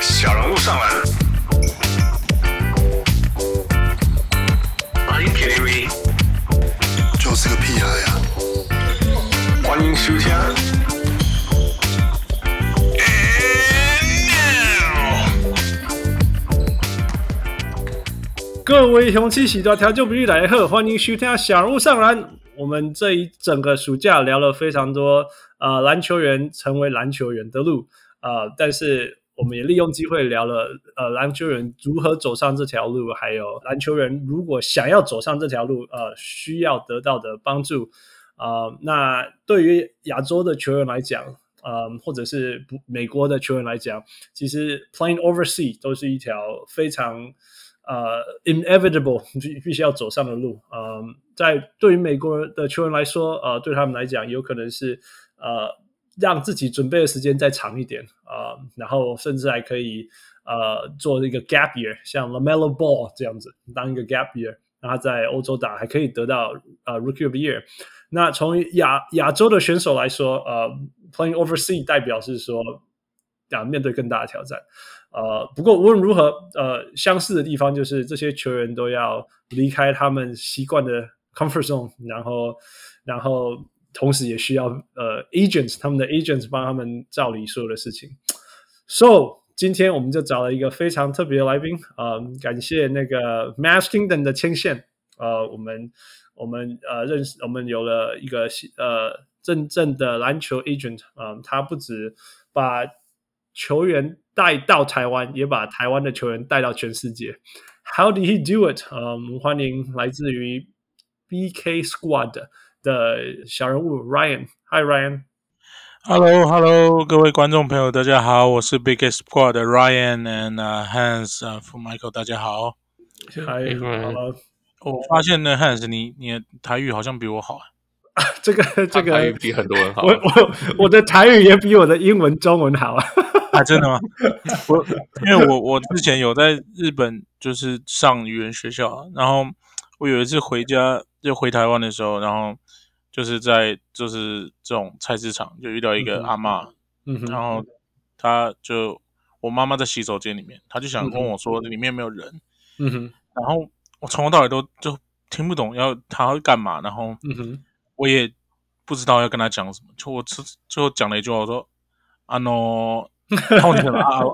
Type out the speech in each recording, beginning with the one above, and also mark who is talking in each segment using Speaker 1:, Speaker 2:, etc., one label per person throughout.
Speaker 1: 小人物上篮。Are you kidding me？
Speaker 2: 就是个屁孩呀、
Speaker 1: 欢迎收听。And now
Speaker 3: 各位雄起喜多调酒比例来喝，欢迎收听小人物上篮。我们这一整个暑假聊了非常多呃篮球员成为篮球员的路呃，但是我们也利用机会聊了呃篮球员如何走上这条路，还有篮球员如果想要走上这条路呃需要得到的帮助。呃，那对于亚洲的球员来讲，呃，或者是不美国的球员来讲，其实 playing overseas 都是一条非常呃 inevitable 必必须要走上的路。呃，在对于美国的球员来说，呃，对他们来讲，有可能是呃让自己准备的时间再长一点啊、呃然后甚至还可以呃做一个 gap year，像 Lamelo Ball 这样子当一个 gap year。然后在欧洲打还可以得到呃 Rookie of the Year，那从亚亚洲的选手来说，呃，playing overseas 代表是说啊面对更大的挑战。呃，不过无论如何，呃，相似的地方就是这些球员都要离开他们习惯的 comfort zone，然后，然后同时也需要呃 agents 他们的 agents 帮他们照理所有的事情。So，今天我们就找了一个非常特别的来宾，呃，感谢那个 Mass Kingdom 的牵线，呃，我们我们呃认识，我们有了一个新呃真正的篮球 agent，嗯、他不止把球员带到台湾，也把台湾的球员带到全世界。How did he do it？呃，我们欢迎来自于 BK Squad 的小人物 Ryan。Hi Ryan。
Speaker 4: h e l l o h e l l o 各位观众朋友，大家好，我是 Biggest Squad 的 Ryan and、uh, Hans 啊、uh,，Michael，大家好。
Speaker 3: Hi。呃，
Speaker 4: 我发现呢，Hans，你你的台语好像比我好啊。
Speaker 3: 这个这
Speaker 5: 他台语
Speaker 3: 个，
Speaker 5: 比很多人好
Speaker 3: 我。我我的台语也比我的英文、中文好啊。
Speaker 4: 啊，真的 吗？我因为我我之前有在日本就是上语言学校啊，然后我有一次回家就回台湾的时候，然后就是在就是这种菜市场就遇到
Speaker 3: 嗯
Speaker 4: 一个
Speaker 3: 哼
Speaker 4: 阿嬷，
Speaker 3: 嗯哼，
Speaker 4: 然后她就我妈妈在洗手间里面，她就想
Speaker 3: 嗯哼
Speaker 4: 跟我说里面有没有人，
Speaker 3: 嗯哼，
Speaker 4: 然后我从头到尾都就听不懂要她要干嘛，然后
Speaker 3: 嗯哼，
Speaker 4: 我也不知道要跟她讲什么，就我最最后讲了一句话，我说啊 no。然后我就想啊， 好，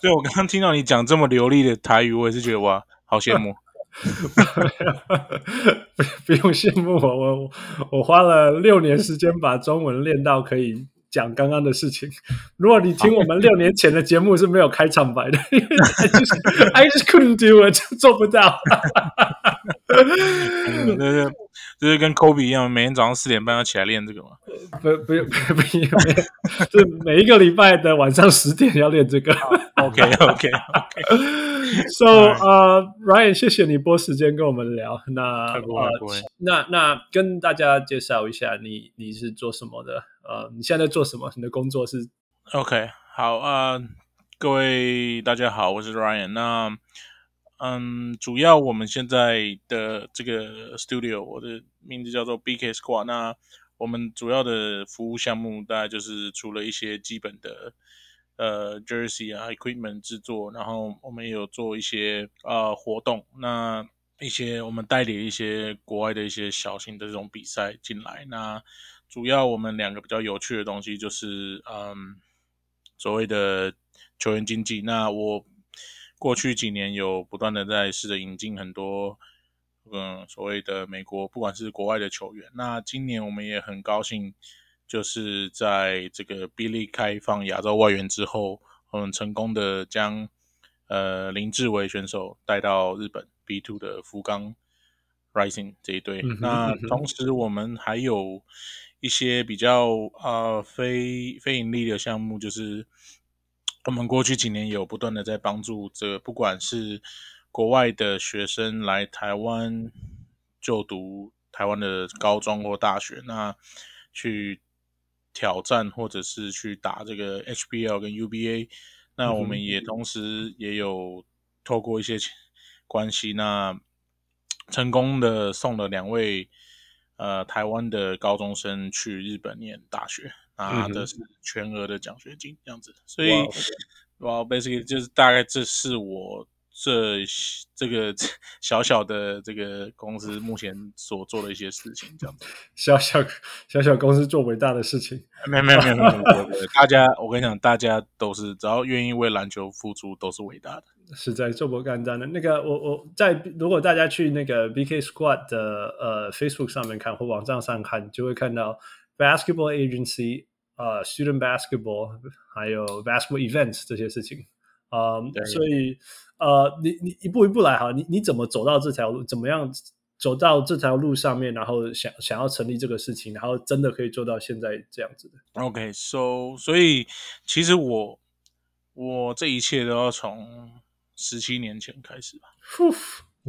Speaker 4: 对我刚刚听到你讲这么流利的台语，我也是觉得哇，好 羡慕。
Speaker 3: 不不用羡慕我，我我我花了六年时间把中文练到可以讲刚刚的事情。如果你听我们六年前的节目是没有开场白的，因为 I just I just couldn't do it，做不到。
Speaker 4: 嗯就是就是跟 Kobe 一样，每天早上四点半要起来练这个嘛。
Speaker 3: 不不不不，是每一个礼拜的晚上十点要练这个。
Speaker 4: OK OK，
Speaker 3: So
Speaker 4: 哎
Speaker 3: 呃、Ryan，谢谢你拨时间跟我们聊。那
Speaker 4: 太不会
Speaker 3: 呃
Speaker 4: 不会
Speaker 3: 那那跟大家介绍一下你，你是做什么的？呃，你现在在做什么？你的工作是
Speaker 4: OK，好啊、呃各位大家好，我是 Ryan。那嗯，主要我们现在的这个 studio，我的名字叫做 BK Squad。那我们主要的服务项目大概就是除了一些基本的呃 jersey 啊 equipment 制作，然后我们也有做一些呃活动，那一些我们代理一些国外的一些小型的这种比赛进来，那主要我们两个比较有趣的东西就是，嗯，所谓的球员经济。那我过去几年有不断的在试着引进很多，嗯，所谓的美国不管是国外的球员。那今年我们也很高兴，就是在这个 B 利开放亚洲外援之后，我们成功的将呃林志伟选手带到日本 B two 的福冈 Rising 这一队。
Speaker 3: 嗯哼
Speaker 4: 那
Speaker 3: 嗯哼
Speaker 4: 同时我们还有一些比较呃非非盈利的项目，就是我们过去几年有不断的在帮助这个不管是国外的学生来台湾就读台湾的高中或大学，那去挑战或者是去打这个 HBL 跟 UBA。那我
Speaker 3: 嗯哼
Speaker 4: 们也同时也有透过一些关系，那成功的送了两位呃台湾的高中生去日本念大学，拿的是全额的奖学金这样子，所以
Speaker 3: 哇哦
Speaker 4: 哇、b a s i c a l l y 就是大概这是我这这个小小的这个公司目前所做的一些事情这样子。
Speaker 3: 小小小小公司做伟大的事情。
Speaker 4: 没有没有没有没有，没有没有大家我跟你讲，大家都是只要愿意为篮球付出，都是伟大的。
Speaker 3: 实在做不干单的。那个我我在如果大家去那个 BK Squad 的呃 Facebook 上面看或网站上看，就会看到 Basketball Agency 呃 Student Basketball 还有 Basketball Events 这些事情。啊、
Speaker 4: 对
Speaker 3: 所以呃，你你一步一步来哈，你你怎么走到这条路？怎么样走到这条路上面？然后想想要成立这个事情，然后真的可以做到现在这样子的。
Speaker 4: OK，so、所以其实我我这一切都要从十七年前开始吧。
Speaker 3: Whew,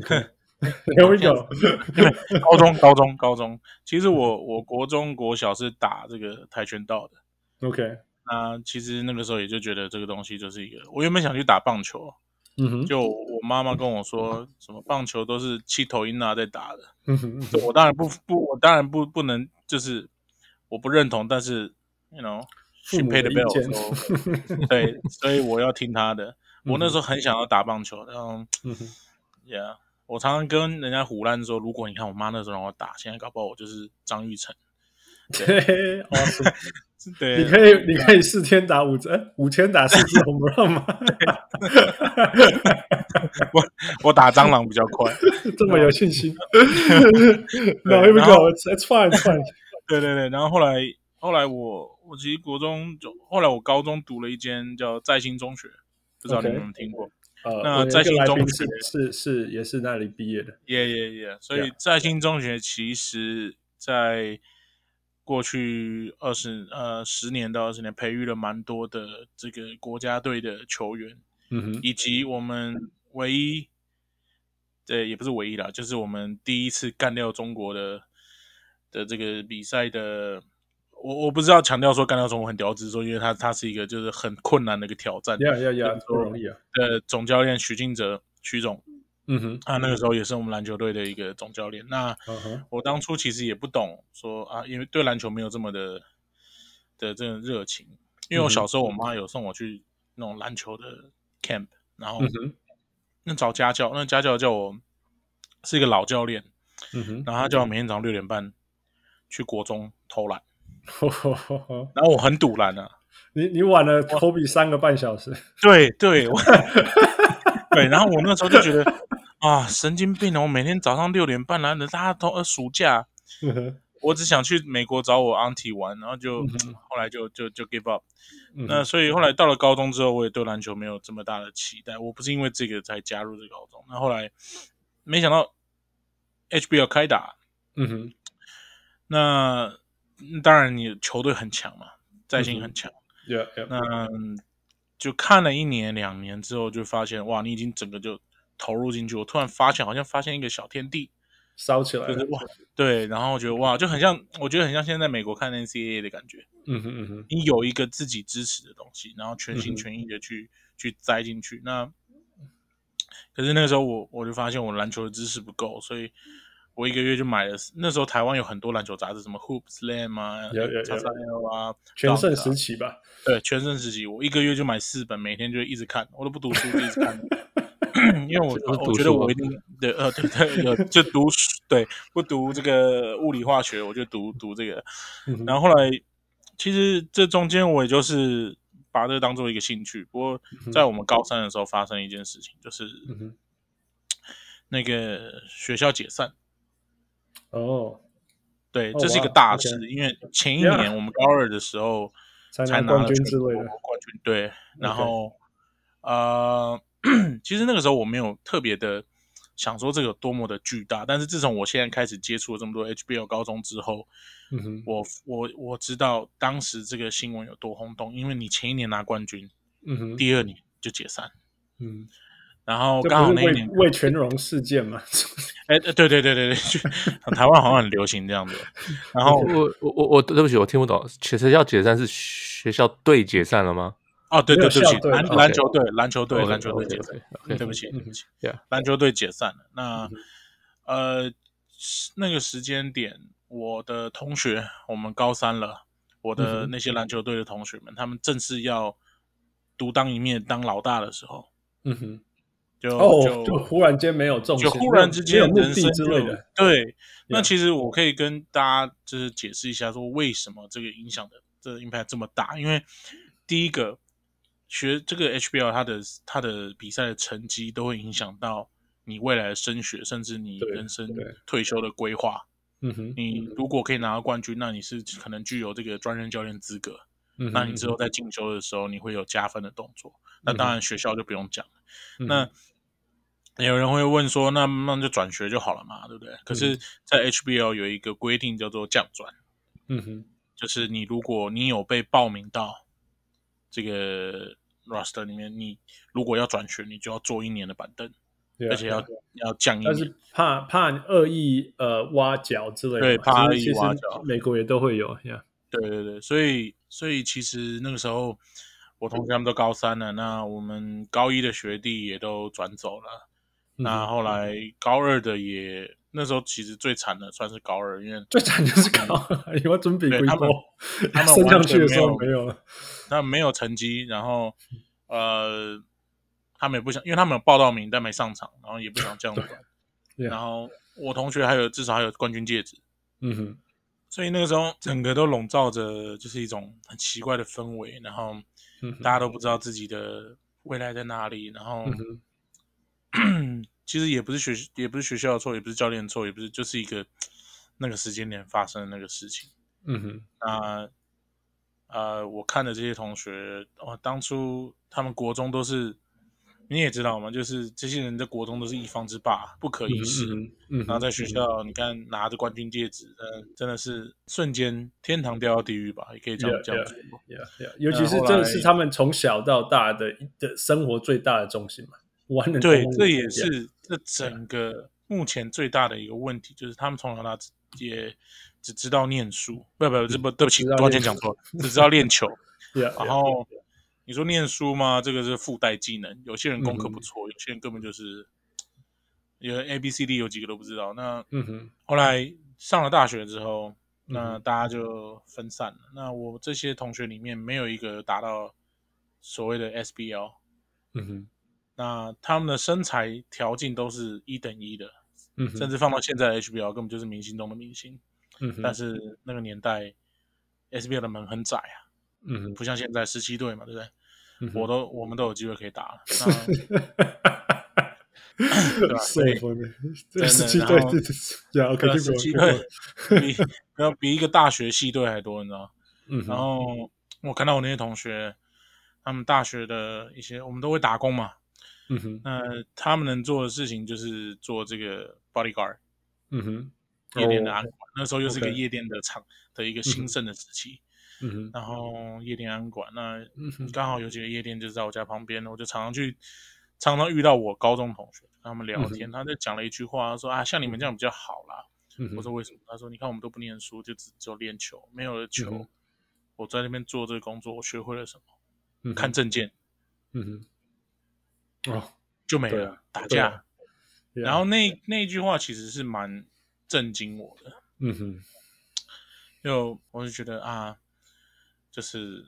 Speaker 3: okay. Here we go.
Speaker 4: 高中高中高中，其实我我国中国小是打这个跆拳道的。
Speaker 3: OK，
Speaker 4: 那其实那个时候也就觉得这个东西就是一个，我原本想去打棒球，
Speaker 3: 嗯哼，
Speaker 4: 就我妈妈跟我说，什么棒球都是气头音啊在打的。
Speaker 3: 嗯哼，
Speaker 4: 对我当然不不，我当然不不能，就是我不认同，但是 you know
Speaker 3: 父
Speaker 4: she
Speaker 3: 母
Speaker 4: paid
Speaker 3: 的
Speaker 4: the
Speaker 3: 意
Speaker 4: bill，so-
Speaker 3: 见。
Speaker 4: 对，所以我要听她的。我那
Speaker 3: 嗯
Speaker 4: 时候很想要打棒球，然后
Speaker 3: 嗯哼
Speaker 4: yeah，我常常跟人家胡乱说，如果你看我妈那时候让我打，现在搞不好我就是张玉成。
Speaker 3: 对，awesome 哦
Speaker 4: 对，
Speaker 3: 你可以，你可以四天打五针，哎五天打四 支红不让吗？
Speaker 4: 我打蟑螂比较快。
Speaker 3: 这么有信心？No, here we
Speaker 4: 然后
Speaker 3: go. It's it's fine, it's fine.
Speaker 4: 对对对，然后后来后来我我其实国中就后来我高中读了一间叫在兴中学，不知道你
Speaker 3: OK
Speaker 4: 们有没有听过？
Speaker 3: 呃，
Speaker 4: 那
Speaker 3: 我有一
Speaker 4: 在
Speaker 3: 个
Speaker 4: 信
Speaker 3: 来
Speaker 4: 中
Speaker 3: 宾
Speaker 4: 学
Speaker 3: 是是是也是那里毕业的。
Speaker 4: 耶耶耶！所以
Speaker 3: Yeah.
Speaker 4: 在新中学其实在过去二十呃十年到二十年，培育了蛮多的这个国家队的球员，
Speaker 3: 嗯哼，
Speaker 4: 以及我们唯一，对，也不是唯一啦，就是我们第一次干掉中国的的这个比赛的。我我不知道强调说干掉中国很屌，只是说因为他他是一个就是很困难的一个挑战。
Speaker 3: 呀呀呀
Speaker 4: 就是，
Speaker 3: 不容易啊。
Speaker 4: 呃，总教练徐静哲徐总，
Speaker 3: 嗯哼，
Speaker 4: 他那个时候也是我们篮球队的一个总教练。那
Speaker 3: 嗯哼，
Speaker 4: 我当初其实也不懂说啊，因为对篮球没有这么的的这种热情，因为我
Speaker 3: 嗯哼
Speaker 4: 小时候我妈有送我去那种篮球的 camp，然后
Speaker 3: 嗯哼，
Speaker 4: 那找家教，那家教叫我是一个老教练，
Speaker 3: 嗯哼
Speaker 4: 然后他叫我每天早上六点半去国中投篮，
Speaker 3: 吼吼吼吼，
Speaker 4: 然后我很堵篮啊，
Speaker 3: 你你晚了 Kobe 三个半小时。
Speaker 4: 对对， 我对，然后我那时候就觉得啊，神经病哦，我每天早上六点半，然后大家都呃暑假，
Speaker 3: 嗯哼
Speaker 4: 我只想去美国找我 auntie 玩，然后就、
Speaker 3: 嗯哼
Speaker 4: 后来就就就 give up。
Speaker 3: 嗯
Speaker 4: 那
Speaker 3: 哼
Speaker 4: 所以后来到了高中之后，我也对篮球没有这么大的期待。我不是因为这个才加入这个高中。那后来没想到 HBL 开打，
Speaker 3: 嗯哼，
Speaker 4: 那嗯当然你球队很强嘛，在
Speaker 3: 嗯
Speaker 4: 心很强。
Speaker 3: 呀呀，
Speaker 4: 那嗯就看了一年两年之后，就发现哇，你已经整个就投入进去。我突然发现，好像发现一个小天地。
Speaker 3: 烧起来
Speaker 4: 就
Speaker 3: 了
Speaker 4: 是。哇，对，然后我觉得哇，就很像，我觉得很像现在美国看 NCAA 的感觉，
Speaker 3: 嗯哼嗯哼，
Speaker 4: 你有一个自己支持的东西，然后
Speaker 3: 嗯
Speaker 4: 全
Speaker 3: 哼
Speaker 4: 心全意的去、去栽进去。那可是那个时候我我就发现我篮球的知识不够，所以我一个月就买了。那时候台湾有很多篮球杂志，什么 Hoop Slam 啊、
Speaker 3: 有有有
Speaker 4: XXL 啊，
Speaker 3: 全盛
Speaker 4: Dunk 啊
Speaker 3: 时期吧。
Speaker 4: 对，全盛时期，我一个月就买四本，每天就一直看，我都不读书，就一直 看。因为我
Speaker 6: 这不
Speaker 4: 我觉得
Speaker 6: 是读书啊
Speaker 4: 我一定对呃对对有就读书对不读这个物理化学我就读读这个，
Speaker 3: 嗯哼
Speaker 4: 然后后来其实这中间我也就是把这个当做一个兴趣，不过
Speaker 3: 嗯哼
Speaker 4: 在我们高三的时候发生一件事情，就是
Speaker 3: 嗯哼，
Speaker 4: 那个学校解散，
Speaker 3: 哦，
Speaker 4: 对，
Speaker 3: 哦
Speaker 4: 这是一个
Speaker 3: 哇
Speaker 4: 大
Speaker 3: ，OK
Speaker 4: 事，因为前一
Speaker 3: Yeah
Speaker 4: 年我们高二的时候
Speaker 3: 才
Speaker 4: 才
Speaker 3: 拿
Speaker 4: 拿了
Speaker 3: 冠军
Speaker 4: 全
Speaker 3: 之类
Speaker 4: 国
Speaker 3: 的。
Speaker 4: 冠军对，然后呃， 其实那个时候我没有特别的想说这个有多么的巨大，但是自从我现在开始接触了这么多 HBO 高中之后，
Speaker 3: 嗯哼，
Speaker 4: 我我我知道当时这个新闻有多轰动，因为你前一年拿冠军，
Speaker 3: 嗯哼，
Speaker 4: 第二年就解散，
Speaker 3: 嗯。
Speaker 4: 然后
Speaker 3: 这
Speaker 4: 刚好
Speaker 3: 不
Speaker 4: 那
Speaker 3: 是
Speaker 4: 一
Speaker 3: 魏
Speaker 4: 年，
Speaker 3: 魏全荣事件嘛？
Speaker 4: 哎，呃对对对对对，就台湾好像很流行这样子，然后
Speaker 6: 我我我我对不起，我听不懂。学校解散是学校队解散了吗？哦
Speaker 4: 哦，对
Speaker 7: 没
Speaker 4: 对
Speaker 7: 有
Speaker 4: 对不起
Speaker 7: 校，队
Speaker 4: 篮
Speaker 7: 了
Speaker 4: 篮球队，篮球队，
Speaker 3: OK，
Speaker 4: 篮球队
Speaker 3: OK，
Speaker 4: 解散
Speaker 3: OK，OK，，
Speaker 4: 对不起，对不起，
Speaker 3: Yeah，
Speaker 4: 篮球队解散了。那呃，那个时间点，我的同学，我们高三了，
Speaker 3: 嗯
Speaker 4: 我的
Speaker 3: 哼
Speaker 4: 那些篮球队的同学们，他们正是要独当一面当老大的时候，
Speaker 3: 嗯哼，
Speaker 4: 就
Speaker 7: 哦，
Speaker 4: 就
Speaker 7: 就忽然间没有重心，
Speaker 4: 就忽然之间
Speaker 7: 没有目
Speaker 4: 人
Speaker 7: 的
Speaker 4: 生
Speaker 7: 之
Speaker 4: 就
Speaker 7: 类的。
Speaker 4: 对，那
Speaker 7: Yeah
Speaker 4: 其实我可以跟大家就是解释一下，说为什么这个影响的这个 impact 这么大，因为第一个学这个 HBL 它的它的比赛的成绩都会影响到你未来的升学，甚至你
Speaker 7: 对
Speaker 4: 人生
Speaker 7: 对
Speaker 4: 退休的规划。
Speaker 3: 嗯哼，
Speaker 4: 你如果可以拿到冠军，那你是可能具有这个专任教练资格。
Speaker 3: 嗯哼
Speaker 4: 那你之后在进修的时候，你会有加分的动作。那
Speaker 7: 嗯
Speaker 4: 当然学校就不用讲了。
Speaker 3: 嗯
Speaker 4: 那有人会问说，那那就转学就好了嘛，对不对？可
Speaker 7: 嗯
Speaker 4: 是，在 HBL 有一个规定叫做降转，
Speaker 3: 嗯哼，
Speaker 4: 就是你如果你有被报名到这个 roster 里面，你如果要转学，你就要坐一年的板凳，
Speaker 7: 对啊
Speaker 4: 而且要
Speaker 7: 对啊
Speaker 4: 要降一
Speaker 7: 但是
Speaker 4: 年。
Speaker 7: 怕怕恶意呃挖角之类的嘛，
Speaker 4: 对怕恶意
Speaker 7: 其实
Speaker 4: 挖角
Speaker 7: 美国也都会有呀。
Speaker 4: 对对对，所以所以其实那个时候，我同学他们都高三了，那我们高一的学弟也都转走了。
Speaker 7: 嗯
Speaker 4: 那后来高二的也那时候其实最惨的算是高二，因为
Speaker 7: 最惨就是搞，因为准备
Speaker 4: 嗯对
Speaker 7: 归
Speaker 4: 他们
Speaker 7: 多，
Speaker 4: 他们
Speaker 7: 升上
Speaker 4: 完全
Speaker 7: 去的时候
Speaker 4: 没
Speaker 7: 没
Speaker 4: 有
Speaker 7: 有了。
Speaker 4: 他们没有成绩，然后呃，他们也不想，因为他们有报到名但没上场，然后也不想这样管。
Speaker 3: 啊
Speaker 7: 对
Speaker 4: 然后我同学还有至少还有冠军戒指，
Speaker 3: 嗯哼，
Speaker 4: 所以那个时候整个都笼罩着就是一种很奇怪的氛围，然后
Speaker 3: 嗯哼
Speaker 4: 大家都不知道自己的未来在哪里，然后。
Speaker 3: 嗯哼，
Speaker 4: 其实也不是学也不是学校的错，也不是教练的错，也不是就是一个那个时间点发生的那个事情。
Speaker 3: 嗯哼，
Speaker 4: 那呃，我看的这些同学，哦，当初他们国中都是，你也知道嘛，就是这些人在国中都是一方之霸，不可一世。
Speaker 3: 嗯哼，嗯哼，
Speaker 4: 然后在学校，你看拿着冠军戒指，嗯、真的是瞬间天堂掉到地狱吧，也可以这样
Speaker 7: Yeah,
Speaker 4: 这样
Speaker 7: yeah.
Speaker 4: 说。
Speaker 7: Yeah, yeah. 尤其是
Speaker 4: 后
Speaker 7: 这
Speaker 4: 来
Speaker 7: 是他们从小到大的的生活最大的重心嘛。完人
Speaker 4: 对，这也是这整个目前最大的一个问题，就是他们从小到大只也只知道念书，不不不不，对不起，
Speaker 7: 知道
Speaker 4: 完全
Speaker 7: 练
Speaker 4: 讲错了，只知道练球。
Speaker 7: Yeah,
Speaker 4: 然
Speaker 3: 啊
Speaker 7: yeah,
Speaker 4: 后你说念书嘛，这个是附带技能，有些人功课
Speaker 3: 嗯哼
Speaker 4: 不错，有些人根本就是有 A B C D 有几个都不知道。那
Speaker 3: 嗯哼，
Speaker 4: 后来上了大学之后，
Speaker 3: 嗯
Speaker 4: 那
Speaker 3: 哼
Speaker 4: 大家就分散了。那我这些同学里面没有一个达到所谓的 SBL，
Speaker 3: 嗯哼，
Speaker 4: 那他们的身材条件都是一等一的，
Speaker 3: 嗯哼，
Speaker 4: 甚至放到现在的 HBL 根本就是明星中的明星。
Speaker 3: 嗯哼，
Speaker 4: 但是那个年代 SBL 的门很窄啊，
Speaker 3: 嗯哼，
Speaker 4: 不像现在十七队嘛，对不对？
Speaker 3: 嗯哼
Speaker 4: 我都我们都有机会可以打了。那
Speaker 7: 所
Speaker 4: 吧所以
Speaker 7: 以
Speaker 4: 真
Speaker 7: 这
Speaker 4: 的
Speaker 7: 十七
Speaker 4: 然
Speaker 7: 队
Speaker 4: 后
Speaker 7: ，Yeah，
Speaker 4: 对
Speaker 7: OK，
Speaker 4: 啊
Speaker 7: 就
Speaker 4: 17队 比要比一个大学系队还多，你知道吗？
Speaker 3: 嗯哼，
Speaker 4: 然后我看到我那些同学，他们大学的一些，我们都会打工嘛。
Speaker 3: 嗯哼，
Speaker 4: 那他们能做的事情就是做这个 bodyguard
Speaker 3: 嗯哼，
Speaker 4: 夜店的安管。那时候又是一个
Speaker 3: 哦 OK
Speaker 4: 夜店的场的一个兴盛的时期，
Speaker 3: 嗯哼，
Speaker 4: 然后夜店安管，那
Speaker 3: 嗯哼，
Speaker 4: 刚好有几个夜店就在我家旁边，我就常常去，常常遇到我高中同学，跟他们聊天，他就讲了一句话，他说啊，像你们这样比较好啦。
Speaker 3: 嗯
Speaker 4: 我
Speaker 3: 哼，
Speaker 4: 说为什么？他说你看我们都不念书，就只只有练球，没有了球，
Speaker 3: 嗯哼
Speaker 4: 我在那边做这个工作，我学会了什么？
Speaker 3: 嗯哼
Speaker 4: 看，证件
Speaker 3: 嗯哼，哦，
Speaker 4: 就没
Speaker 7: 对
Speaker 4: 了，
Speaker 7: 啊
Speaker 4: 打
Speaker 7: 对啊
Speaker 4: 架。然后那那一句话其实是蛮震惊我的，
Speaker 3: 嗯哼，
Speaker 4: 就我就觉得啊，就是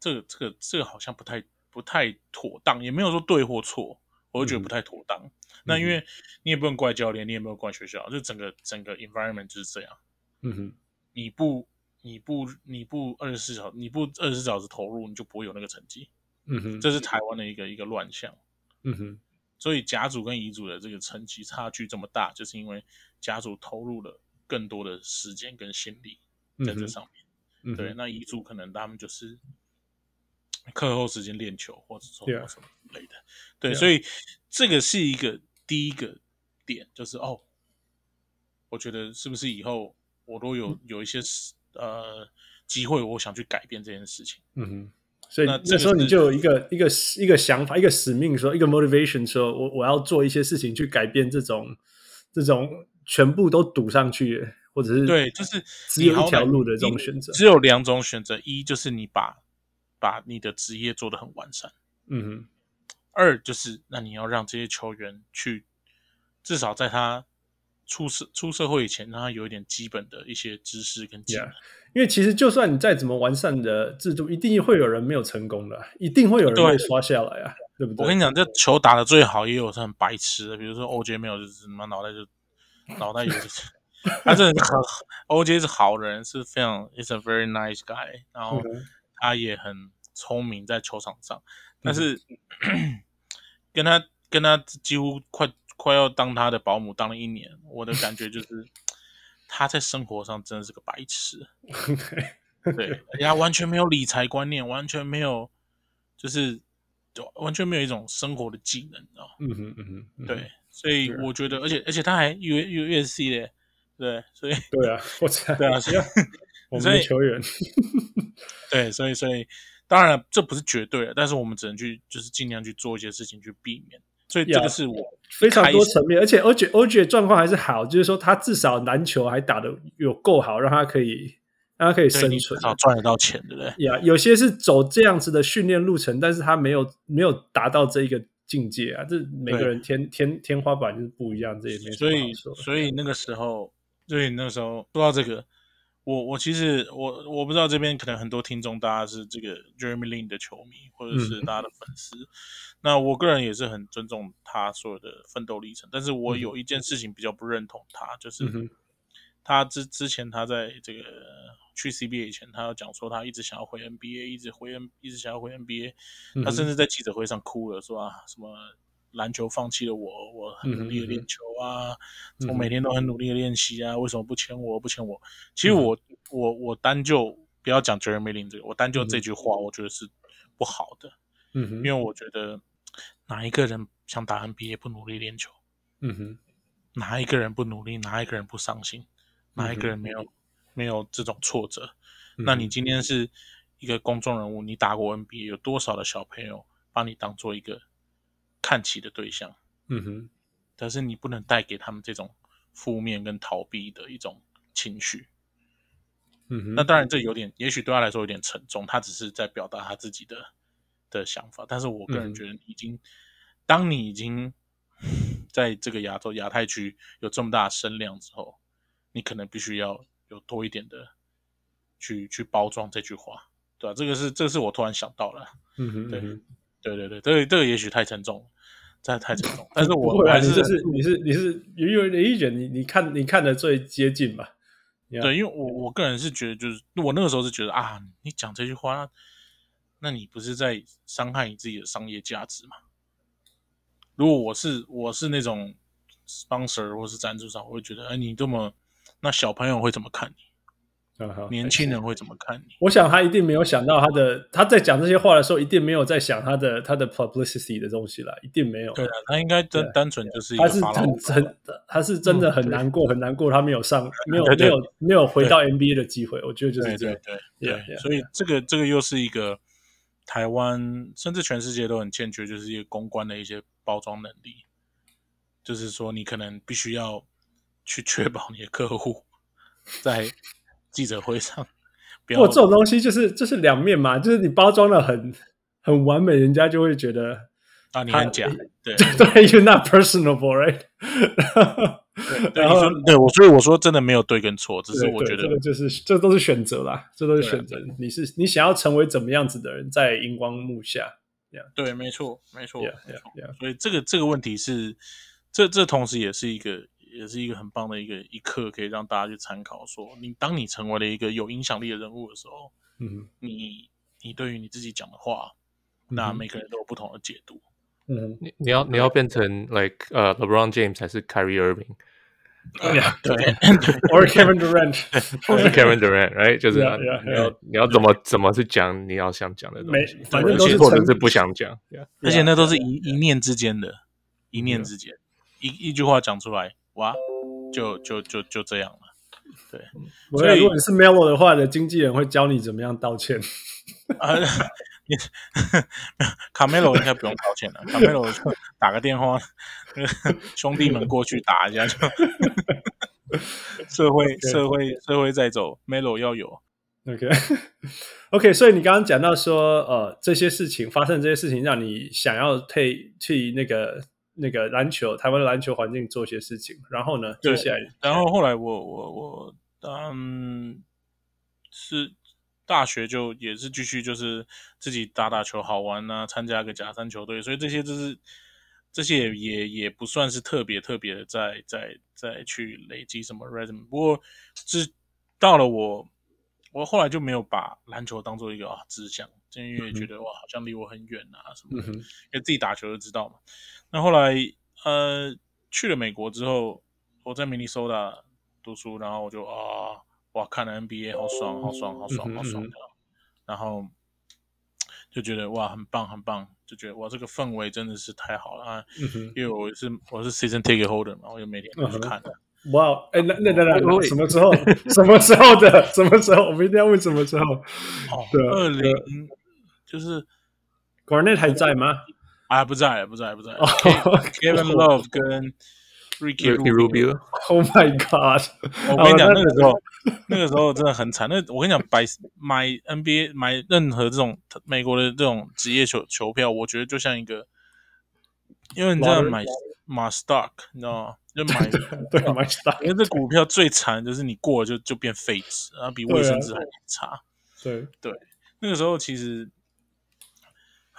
Speaker 4: 这个这个这个好像不太不太妥当，也没有说对或错，
Speaker 7: 嗯
Speaker 4: 我就觉得不太妥当。那因为你也不能怪教练，你也不能怪学校，就整个整个 environment 就是这样。
Speaker 3: 嗯哼，
Speaker 4: 你不你不你不二十四小你不二十四小时投入，你就不会有那个成绩。
Speaker 3: 嗯哼，
Speaker 4: 这是台湾的一个一个乱象。
Speaker 3: 嗯哼，
Speaker 4: 所以甲组跟乙组的这个成绩差距这么大，就是因为甲组投入了更多的时间跟心力在这上面。
Speaker 3: 嗯嗯哼，
Speaker 4: 对，那乙组可能他们就是课后时间练球，或者说
Speaker 3: 啊
Speaker 7: Yeah
Speaker 4: 什么之类的。对
Speaker 7: Yeah
Speaker 4: 所以这个是一个第一个点，就是哦，我觉得是不是以后我都有有一些事呃机会，我想去改变这件事情。
Speaker 3: 嗯哼，
Speaker 7: 所以
Speaker 4: 那这
Speaker 7: 那
Speaker 4: 个
Speaker 7: 时候你
Speaker 4: 是
Speaker 7: 就有一个一个一个想法，一个使命说，一个 motivation 说，我我要做一些事情去改变这种这种全部都堵上去，或者是
Speaker 4: 对，就是
Speaker 7: 嗯只有
Speaker 4: 你好
Speaker 7: 一条
Speaker 4: 歹
Speaker 7: 路的
Speaker 4: 你
Speaker 7: 这种选择。
Speaker 4: 只有两种选择，一就是你把把你的职业做得很完善。
Speaker 8: 嗯哼，
Speaker 4: 二就是，那你要让这些球员去，至少在他出社出社会以前，让他有一点基本的一些知识跟技能。
Speaker 8: Yeah
Speaker 3: 因为其实就算你再怎么完善的制度，一定会有人没有成功的，一定会有人
Speaker 4: 对
Speaker 3: 被刷下来啊，对不对？
Speaker 4: 我跟你讲，这球打得最好也有是很白痴的，比如说 OJ 没有，就是他妈脑袋就脑袋有， 他真的是很 OJ 是好人，是非常 is a very nice guy，然后
Speaker 3: 嗯
Speaker 4: 他也很聪明在球场上，但是、 跟他跟他几乎快快要当他的保姆当了一年，我的感觉就是他在生活上真的是个白痴。
Speaker 3: 嗯
Speaker 4: 对，人家完全没有理财观念，完全没有，就是就完全没有一种生活的技能啊。
Speaker 8: 嗯哼，嗯哼，嗯哼
Speaker 4: 对，，所以
Speaker 8: 对
Speaker 4: 我觉得，而且而且他还 U U U S C 嘞，对，所以
Speaker 8: 对啊，我知道，
Speaker 4: 对啊，所以
Speaker 8: 我们
Speaker 4: 所
Speaker 8: 的
Speaker 4: 以
Speaker 8: 球员，
Speaker 4: 对，所以所以当然了这不是绝对啊的，但是我们只能去就是尽量去做一些事情去避免。所以这个
Speaker 3: Yeah
Speaker 4: 是我
Speaker 3: 非常多
Speaker 4: 开始
Speaker 3: 层面，而且 OJ OJ 状况还是好，就是说他至少篮球还打得有够好，让他可以让他可以
Speaker 4: 对
Speaker 3: 生
Speaker 4: 你至
Speaker 3: 存。
Speaker 4: 少赚得到钱，对不对？
Speaker 3: 呀有些是走这样子的训练路程，但是他没有没有达到这一个境界啊，这每个
Speaker 4: 对
Speaker 3: 人天天天花板就是不一样，这也没什
Speaker 4: 所
Speaker 3: 么
Speaker 4: 以
Speaker 3: 好说。
Speaker 4: 所以那个时候，所以那个时候说到这个，我我其实我我不知道这边可能很多听众大家是这个 Jeremy Lin 的球迷，或者是大家的粉丝。那我个人也是很尊重他所有的奋斗历程，但是我有一件事情比较不认同他，就是
Speaker 8: 嗯哼
Speaker 4: 他之之前他在这个去 CBA 以前，他有讲说他一直想要回 NBA，一直回 N，一直想要回 NBA，、
Speaker 8: 嗯
Speaker 4: 他
Speaker 8: 哼
Speaker 4: 甚至在记者会上哭了，说啊什么篮球放弃了我，我很努力的练球啊，
Speaker 8: 嗯
Speaker 4: 我
Speaker 8: 哼
Speaker 4: 每天都很努力的练习啊，为什么不签我？不签我？其
Speaker 8: 嗯
Speaker 4: 实
Speaker 8: 哼
Speaker 4: 我、我我单就不要讲 Jeremy Lin 这个，我单就
Speaker 8: 嗯哼
Speaker 4: 这句话，我觉得是不好的，
Speaker 8: 嗯哼
Speaker 4: 因，为我觉得哪一个人想打 NBA 不努力练球，
Speaker 8: 嗯哼，
Speaker 4: 哪一个人不努力，哪一个人不伤心，
Speaker 8: 嗯
Speaker 4: 哪一个人没有、没有这种挫折？
Speaker 3: 嗯
Speaker 4: 那你今天是一个公众人物，你打过 NBA，有多少的小朋友把你当做一个看齐的对象？
Speaker 8: 嗯哼，
Speaker 4: 但是你不能带给他们这种负面跟逃避的一种情绪。
Speaker 8: 嗯哼，
Speaker 4: 那当然，这有点，也许对他来说有点沉重，他只是在表达他自己的的想法。但是我个
Speaker 8: 嗯
Speaker 4: 人觉得，已经、当你已经 在这个亚洲亚太区有这么大的声量之后，你可能必须要有多一点的去去包装这句话，对吧、这个是这个是我突然想到了，
Speaker 8: 嗯哼，
Speaker 4: 对
Speaker 8: 嗯哼
Speaker 4: 对对对，这个这个也许太沉重了，真的太沉重。但是
Speaker 3: 不
Speaker 4: 我
Speaker 3: 会
Speaker 4: 我
Speaker 3: 啊
Speaker 4: 还
Speaker 3: 你
Speaker 4: 是
Speaker 3: 这是你是你是有有有一点，你你看你看的最接近吧？
Speaker 4: 对，因为我我个人是觉得，就是我那个时候是觉得啊，你讲这句话，那那你不是在伤害你自己的商业价值吗？如果我是我是那种 sponsor 或是赞助商，我会觉得，哎，你这么，那小朋友会怎么看你？
Speaker 8: 啊哈，
Speaker 4: 年轻人会怎么看你？
Speaker 3: 我想他一定没有想到他的，他在讲这些话的时候，一定没有在想他的他的 publicity 的东西啦，一定没有。
Speaker 4: 对啊，他应该单单纯就是一
Speaker 3: 他
Speaker 4: 个
Speaker 3: 是
Speaker 4: 发牢
Speaker 3: 很
Speaker 4: 骚
Speaker 3: 真，他是真的很难过，很难过，他没有上，没有
Speaker 4: 对
Speaker 3: 没
Speaker 4: 对
Speaker 3: 有没有回到 NBA 的机会，我觉得就是
Speaker 4: 对
Speaker 3: 这
Speaker 4: 对
Speaker 3: 样。
Speaker 4: 对
Speaker 3: Yeah,
Speaker 4: 对，
Speaker 3: yeah,
Speaker 4: 所以这个这个又是一个台湾甚至全世界都很欠缺，就是一个公关的一些包装能力，就是说你可能必须要去确保你的客户在记者会上
Speaker 3: 不
Speaker 4: 不
Speaker 3: 过
Speaker 4: 要
Speaker 3: 这种东西就是就是两面嘛，就是你包装的很很完美，人家就会觉得
Speaker 4: 啊你很假，对
Speaker 3: 对，you're not personable，right？
Speaker 4: 对，
Speaker 3: 然
Speaker 4: 你
Speaker 3: 后
Speaker 4: 说对我，所以我说真的没有对跟错，只是
Speaker 3: 对
Speaker 4: 我
Speaker 3: 对
Speaker 4: 觉得啊
Speaker 3: 这个就是这都是选择啦，这都是选择。你是你想要成为怎么样子的人，在荧光幕下
Speaker 4: 对，没错，没错
Speaker 3: ，yeah
Speaker 4: 没
Speaker 3: yeah
Speaker 4: 错
Speaker 3: yeah，
Speaker 4: 所以这个这个问题是，这这同时也是一个也是一个很棒的一个一课，可以让大家去参考说。你当你成为了一个有影响力的人物的时候，
Speaker 8: 嗯哼，
Speaker 4: 你你对于你自己讲的话，
Speaker 8: 嗯
Speaker 4: 那
Speaker 8: 哼
Speaker 4: 每个人都有不同的解读。
Speaker 3: 嗯，
Speaker 6: 你你要你要变成 like 呃、LeBron James 还是 Kyrie Irving，
Speaker 4: 对
Speaker 3: or Kevin Durant，
Speaker 4: 哦
Speaker 6: 或是 Kevin Durant，right？就是
Speaker 3: Yeah, yeah,
Speaker 6: 你要你要怎么怎么去讲你要想讲的东
Speaker 3: 没
Speaker 6: 西，
Speaker 3: 反
Speaker 4: 正
Speaker 6: 而
Speaker 4: 都
Speaker 6: 且
Speaker 4: 是
Speaker 6: 或者
Speaker 3: 成
Speaker 6: 是不想讲，yeah，
Speaker 4: 而且那都是一一念之间的，一念之间，一一句话讲出来，哇，就就就就这样了。
Speaker 3: 我觉得如果你是 Melo 的话，你的经纪人会教你怎么样道 歉。
Speaker 4: 啊，你卡梅罗应该不用道歉了，卡梅罗就打个电话，兄弟们过去打一下就。社会社会社会在走，Melo 要有，
Speaker 7: OK，OK，、所以你刚刚讲到说，呃，这些事情发生，这些事情让你想要退去那个那个篮球台湾的篮球环境做些事情，然后呢，接
Speaker 4: 对
Speaker 7: 下来
Speaker 4: 然后后来我我我嗯是大学就也是继续就是自己打打球好玩啊，参加个假山球队，所以这些就是这些也也也不算是特别特别的在在在去累积什么 resume。不过是到了我我后来就没有把篮球当做一个啊志向，因为觉得哇好像离我很远啊什
Speaker 3: 嗯
Speaker 4: 么的，
Speaker 3: 哼
Speaker 4: 因为自己打球就知道嘛。那后来呃去了美国之后，我在明尼苏达读书，然后我就啊哇看了 NBA 好爽好爽好爽好爽
Speaker 3: 嗯哼嗯
Speaker 4: 的，然后就觉得哇很棒很棒，就觉得哇这个氛围真的是太好了啊！
Speaker 3: 嗯哼，
Speaker 4: 因为我是我是 season ticket holder 嘛，我就每天都去看的。
Speaker 7: 哇，
Speaker 4: 哦
Speaker 7: 哎，那那那
Speaker 6: 喂
Speaker 7: 那
Speaker 6: 喂
Speaker 7: 什么 时候？什么时候的？什么时候？我们一定要问什么时候
Speaker 4: 哦，
Speaker 7: 对
Speaker 4: 二零就是
Speaker 7: ？Garnett 还在 吗？
Speaker 4: 啊不在了不在了不在了
Speaker 7: 哦
Speaker 4: Kevin Love 跟 Ricky
Speaker 6: Ricky Rubio，
Speaker 7: ，Oh my God！
Speaker 4: 我跟你讲，
Speaker 7: 好
Speaker 4: 那个时候，那个时候真的很惨。那我跟你讲，买买 NBA 买任何这种美国的这种职业球球票，我觉得就像一个，因为你这样
Speaker 7: Lottery
Speaker 4: 买买 stock，你知道吗？就买，
Speaker 7: 对，My Star，
Speaker 4: 因为这股票最惨就是你过了就就变废纸，然后比卫生纸还差。
Speaker 7: 对，
Speaker 4: 那个时候其实。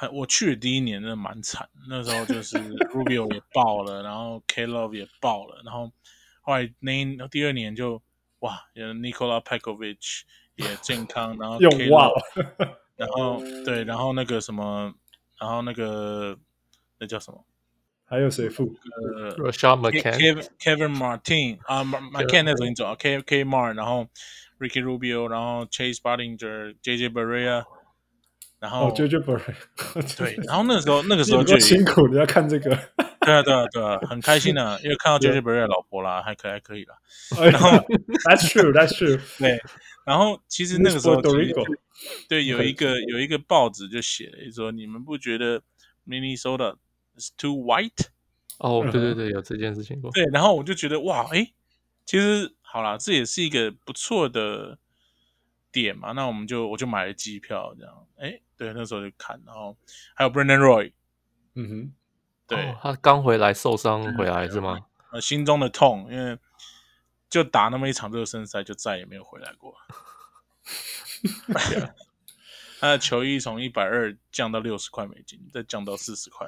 Speaker 4: 还我去的第一年真的蛮惨，那时候就是 Rubio 也爆了，然后 K Love 也爆了，然后后来那一第二年就哇，有 Nikola Pekovic 也健康，然后
Speaker 7: 又
Speaker 4: K
Speaker 7: 哇
Speaker 4: Love
Speaker 7: 了，
Speaker 4: 然后对，然后那个什么，然后那个那叫什么？
Speaker 7: 还有谁付？
Speaker 4: 呃
Speaker 6: r a s h a d McCann，
Speaker 4: ，Kevin Kevin Martin 啊，Ma-，McCann 那时候已经走了，K K Mar，然后 Ricky Rubio，然后 Chase Bottinger、JJ Barea，然后
Speaker 7: 哦，JoJo Barry，
Speaker 4: 对， 然后那个时候那个时候
Speaker 7: 你多
Speaker 4: 就有
Speaker 7: 辛苦，你要看 这个，
Speaker 4: 对啊对啊 对啊，很开心啊，因为看到
Speaker 7: 对
Speaker 4: JJ Barea 老婆啦，还可还可以啦。
Speaker 7: 然后哎 That's true，That's true，
Speaker 4: 对，然后其实那个时候
Speaker 7: Puerto
Speaker 4: 其实
Speaker 7: Rico
Speaker 4: 对，有
Speaker 7: Okay
Speaker 4: 一个有一个报纸就写了说，你们不觉得 Minnesota is too white？
Speaker 6: 哦，对对对，有这件事情过。
Speaker 4: 对，然后我就觉得哇，诶，其实好啦，这也是一个不错的点嘛。那我们就我就买了机票，这样，诶，对，那时候就看，然后还有 Brendan Roy，
Speaker 3: 嗯哼，
Speaker 4: 对，
Speaker 6: 哦他刚回来受伤回来 是吗？
Speaker 4: 呃，心中的痛，因为就打那么一场热身赛，就再也没有回来过。哎他的球衣从一百二降到六十块美金，再降到四十块。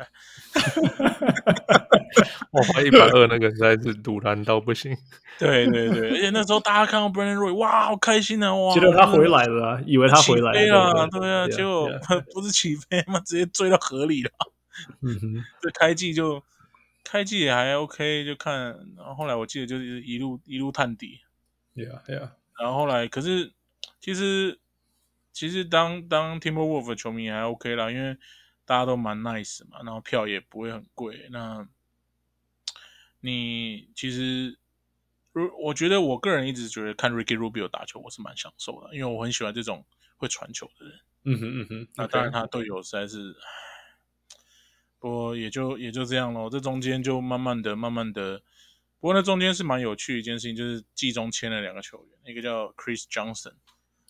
Speaker 6: 我花一百二那个实在是堵然到不行。
Speaker 4: 对对对，而且那时候大家看到 Brandon Roy，哇，好开心啊！哇，
Speaker 7: 觉得他回来了啊，以为他
Speaker 4: 起
Speaker 7: 回来
Speaker 4: 飞了，
Speaker 7: 了，
Speaker 4: 对啊，结果不是起飞嘛，直接追到河里了。
Speaker 7: 嗯哼。
Speaker 4: 这开季就开季也还 OK，就看，然后后来我记得就是一路一路探底，
Speaker 3: ，Yeah Yeah，
Speaker 4: 然后后来，可是其实其实当当 Timberwolf 的球迷还 OK 啦，因为大家都蛮 nice 嘛，然后票也不会很贵。那你其实，如我觉得我个人一直觉得看 Ricky Rubio 打球我是蛮享受的，因为我很喜欢这种会传球的人。
Speaker 3: 嗯哼嗯哼，
Speaker 4: 那当然，他队友实在是，唉不过也就也就这样咯。这中间就慢慢的、慢慢的，不过那中间是蛮有趣的一件事情，就是季中签了两个球员，一个叫 Chris Johnson，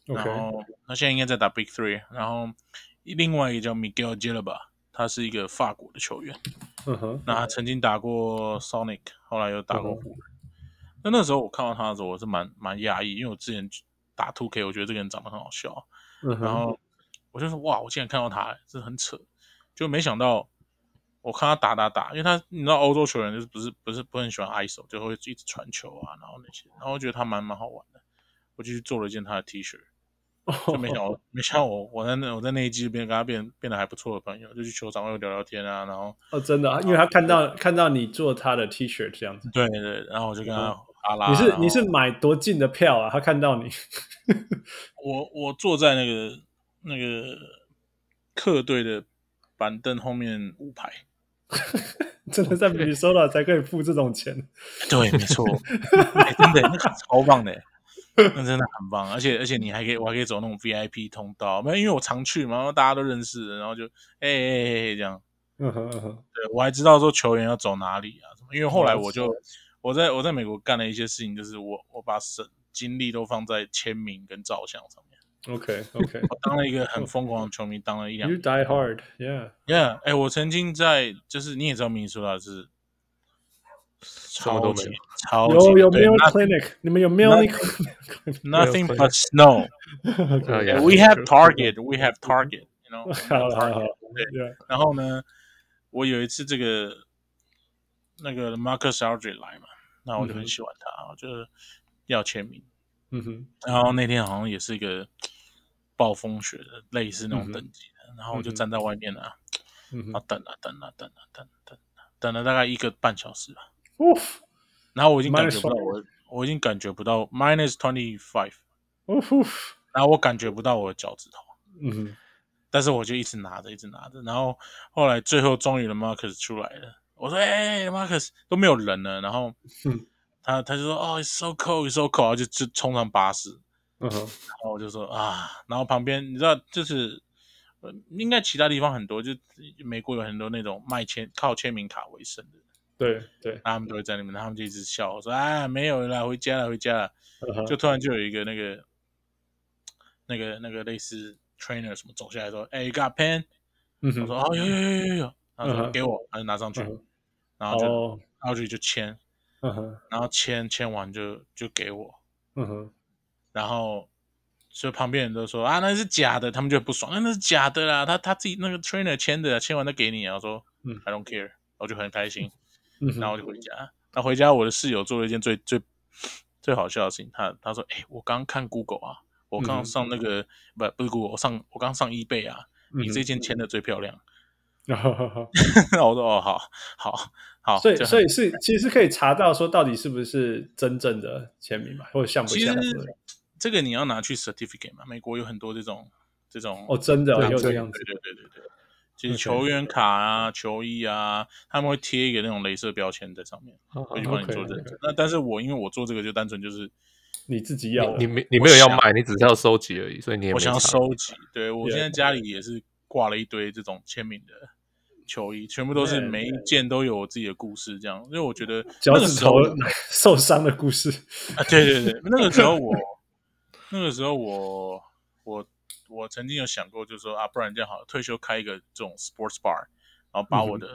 Speaker 4: 然
Speaker 3: OK，
Speaker 4: 后他现在应该在打 Big Three，然后另外一个叫 Miguel g i l l b a 他是一个法国的球员，
Speaker 3: 嗯哼，
Speaker 4: 那他曾经打过 Sonic，后来又打过湖人。那那时候我看到他的时候，我是蛮蛮讶异，因为我之前打 Two K，我觉得这个人长得很好笑，啊
Speaker 3: 嗯
Speaker 4: 然
Speaker 3: 哼，
Speaker 4: 后我就说哇，我竟然看到他，这很扯，就没想到我看他打打打，因为他你知道欧洲球员就是不是不是不很喜欢 ISO，就会一直传球啊，然后那些，然后我觉得他蛮蛮好玩的，我就去做了一件他的 T 恤，
Speaker 7: 哦
Speaker 4: 就没想到没想到我我在那我在那一季变跟他变变得还不错的朋友，就去球场会聊聊天啊，然后
Speaker 7: 哦，真的啊，因为他看到看到你做他的 T 恤这样子，
Speaker 4: 对对，然后我就跟他哈拉，
Speaker 7: 嗯你是
Speaker 4: 啊然后
Speaker 7: 你是买多近的票啊？他看到你，
Speaker 4: 我我坐在那个那个客队的板凳后面五排。
Speaker 7: 真的在 m i n n 才可以付这种钱。
Speaker 4: 对，没错，哎真的那个超棒的，那真的很棒，而且而且你还可以，我还可以走那种 VIP 通道，没有，因为我常去嘛，然后大家都认识，然后就哎哎哎哎这样，
Speaker 3: 嗯哼嗯哼，
Speaker 4: 对我还知道说球员要走哪里啊什么，因为
Speaker 6: 哦
Speaker 4: 后来我就我在我在美国干了一些事情，就是我我把神精力都放在签名跟照相上面，
Speaker 3: Okay. Okay.
Speaker 4: 我当了一个
Speaker 6: 哦
Speaker 4: 很疯狂的球迷，当了一两
Speaker 3: you die hard. Yeah.
Speaker 4: Yeah，哎、我曾经在，就是你也知道明尼苏达是
Speaker 6: 么
Speaker 4: 超
Speaker 6: 都
Speaker 4: 级
Speaker 6: 没有
Speaker 4: 超级
Speaker 7: 有有
Speaker 4: 对
Speaker 7: Mayo
Speaker 4: Oh, not-
Speaker 7: Clinic？你们有 Mayo Clinic？
Speaker 4: nothing
Speaker 6: Mayo
Speaker 4: but snow。
Speaker 6: Uh, yeah,
Speaker 4: We have
Speaker 6: true. Oh,
Speaker 4: Target, we have Target, you know 我们
Speaker 7: 好
Speaker 4: 有
Speaker 7: 好好
Speaker 3: 嗯
Speaker 4: Target。嗯
Speaker 7: ，Yeah，
Speaker 4: 然后呢，我有一次这个那个 Marcus Aldridge 来嘛，那我就
Speaker 3: 嗯
Speaker 4: 很
Speaker 3: 哼
Speaker 4: 喜欢他，我就是要签名。
Speaker 7: Mm-hmm.
Speaker 3: 嗯哼。
Speaker 4: 然后那天好像也是一个暴风雪的，类似那
Speaker 3: 嗯哼
Speaker 4: 种等级的。然后我就
Speaker 3: 嗯哼
Speaker 4: 站在外面啊，
Speaker 3: 嗯哼。
Speaker 7: Mm-hmm.
Speaker 4: 啊等啊等啊等啊等啊等啊，等了大概一个半小时吧。
Speaker 7: Oof，
Speaker 4: 然后我已经感
Speaker 7: Minus
Speaker 4: 觉不到我，我已经感觉不到 minus twenty five，
Speaker 7: Oof Oof，Mm-hmm.
Speaker 4: 然后我感觉不到我的脚趾头，
Speaker 3: 嗯哼。
Speaker 4: 但是我就一直拿着，一直拿着。然后后来最后终于了 Marcus 出来了，我说：“哎、m a r c u s 都没有人了。”然后
Speaker 3: 嗯
Speaker 4: 他他就说：“哦，it's so cold，it's so cold。”然后就就冲上巴士，
Speaker 7: Uh-huh.
Speaker 3: 嗯哼。
Speaker 4: 然后我就说啊，然后旁边你知道就是，呃应该其他地方很多，就美国有很多那种卖签靠签名卡为生的，
Speaker 3: 对，对。
Speaker 4: 那他们都会在那边，他们就一直笑我说啊没有啦，回家了回家了，
Speaker 7: Uh-huh.
Speaker 3: 嗯哼。
Speaker 4: 就突然就有一个那个那个那个类似 trainer 什么走下来说，哎、y o u got pen？
Speaker 3: 嗯哼。
Speaker 7: Mm-hmm.
Speaker 4: 我说哦有有有有有，他
Speaker 3: 嗯
Speaker 4: 说
Speaker 3: 哼
Speaker 4: 给我，他就拿上去
Speaker 3: 嗯哼，
Speaker 4: 然后就
Speaker 7: Oh.
Speaker 3: 哦，
Speaker 4: 然后就就签，
Speaker 7: Uh-huh.
Speaker 3: 嗯哼，嗯哼。
Speaker 4: 然后签签完就就给我，
Speaker 7: Uh-huh.
Speaker 4: 然后所以旁边人都说啊，那是假的，他们就很不爽，那、那是假的啦，他他自己那个 trainer 签的，签完再给你啊。我说，
Speaker 3: 嗯
Speaker 4: ，I don't care，我就很开心，
Speaker 7: Mm-hmm.
Speaker 3: 嗯哼。
Speaker 4: 然后我就回家。那回家我的室友做了一件最最最好笑的事情，他他说，哎、我刚看 Google 啊，我
Speaker 3: 嗯
Speaker 4: 刚
Speaker 3: 哼
Speaker 4: 上那个、不不是 Google，我上我刚上 eBay 啊，
Speaker 3: 嗯
Speaker 4: 你
Speaker 7: Mm-hmm.
Speaker 4: 这件签的最漂亮。
Speaker 7: Uh-huh.
Speaker 4: 然后我说哦，好好好，
Speaker 7: 所以
Speaker 4: 就很
Speaker 7: 所以是其实可以查到说到底是不是真正的签名嘛，或者像不
Speaker 4: 其实
Speaker 7: 像？
Speaker 4: 这个你要拿去 certificate 嘛，美国有很多这种这种
Speaker 7: 哦，真的哦
Speaker 3: 对
Speaker 7: 有
Speaker 3: 这
Speaker 7: 这
Speaker 3: 样
Speaker 7: 样
Speaker 3: 子
Speaker 7: 子，
Speaker 4: 对对对对对，就是
Speaker 3: OK
Speaker 4: 球员卡啊、球衣啊，他们会贴一个那种镭射标签在上面，
Speaker 6: 啊
Speaker 7: 哦
Speaker 4: 会去帮你
Speaker 3: OK，
Speaker 4: 做认
Speaker 3: OK
Speaker 4: 证。那但是我因为我做这个就单纯就是
Speaker 7: 你自己要的啊
Speaker 6: 你没你没有要
Speaker 4: 想
Speaker 6: 卖，你只是要收集而已，所以你也没
Speaker 4: 我想要
Speaker 6: 差
Speaker 4: 收集，对我
Speaker 3: Yeah
Speaker 4: 现在家里也是挂了一堆这种签名的球衣，全部都是
Speaker 7: Man，
Speaker 4: 每一件都有我自己的故事，这样，因为我觉得
Speaker 7: 脚
Speaker 4: 那个
Speaker 7: 趾
Speaker 4: 时候
Speaker 7: 头受 伤的故事。
Speaker 4: 啊，对对对，那个时 候我那个时候我我我曾经有想过，就是说啊，不然这样好了，退休开一个这种 sports bar，然后把我的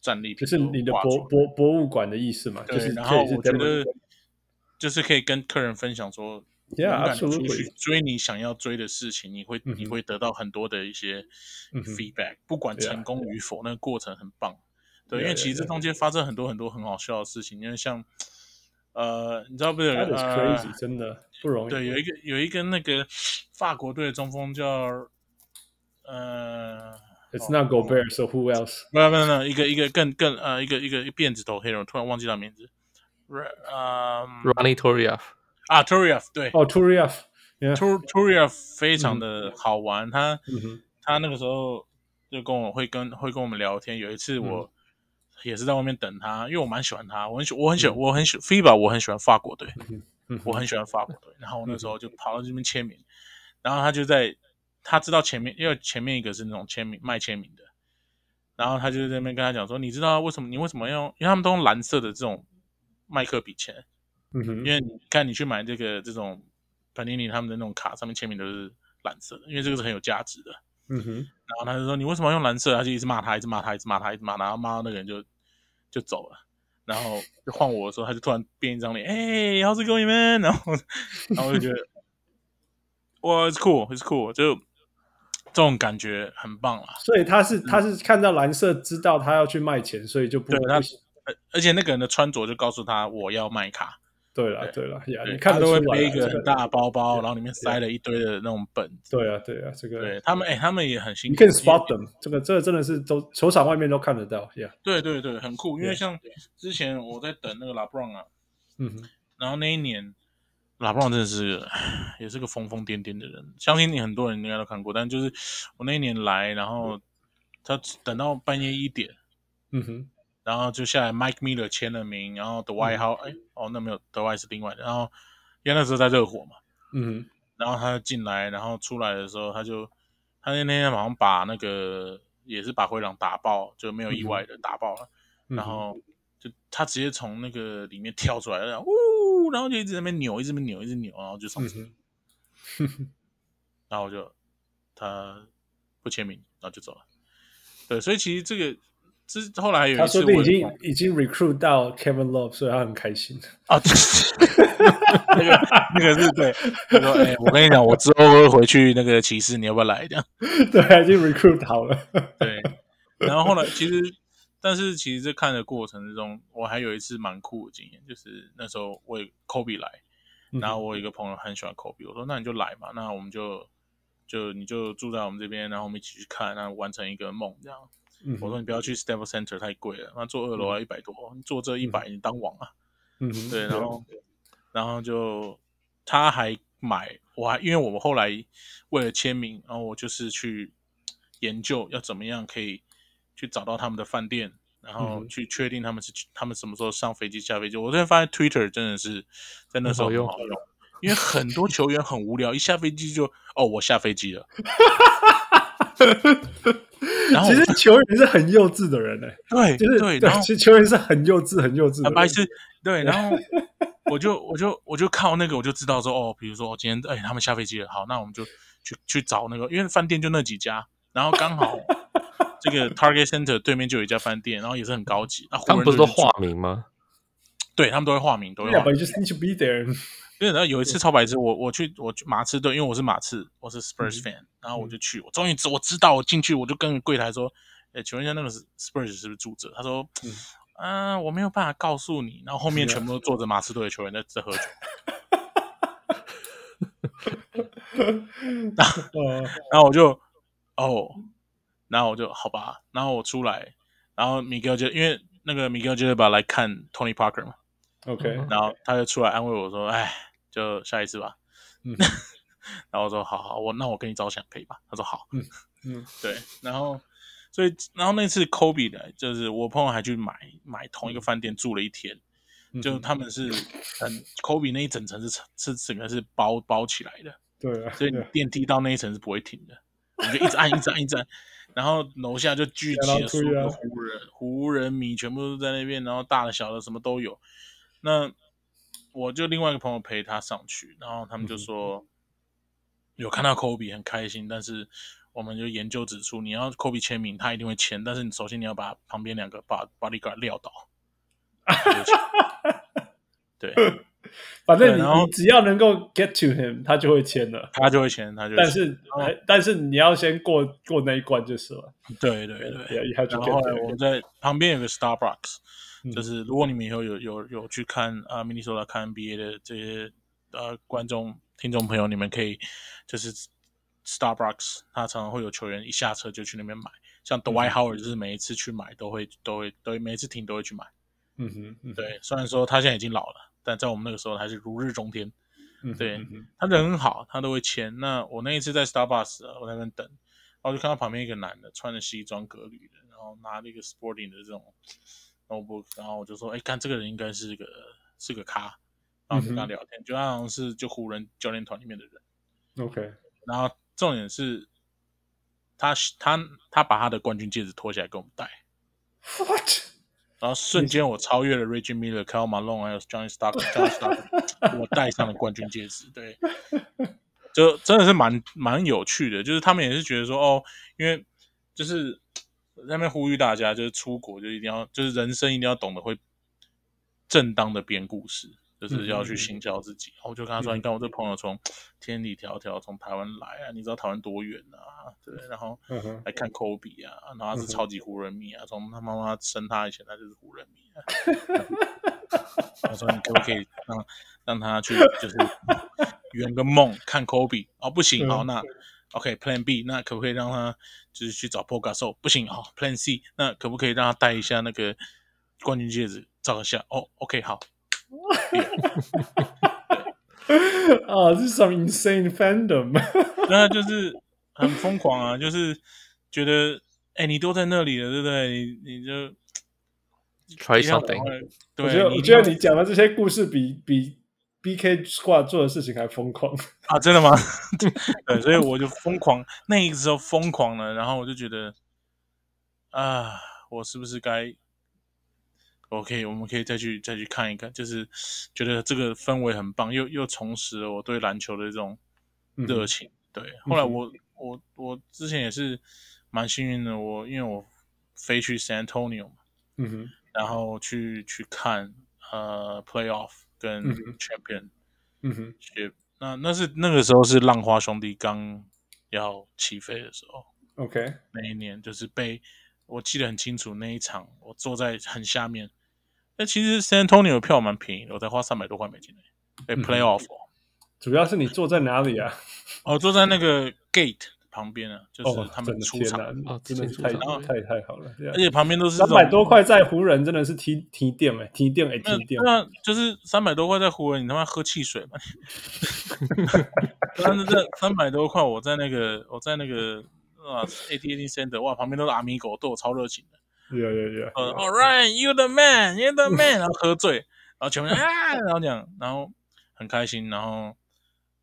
Speaker 4: 战利
Speaker 7: 就
Speaker 4: 品
Speaker 7: 嗯是你的
Speaker 4: 都挂
Speaker 7: 博
Speaker 4: 出来
Speaker 7: 博博物馆的意思嘛，就
Speaker 4: 对，
Speaker 7: 是
Speaker 4: 然
Speaker 7: 可
Speaker 4: 后
Speaker 7: 以是
Speaker 4: 我觉
Speaker 7: 真
Speaker 4: 得
Speaker 7: 的
Speaker 4: 就是可以跟客人分享说，勇
Speaker 7: ，Yeah，
Speaker 4: 敢地出去
Speaker 7: absolutely，
Speaker 4: 追你想要追的事情，你会
Speaker 3: 嗯哼
Speaker 4: 你会得到很多的一些
Speaker 3: 嗯哼
Speaker 4: feedback，不管
Speaker 3: Yeah，
Speaker 4: 成功与否，那个过程很棒。对，
Speaker 3: Yeah，
Speaker 4: 因为其实
Speaker 3: yeah，
Speaker 4: 这中间发生很多很多很好笑的事情，因为像呃，你知道不是有
Speaker 7: that
Speaker 4: 个
Speaker 7: is
Speaker 4: 呃
Speaker 7: crazy，真的不容易。
Speaker 4: 对，有一个有一个那个法国队的中锋叫呃，
Speaker 7: It's not
Speaker 4: 嗯
Speaker 7: Gobert, so who else？
Speaker 4: 没有没有没有，一个一个更更呃一个一个一辫子头黑人，我突然忘记他名字。Ra- 嗯
Speaker 6: Ronnie Toria，
Speaker 4: 啊 t u r i a f 对
Speaker 7: 哦 t u r i a f
Speaker 4: t u t u r i a f 非常的好玩，他
Speaker 3: 嗯哼
Speaker 4: 他那个时候就跟我会跟会跟我们聊天。有一次
Speaker 3: 嗯
Speaker 4: 我也是在外面等他，因为我蛮喜欢他，我很喜我很喜欢我很喜 FIBA，我很喜欢法国队，
Speaker 3: 嗯嗯哼嗯
Speaker 4: 我很喜欢法国队。然后我那时候就跑到这边签名，然后他就在他知道前面，因为前面一个是那种签名卖签名的，然后他就在那边跟他讲说，你知道为什么你为什么要用？因为他们都用蓝色的这种麦克笔签，
Speaker 3: 嗯哼
Speaker 4: 因为你看你去买这个这种 Panini 他们的那种卡上面签名都是蓝色的，因为这个是很有价值的。
Speaker 3: 嗯哼
Speaker 4: 然后他就说你为什么要用蓝色？他就一直骂他，一直骂他，一直骂他，一直骂他，然后骂到那个人就就走了。然后就换我的时候，他就突然变一张脸，哎、h o w s it going, man？然 后，然后我就觉得，哇，it's cool，it's cool，就这种感觉很棒啦。
Speaker 7: 所以他是他是看到蓝色，知道他要去卖钱，所以就不
Speaker 4: 嗯对他
Speaker 7: 不行
Speaker 4: 而而且那个人的穿着就告诉他我要卖卡，
Speaker 7: 对了对了呀，
Speaker 4: 对
Speaker 7: 你看
Speaker 4: 他
Speaker 7: 得
Speaker 4: 都
Speaker 7: 出
Speaker 4: 会
Speaker 7: 来
Speaker 4: 背一
Speaker 7: 啊
Speaker 4: 个
Speaker 7: 这
Speaker 4: 很
Speaker 7: 个
Speaker 4: 大的包包，然后里面塞了一堆的那种本子。
Speaker 7: 对啊对啊，这个
Speaker 4: 对他们，哎、他们也很辛
Speaker 7: 你
Speaker 4: 苦。
Speaker 7: 可以 spot them，这个这个真的是都球场外面都看得到，Yeah，
Speaker 4: 对对对，很酷。因为
Speaker 7: Yeah，
Speaker 4: 像之前我在等那个拉布朗啊，
Speaker 3: 嗯哼
Speaker 4: 然后那一年，拉布朗真的是个也是个疯疯癫癫的人，相信你很多人应该都看过。但就是我那一年来，然后他等到半夜一点，
Speaker 3: 嗯哼
Speaker 4: 然后就下来 Mike Miller 签了名，然后 The White
Speaker 3: 嗯
Speaker 4: How，哎、哦那没有 The White 是另外的，然后因为那时候在热火嘛，
Speaker 3: 嗯哼
Speaker 4: 然后他进来，然后出来的时候他就他那天好像把那个也是把灰狼打爆，就没有意外的打爆了。
Speaker 3: 嗯
Speaker 4: 然
Speaker 3: 哼
Speaker 4: 后就他直接从那个里面跳出来，然后呜，然后就一直在那边扭，一直在那边扭，一直扭，然后就上
Speaker 3: 嗯
Speaker 4: 车。
Speaker 3: 哼
Speaker 4: 然后我就他不签名，然后就走了。对，所以其实这个之后来有
Speaker 7: 他
Speaker 4: 一
Speaker 7: 说
Speaker 4: 次
Speaker 7: 不定
Speaker 4: 我
Speaker 7: 已经已经 recruit 到 Kevin Love，所以他很开心。
Speaker 4: 啊，对那个那个是对，他说哎、我跟你讲，我之后会回去那个骑士，你要不要来？这样
Speaker 7: 对，已经 recruit 好了。
Speaker 4: 对。然后后来其实，但是其实这看的过程之中，我还有一次蛮酷的经验，就是那时候我有 Kobe 来，
Speaker 3: 嗯
Speaker 4: 然后我有一个朋友很喜欢 Kobe，我说那你就来嘛，那我们就就你就住在我们这边，然后我们一起去看，然后完成一个梦这样。
Speaker 3: 嗯
Speaker 4: 我说你不要去 Staples Center 太贵了，那坐二楼要一百多，你坐这一百你当王啊。
Speaker 3: 嗯哼
Speaker 4: 对，然后然后就他还买，我还因为我们后来为了签名，然后我就是去研究要怎么样可以去找到他们的饭店，然后去确定他们是他们什么时候上飞机下飞机。我现在发现 Twitter 真的是在那时候
Speaker 6: 很
Speaker 4: 很
Speaker 6: 好用
Speaker 4: 好用。因为很多球员很无聊，一下飞机就哦，我下飞机了。然后
Speaker 7: 其实球员是很幼稚的人呢、欸
Speaker 4: 对
Speaker 7: 就是
Speaker 4: 对，然后
Speaker 7: 其实球员是很幼稚、很幼稚的
Speaker 4: 很
Speaker 7: 人。
Speaker 4: 白痴，对，然后我就我就我就靠那个我就知道说哦，比如说我今天哎他们下飞机了，好，那我们就去去找那个，因为饭店就那几家，然后刚好这个 Target Center 对面就有一家饭店，然后也是很高级，那
Speaker 6: 他
Speaker 4: 湖
Speaker 6: 们
Speaker 4: 人
Speaker 6: 不是
Speaker 4: 就
Speaker 6: 都
Speaker 4: 去住
Speaker 6: 化，名吗？
Speaker 4: 对他们都会化名，都会化
Speaker 7: Yeah, but
Speaker 4: 名。
Speaker 7: you just need to be there.
Speaker 4: 因为然后有一次超白痴，我我去我去马刺队，因为我是马刺，我是 Spurs fan，、然后我就去，我终于知我知道我进去，我就跟柜台说，呃，请问一下那个是 Spurs 是不是住着？他说，嗯、我没有办法告诉你。然后后面全部都坐着马刺队的球员在在喝酒。
Speaker 7: 呃，
Speaker 4: 然后我就哦，然后我就好吧，然后我出来，然后米格就因为那个米格就把来看 Tony Parker 嘛，
Speaker 3: OK，
Speaker 4: 然后他就出来安慰我说：“哎，就下一次吧。”
Speaker 3: 嗯
Speaker 4: 然后我说：“好好，我那我跟你着想可以吧？”他说：“好。”
Speaker 3: 嗯嗯，
Speaker 4: 对。然后所以然后那次 Kobe 的，就是我朋友还去买买同
Speaker 3: 嗯
Speaker 4: 一个饭店住了一天，
Speaker 7: 嗯
Speaker 4: 就他们是很 Kobe 那一整层是是整个是包包起来的，
Speaker 3: 对啊，
Speaker 4: 所以你电梯到那一层是不会停的，你就一直按，一直按，一直按，然后楼下就聚集了所有
Speaker 3: 对啊
Speaker 4: 的湖人、湖人迷，全部都在那边，然后大的、小的什么都有。那我就另外一个朋友陪他上去，然后他
Speaker 7: 嗯
Speaker 4: 们就说、有看到科比很开心，但是我们就研究指出，你要科比签名，他一定会签，但是你首先你要把旁边两个把 bodyguard 撂倒。他就会签 对
Speaker 7: 反正你
Speaker 4: 对然后
Speaker 7: 你只要能够 get to him，他就会签了。
Speaker 4: 他就会签，他就会
Speaker 7: 但
Speaker 4: 签
Speaker 7: 是、哎但是你要先过过那一关就是了。
Speaker 4: 对对对，
Speaker 7: Yeah, you have to
Speaker 4: 然
Speaker 7: get
Speaker 4: 后后来我
Speaker 7: there.
Speaker 4: 们在旁边有个 Starbucks，、就是如果你们以后有有有去看啊、呃、Minnesota 看 NBA 的这些呃观众听众朋友，你们可以就是 Starbucks，它常常会有球员一下车就去那边买，像 Dwight Howard 就是每一次去买都会都会都会每一次停都会去买。
Speaker 3: 嗯哼，嗯哼，
Speaker 4: 对，虽然说他现在已经老了，但在我们那个时候还是如日中天。
Speaker 3: 嗯哼
Speaker 4: 对
Speaker 3: 嗯哼
Speaker 4: 他人很好，他都会签。那我那一次在 Starbucks，呃我在那边等，然后就看到旁边一个男的穿着西装革履的，然后拿了一个 Sporting 的这种 notebook，然后我就说，哎，看这个人应该是个是个咖，然后我就跟他聊天，就他好像是就湖人教练团里面的人。
Speaker 3: ，OK，
Speaker 4: 然后重点是，他他他把他的冠军戒指脱下来给我们戴。
Speaker 7: What？
Speaker 4: 然后瞬间我超越了 Reggie Miller、Cal Malone 还有 Johnny Stockton、John Stockton，我戴上了冠军戒指。对，就真的是蛮蛮有趣的，就是他们也是觉得说哦，因为就是在那边呼吁大家，就是出国就一定要，就是人生一定要懂得会正当的编故事。就是要去
Speaker 3: 嗯
Speaker 4: 行销自己，然哦后我就跟他说：“你看我这朋友从千里迢迢从台湾来啊，你知道台湾多远啊？对，然后
Speaker 3: 嗯哼，嗯
Speaker 4: 来看科比啊，然后他是超级湖人迷啊，从他妈妈生他以前，他就是湖人迷 啊。我说你可不可以让让他去就是圆个梦，看科比？哦，不行，
Speaker 3: 嗯
Speaker 4: 好、那 OK，Plan、B，那可不可以让他就是去找 p o g a s o 不行，好、p l a n C，那可不可以让他戴一下那个冠军戒指，照一下？哦，OK，好，
Speaker 7: 啊，这是 some insane fandom。
Speaker 4: 那就是很疯狂啊，就是觉得哎、你都在那里了，对不对？你你就
Speaker 6: Try
Speaker 4: 一定要
Speaker 6: something 哦
Speaker 4: 赶
Speaker 7: 我
Speaker 4: 快对，
Speaker 7: 觉得
Speaker 4: 你
Speaker 7: 我觉得你讲的这些故事比比 BK Squad 做的事情还疯狂。
Speaker 4: 啊，真的吗？对，所以我就疯狂，那个时候疯狂了，然后我就觉得啊，我是不是该？OK，我们可以再去再去看一看，就是觉得这个氛围很棒，又又重拾了我对篮球的这种
Speaker 3: 嗯
Speaker 4: 热情。对，后来我我我之前也是蛮幸运的，我因为我飞去 San Antonio 嘛，
Speaker 3: 嗯哼，
Speaker 4: 然后去去看呃 Playoff 跟
Speaker 3: 嗯哼
Speaker 4: Championship，、
Speaker 3: 嗯哼，
Speaker 4: 那那是那个时候是浪花兄弟刚要起飞的时候，
Speaker 3: ，OK，
Speaker 4: 那一年就是被我记得很清楚那一场，我坐在很下面。那其实 San Antonio 的票蛮便宜的，我才花三百多块美金而已。对
Speaker 3: 嗯
Speaker 4: ，Playoff，、
Speaker 7: 主要是你坐在哪里啊？
Speaker 4: 哦，坐在那个 gate 旁边啊，就是他们
Speaker 7: 哦真的
Speaker 4: 出
Speaker 7: 天
Speaker 4: 场，
Speaker 7: 哪
Speaker 6: 哦
Speaker 7: 真的
Speaker 6: 直
Speaker 7: 是
Speaker 6: 接
Speaker 7: 太
Speaker 6: 出场
Speaker 7: 太太好了。
Speaker 4: 而且旁边都是
Speaker 7: 三百多块
Speaker 4: 块。
Speaker 7: 在湖人真的是提提店哎，提店哎，
Speaker 4: 那
Speaker 7: 提店。
Speaker 4: 那就是三百多块在湖人，你他妈喝汽水嘛？ 但是这三百多块，我在那个我在那个啊 AT&T Center，哇，旁边都是阿米狗，对我超热情的。
Speaker 7: 有有有，
Speaker 4: 呃
Speaker 3: 啊
Speaker 4: ，All right，you the man，you the man，然后喝醉，然后全部人啊，然后讲，然后很开心，然后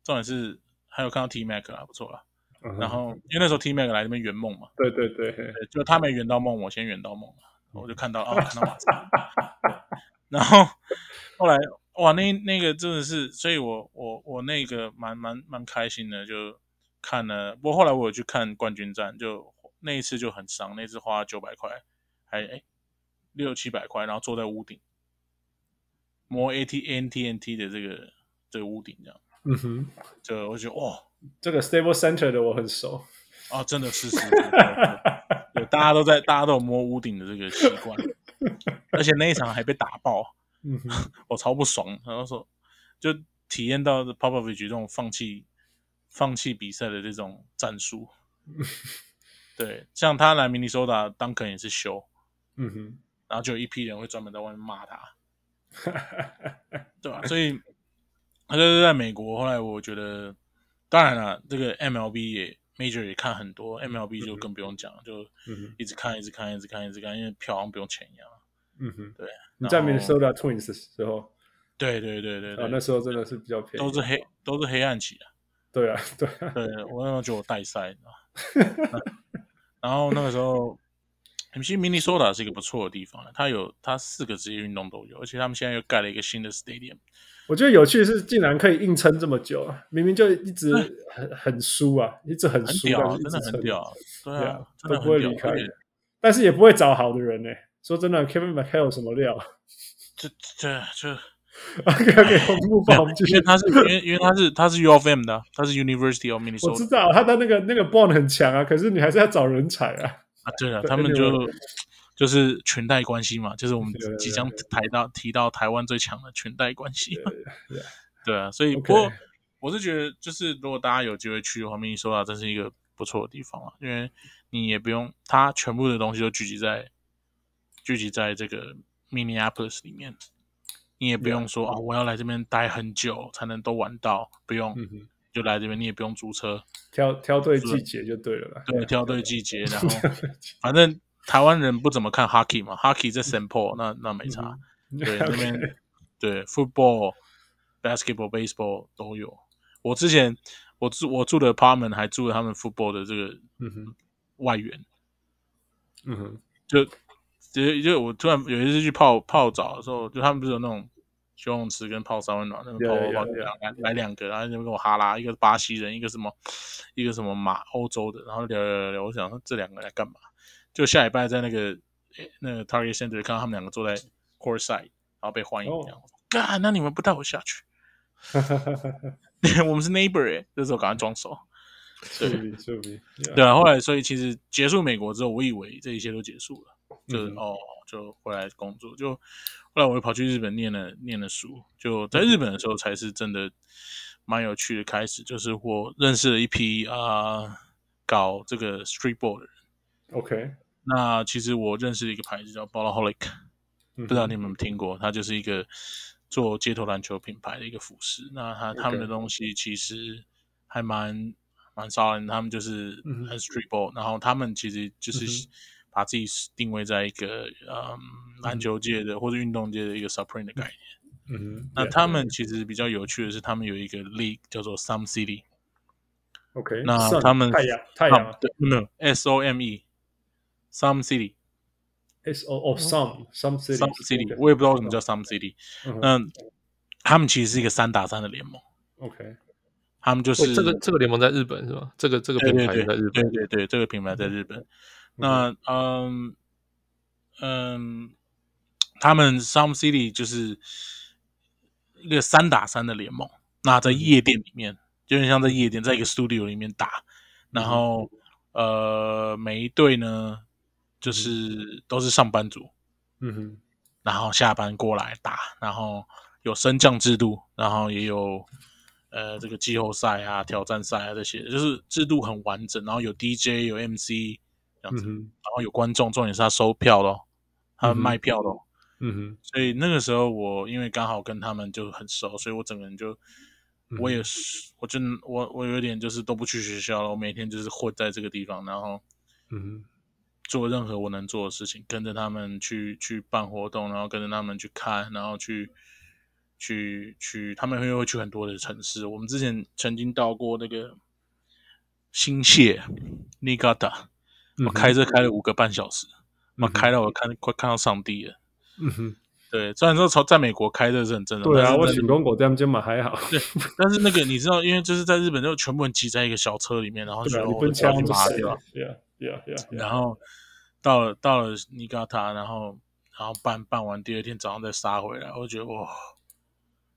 Speaker 4: 重点是还有看到 T Mac 啊，不错啦。
Speaker 3: 嗯哼
Speaker 4: 然后因为那时候 T Mac 来这边圆梦嘛，
Speaker 3: 对对对，嘿
Speaker 4: 对就他没圆到梦，我先圆到梦了，我就看到了哦，看到马刺，对 然后后来哇，那那个真的是，所以我我我那个蛮蛮蛮开心的，就看了。不过后来我有去看冠军战，就那一次就很伤，那次花九百块，还哎六七百块，然后坐在屋顶摸 AT NTNT 的这个这个屋顶这样，
Speaker 7: 嗯哼，
Speaker 4: 就我就觉得哇
Speaker 7: 这个 Stable Center 的我很熟。
Speaker 4: 啊，真的是是是。是对，大家都在，大家都有摸屋顶的这个习惯，而且那一场还被打爆，
Speaker 7: 嗯哼，
Speaker 4: 我超不爽。然后说，就体验到 Popovich 这种放弃、放弃比赛的这种战术。对，像他来明尼苏达，当肯也是休，
Speaker 3: 嗯哼，
Speaker 4: 然后就有一批人会专门在外面骂他，对吧、所以，他就是在美国。后来我觉得，当然了，这个 MLB 也 Major 也看很多，MLB 就更不用讲了，就
Speaker 3: 嗯哼
Speaker 4: 一直看，一直看，一直看，一直看，因为票好像不用钱一样。
Speaker 3: 嗯哼，
Speaker 7: 你在
Speaker 4: 然后
Speaker 7: Minnesota Twins 的时候
Speaker 4: 对对对对对，
Speaker 7: 啊，那时候真的是比较便宜
Speaker 4: 都。是黑都是黑暗期啊。
Speaker 7: 对啊，对啊，
Speaker 4: 对我那时候觉得我带赛，然后那个时候，其实明尼苏达是一个不错的地方，它有它四个职业运动都有，而且他们现在又盖了一个新的 stadium。
Speaker 7: 我觉得有趣是竟然可以硬撑这么久啊，明明就一直很很输啊，一直很
Speaker 4: 嗯很
Speaker 7: 输，
Speaker 4: 屌
Speaker 7: 但
Speaker 4: 啊，
Speaker 7: 是一
Speaker 4: 真
Speaker 7: 直
Speaker 4: 的
Speaker 7: 撑
Speaker 4: 很屌啊，对
Speaker 7: 对
Speaker 4: 啊
Speaker 7: 啊，
Speaker 4: 真的
Speaker 7: 都不会
Speaker 4: 很屌
Speaker 7: 离开
Speaker 4: 而且
Speaker 7: 但是也不会找好的人呢、说真的，Kevin McHale 有什么料
Speaker 4: 这这这，
Speaker 7: ？OK OK，我们不
Speaker 4: 没
Speaker 7: 报，我
Speaker 4: 有
Speaker 7: 们继
Speaker 4: 因
Speaker 7: 续
Speaker 4: 为。他是因为因为他是他是 U of M 的啊，他是 University of
Speaker 7: 我知
Speaker 4: Minnesota
Speaker 7: 道他的那个那个 bond 很强啊，可是你还是要找人才啊。
Speaker 4: 啊，对了，
Speaker 7: 对
Speaker 4: 他们
Speaker 7: 对
Speaker 4: 就就是裙带关系嘛，就是我们
Speaker 7: 对对对
Speaker 4: 即将提到提到台湾最强的裙带关系嘛，
Speaker 7: 对
Speaker 4: 对啊，所以
Speaker 7: OK
Speaker 4: 不过我是觉得，就是如果大家有机会去的话，明尼苏达真是一个不错的地方啊，因为你也不用它全部的东西都聚集在聚集在这个 Minneapolis 里面，你也不用说啊，我要来这边待很久才能都玩到，不用，
Speaker 3: 嗯哼，
Speaker 4: 就来这边，你也不用租车，
Speaker 7: 挑挑对季节就对了啦。
Speaker 4: 对，挑对季节，嗯然后反正台湾人不怎么看 hockey 嘛，hockey 在 St. Paul，那那没差， 对，那边对 football、basketball、baseball 都有。我之前我住我住的 apartment 还住了他们 football 的这个
Speaker 3: 嗯哼，
Speaker 4: 外援，
Speaker 3: 嗯哼，
Speaker 4: 就就就我突然有一次去泡泡澡的时候，就他们不是有那种游泳池跟泡三温暖，那个
Speaker 7: Yeah,
Speaker 4: 泡泡
Speaker 7: yeah,
Speaker 4: 泡
Speaker 7: yeah.
Speaker 4: 来来两个，然后就跟我哈拉，一个是巴西人，一个什么一个什么马欧洲的，然后聊聊聊聊，我想说这两个来干嘛？就下礼拜在那个诶那个 Target Center 看到他们两个坐在 court side，然后被欢迎
Speaker 7: 哦
Speaker 4: 这样。干、那你们不带我下去？ 我们是 neighbor 哎、这时候赶快装熟。
Speaker 7: 对对对，
Speaker 4: 对啊，后来所以其实结束美国之后，我以为这一切都结束了，就是、
Speaker 3: 嗯
Speaker 4: 哦，就回来工作，就后来我又跑去日本念了念了书，就在日本的时候才是真的蛮有趣的开始，就是我认识了一批啊、搞这个 street ball 的人。
Speaker 7: OK，嗯
Speaker 4: 那其实我认识了一个牌子叫 Ballaholic，
Speaker 7: 嗯
Speaker 3: 不
Speaker 4: 不知道你们有没有听过，它就是一个做街头篮球品牌的一个服饰。那它他们的东西其实还蛮蛮骚人的，他们就是
Speaker 7: 嗯哼
Speaker 4: 很 street ball，、然后他们其实就是
Speaker 7: 嗯
Speaker 4: 把自己定位在一个嗯篮球界的或者运动界的一个 supreme 的概念。
Speaker 3: 嗯
Speaker 7: 啊
Speaker 4: 那他们其实比较有趣的是，他们有一个 league 叫做 Some City，
Speaker 7: OK，
Speaker 4: 那
Speaker 7: 算
Speaker 4: 他们
Speaker 7: 太阳太阳
Speaker 4: 啊对没有 S O M E Some City
Speaker 7: S O 哦 some some city
Speaker 4: Some City，我也不知道为什么叫 Some City，
Speaker 3: 嗯哼
Speaker 4: 那他们其实是一个三打三的联盟。
Speaker 3: ，OK，
Speaker 4: 他们就是
Speaker 6: 这个这个联盟在日本是吧？这个这个
Speaker 4: 对
Speaker 6: 品
Speaker 4: 对
Speaker 6: 牌
Speaker 4: 对
Speaker 6: 在日
Speaker 4: 对
Speaker 6: 本，嗯
Speaker 4: 对对，这个品牌在日本。那嗯嗯，他们 Some City 就是一个三打三的联盟，那
Speaker 6: 嗯
Speaker 4: 在夜店里面，有点像在夜店，在一个 studio 里面打，
Speaker 6: 嗯
Speaker 4: 然后呃，每一队呢
Speaker 6: 嗯
Speaker 4: 就是都是上班族，
Speaker 3: 嗯哼，
Speaker 4: 然后下班过来打，然后有升降制度，然后也有呃这个季后赛啊、挑战赛啊这些，就是制度很完整。然后有 DJ，有 MC 这样
Speaker 3: 嗯
Speaker 4: 子，
Speaker 3: 哼，
Speaker 4: 然后有观众，重点是他收票咯，他
Speaker 3: 嗯哼
Speaker 4: 卖票咯。
Speaker 3: 嗯哼，
Speaker 4: 所以那个时候我因为刚好跟他们就很熟，所以我整个人就
Speaker 3: 嗯
Speaker 4: 我也是，我就我我有点就是都不去学校了，我每天就是混在这个地方，然后
Speaker 3: 嗯哼，
Speaker 4: 做任何我能做的事情，跟着他们去去办活动，然后跟着他们去看，然后去去去，他们会会去很多的城市。我们之前曾经到过那个新泻 Niigata，我
Speaker 3: 嗯
Speaker 4: 开车开了五个半小时，
Speaker 3: 嗯
Speaker 4: 我、
Speaker 3: 哼
Speaker 4: 开到我看快看到上帝了。
Speaker 3: 嗯哼，
Speaker 4: 对，虽然说从在美国开这是很正常，
Speaker 3: 对啊，
Speaker 4: 但
Speaker 3: 我
Speaker 4: 是在
Speaker 3: 请公狗这样肩膀还好， 啊
Speaker 4: 但是那个你知道，因为就是在日本，就全部人挤在一个小车里面，然后就
Speaker 3: 对啊，你
Speaker 4: 哦
Speaker 3: 不啊能
Speaker 4: 我
Speaker 3: 枪
Speaker 4: 要去
Speaker 3: 就
Speaker 4: 麻
Speaker 3: 死
Speaker 4: 掉
Speaker 3: 了。，yeah yeah yeah，
Speaker 4: 然后到了到了尼加塔，然后然后办办完，第二天早上再杀回来，我就觉得哇，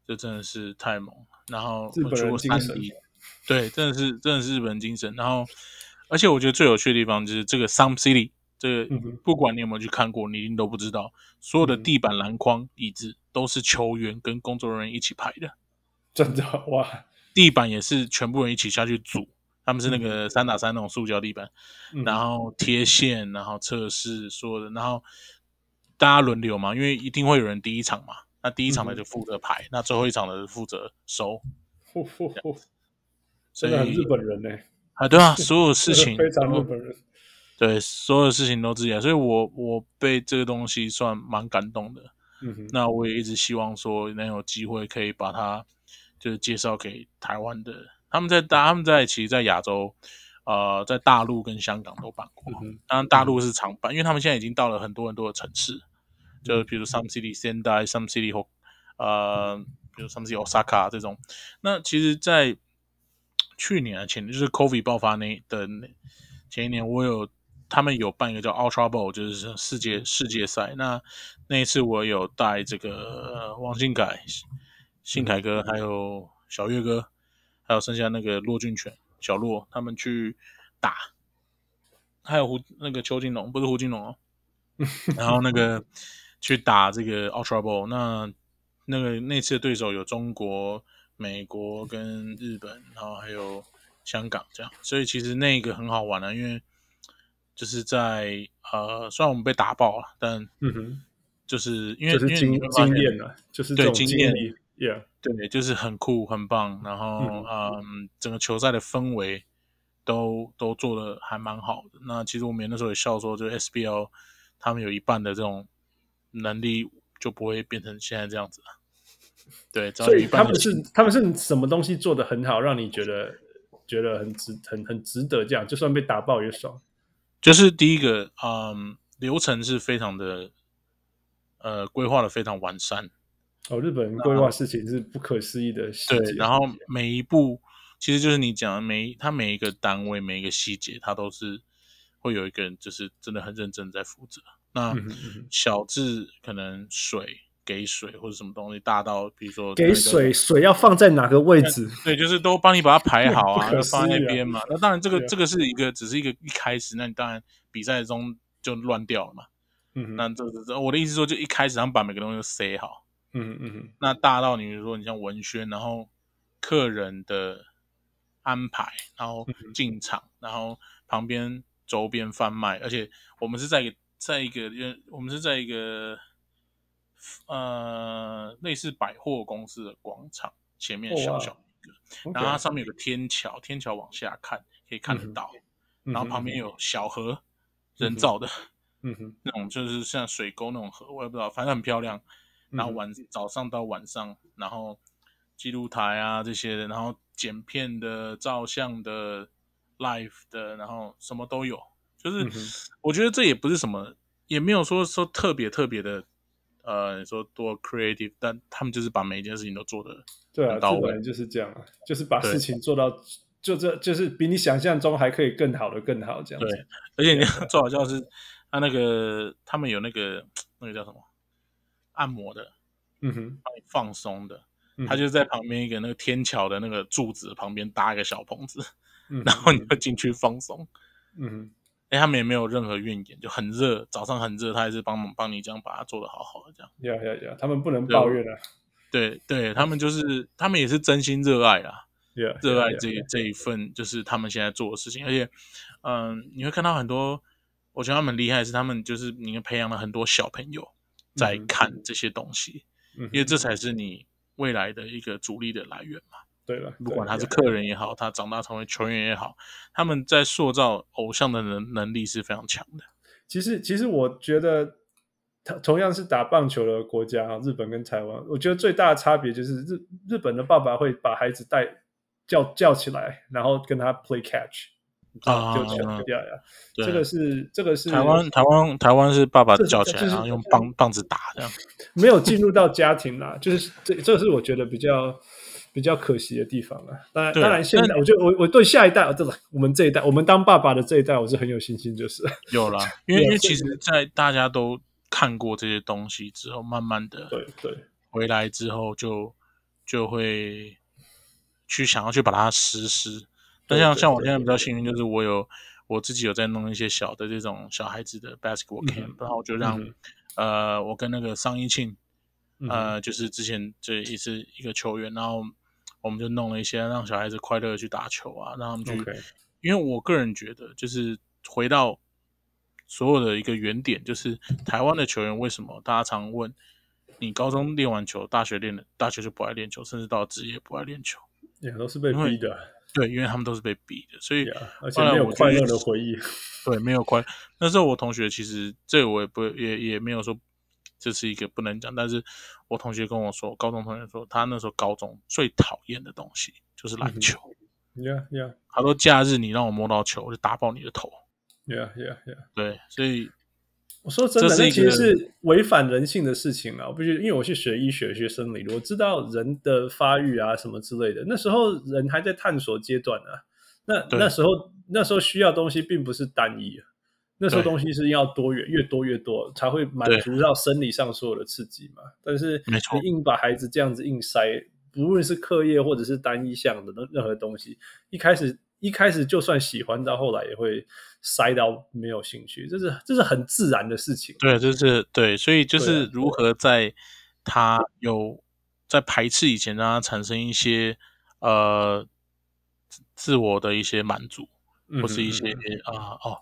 Speaker 4: 这真的是太猛了。然后
Speaker 3: 日
Speaker 4: 我
Speaker 3: 本
Speaker 4: 去
Speaker 3: 人
Speaker 4: 过
Speaker 3: 精
Speaker 4: 山
Speaker 3: 神啊
Speaker 4: 梨，对，真的是真的是日本精神。然后而且我觉得最有趣的地方就是这个 Some City，这个
Speaker 3: 嗯哼嗯
Speaker 4: 不管你有没有去看过，你一定都不知道，所有的地板、篮筐、椅子都是球员跟工作人员一起排的。
Speaker 3: 真的哇，
Speaker 4: 地板也是全部人一起下去组，他们是那个三打三那种塑胶地板，
Speaker 3: 嗯
Speaker 4: 然后贴线，然后测试所有的，然后大家轮流嘛，因为一定会有人第一场嘛，那第一场
Speaker 3: 嗯
Speaker 4: 的就负责排，那最后一场的就负责收，
Speaker 3: 呼呼呼，
Speaker 4: 所
Speaker 3: 真
Speaker 4: 以
Speaker 3: 的很日本人呢，
Speaker 4: 啊，对啊，所有事情
Speaker 3: 非常日
Speaker 4: 都
Speaker 3: 本人，
Speaker 4: 对，所有事情都自己来，所以我我被这个东西算蛮感动的。
Speaker 3: 嗯哼，
Speaker 4: 那我也一直希望说能有机会可以把它就是介绍给台湾的，他们在大他们在其实，在亚洲，呃，在大陆跟香港都办过
Speaker 3: 嗯，哼
Speaker 4: 当然大陆是常办，因为他们现在已经到了很多很多的城市，
Speaker 3: 嗯
Speaker 4: 就比如 Some City Sendai、Some City Hok，呃，比如 Some City Osaka 这种。那其实，在去年啊，前就是 COVID 爆发那的那前一年，我有他们有办一个叫 Ultra Bowl，就是世界世界赛。那那一次我有带这个、呃王信凯、信凯哥，还有小月哥，还有剩下那个骆俊全、小骆他们去打，还有胡那个邱金龙，不是胡金龙哦，然后那个去打这个 Ultra Bowl，那那个那次的对手有中国、美国跟日本，然后还有香港这样，所以其实那个很好玩啊，因为就是在呃，虽然我们被打爆了，但
Speaker 3: 嗯哼，
Speaker 4: 就是因为
Speaker 3: 就
Speaker 4: 因
Speaker 3: 是
Speaker 4: 为你
Speaker 3: 经
Speaker 4: 会发
Speaker 3: 经
Speaker 4: 现
Speaker 3: 验啊了，就是这
Speaker 4: 对
Speaker 3: 种
Speaker 4: 经
Speaker 3: 经
Speaker 4: 验
Speaker 3: 历，yeah，
Speaker 4: 对，就是很酷、很棒，然后
Speaker 3: 嗯
Speaker 4: 嗯，整个球赛的氛围都都做的还蛮好的。那其实我们也那时候也笑说，就是 SBL 他们有一半的这种能力就不会变成现在这样子了。对，只要
Speaker 3: 所
Speaker 4: 有
Speaker 3: 以
Speaker 4: 一
Speaker 3: 他
Speaker 4: 半
Speaker 3: 们是他们是什么东西做的很好，让你觉得觉得很值很很值得这样，就算被打爆也爽，
Speaker 4: 就是第一个，嗯，流程是非常的呃规划的非常完善，
Speaker 3: 哦，日本人规划事情是不可思议的细节
Speaker 4: 对，，然后每一步其实就是你讲的每一，它每一个单位每一个细节，它都是会有一个人就是真的很认真在负责。那
Speaker 3: 嗯哼嗯哼
Speaker 4: 小至可能水给水或者什么东西，大到比如说
Speaker 7: 给水，水要放在哪个位置？
Speaker 4: 对，就是都帮你把它排好啊，
Speaker 3: 不可
Speaker 4: 就
Speaker 3: 思议
Speaker 4: 放
Speaker 3: 啊
Speaker 4: 在那边嘛。那当然，这个
Speaker 3: 对啊
Speaker 4: 这个是一个只是一个一开始，那你当然比赛中就乱掉了嘛。
Speaker 3: 嗯哼
Speaker 4: 那这这我的意思说，就一开始他们把每个东西都塞好，
Speaker 3: 嗯哼嗯哼
Speaker 4: 那大到你比如说你像文宣，然后客人的安排，然后
Speaker 3: 嗯
Speaker 4: 进场，然后旁边周边贩卖，而且我们是在一个在一个因为我们是在一个呃类似百货公司的广场前面
Speaker 3: 哦哇
Speaker 4: 小小一个，
Speaker 3: ，OK，
Speaker 4: 然后它上面有个天桥，天桥往下看可以看得
Speaker 3: 嗯哼
Speaker 4: 到，
Speaker 3: 嗯哼
Speaker 4: 然后旁边有小河，人
Speaker 3: 嗯哼
Speaker 4: 造的。
Speaker 3: 嗯哼
Speaker 4: 那种就是像水沟那种河，我也不知道，反正很漂亮。然后
Speaker 3: 嗯哼
Speaker 4: 晚、早上到晚上，然后记录台啊这些的，然后剪片的、照相的、live 的，然后什么都有。就
Speaker 3: 嗯哼
Speaker 4: 是我觉得这也不是什么，也没有说说特别特别的呃，你说多 creative，但他们就是把每一件事情都做的
Speaker 3: 对啊，
Speaker 4: 很到
Speaker 3: 这
Speaker 4: 位
Speaker 3: 本来就是这样啊，就是把
Speaker 4: 对
Speaker 3: 事情做到，就这就是比你想象中还可以更好的更好这样子。
Speaker 4: 对，而且你 要最好笑的是，他那个他们有那个那个叫什么按摩的，
Speaker 3: 嗯哼，
Speaker 4: 帮你放松的，
Speaker 3: 嗯
Speaker 4: 他就在旁边一个那个天桥的那个柱子旁边搭一个小棚子，
Speaker 3: 嗯哼，
Speaker 4: 然后你就进去放松。
Speaker 3: 嗯哼，
Speaker 4: 哎、他们也没有任何怨言，就很热，早上很热，他还是帮忙帮你这样把它做得好好的这样。
Speaker 3: 要要要，他们不能抱怨啊，
Speaker 4: 对对，他们就是他们也是真心热爱啦，
Speaker 3: Yeah，
Speaker 4: 热爱
Speaker 3: yeah，
Speaker 4: 这
Speaker 3: yeah
Speaker 4: 这一份就是他们现在做的事情，而且，嗯，你会看到很多，我觉得他们厉害的是他们就是你培养了很多小朋友在
Speaker 3: 嗯
Speaker 4: 看这些东西，
Speaker 3: 嗯哼
Speaker 4: 因为这才是你未来的一个主力的来源嘛。
Speaker 3: 对了，
Speaker 4: 不管
Speaker 3: 对
Speaker 4: 他是
Speaker 3: yeah
Speaker 4: 客人也好，他长大成为球员也好，他们在塑造偶像的能能力是非常强的。
Speaker 3: 其实其实我觉得，他同样是打棒球的国家啊，日本跟台湾，我觉得最大的差别就是日日本的爸爸会把孩子带叫叫起来，然后跟他 play catch，
Speaker 4: 啊
Speaker 3: 就球呀呀，
Speaker 4: 对啊
Speaker 3: 这个是这个是
Speaker 4: 台湾，台湾，台湾是爸爸
Speaker 3: 这是
Speaker 4: 叫起
Speaker 3: 这
Speaker 4: 来，
Speaker 3: 是
Speaker 4: 然后用棒棒子打这样。
Speaker 3: 没有进入到家庭啦，就是这这是我觉得比较比较可惜的地方了。当然
Speaker 4: 对
Speaker 3: 当然现在
Speaker 4: 但
Speaker 3: 我觉得我我对下一代，哦对了，我们这一代，我们当爸爸的这一代，我是很有信心，就是
Speaker 4: 有啦，因为
Speaker 3: 对啊
Speaker 4: 因为
Speaker 3: 所以
Speaker 4: 其实，在大家都看过这些东西之后，慢慢的
Speaker 3: 对对
Speaker 4: 回来之后就，就会去想要去把它实施。但像
Speaker 3: 对
Speaker 4: 像我
Speaker 3: 对
Speaker 4: 现在比
Speaker 3: 对
Speaker 4: 较幸运，就是我有我自己有在弄一些小的这种小孩子的 basketball
Speaker 3: 哼
Speaker 4: camp，、然后就让、
Speaker 3: 嗯
Speaker 4: 呃我跟那个桑一庆，
Speaker 3: 嗯
Speaker 4: 呃，就是之前这也是一个球员，然后我们就弄了一些让小孩子快乐地去打球啊，让他们去
Speaker 3: OK
Speaker 4: 因为我个人觉得，就是回到所有的一个原点，就是台湾的球员为什么大家常问，你高中练完球，大学练的，大学就不爱练球，甚至到职业不爱练球，
Speaker 3: 也都是被
Speaker 4: 因为
Speaker 3: 逼的，
Speaker 4: 对，因为他们都是被逼的，所以
Speaker 3: 对啊而且
Speaker 4: 后来
Speaker 3: 没有
Speaker 4: 我就
Speaker 3: 快乐
Speaker 4: 去
Speaker 3: 的回忆。
Speaker 4: 对，没有关。那时候我同学其实这个我也不也也没有说这是一个不能讲，但是我同学跟我说，高中同学说他那时候高中最讨厌的东西就是
Speaker 3: 嗯
Speaker 4: 篮
Speaker 3: 哼
Speaker 4: 球，
Speaker 3: Yeah yeah
Speaker 4: 他说假日你让我摸到球，我就打爆你的头。
Speaker 3: yeah yeah yeah。
Speaker 4: 对，所以
Speaker 3: 我说真的，
Speaker 4: 这是
Speaker 3: 那
Speaker 4: 一
Speaker 3: 其实
Speaker 4: 个
Speaker 3: 是违反人性的事情啊！我不是因为我是学医学、学生理的，我知道人的发育啊什么之类的。那时候人还在探索阶段啊，那
Speaker 4: 对
Speaker 3: 那时候那时候需要东西并不是单一啊，那时候
Speaker 4: 对
Speaker 3: 东西是要多元，越多越多才会满足到生理上所有的刺激嘛。但是
Speaker 4: 没错
Speaker 3: 你硬把孩子这样子硬塞，不论是课业或者是单一项的任任何东西，一开始一开始就算喜欢，到后来也会塞到没有兴趣，这是这是很自然的事情。
Speaker 4: 对，就是对，所以就
Speaker 3: 对啊
Speaker 4: 是如何在他有在排斥以前，让他产生一些呃自自我的一些满足，
Speaker 3: 嗯
Speaker 4: 或是一些
Speaker 3: 嗯啊
Speaker 4: 啊、哦，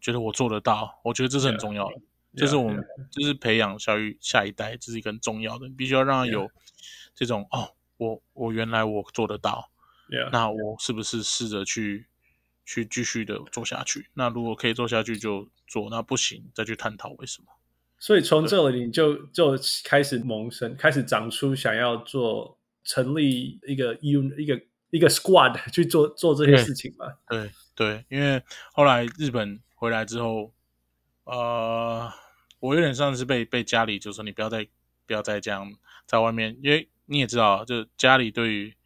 Speaker 4: 觉得我做得到，我觉得这是很重要的，这
Speaker 3: Yeah，
Speaker 4: 是我们就是培养教育下一代，这是一个很重要的，你必须要让他
Speaker 3: 啊
Speaker 4: 有这种哦，我我原来我做得到，
Speaker 3: Yeah
Speaker 4: 那我是不是试着去去继续的做下去？那如果可以做下去就做，那不行再去探讨为什么。
Speaker 3: 所以从这里你就就开始萌生，开始长出想要做成立一个 un 一个一个 squad 去做做这些
Speaker 4: 对
Speaker 3: 事情嘛。
Speaker 4: 对对，因为后来日本回来之后，呃，我有点像是被被家里就说你不要再不要再这样在外面，因为你也知道，啊就家里对于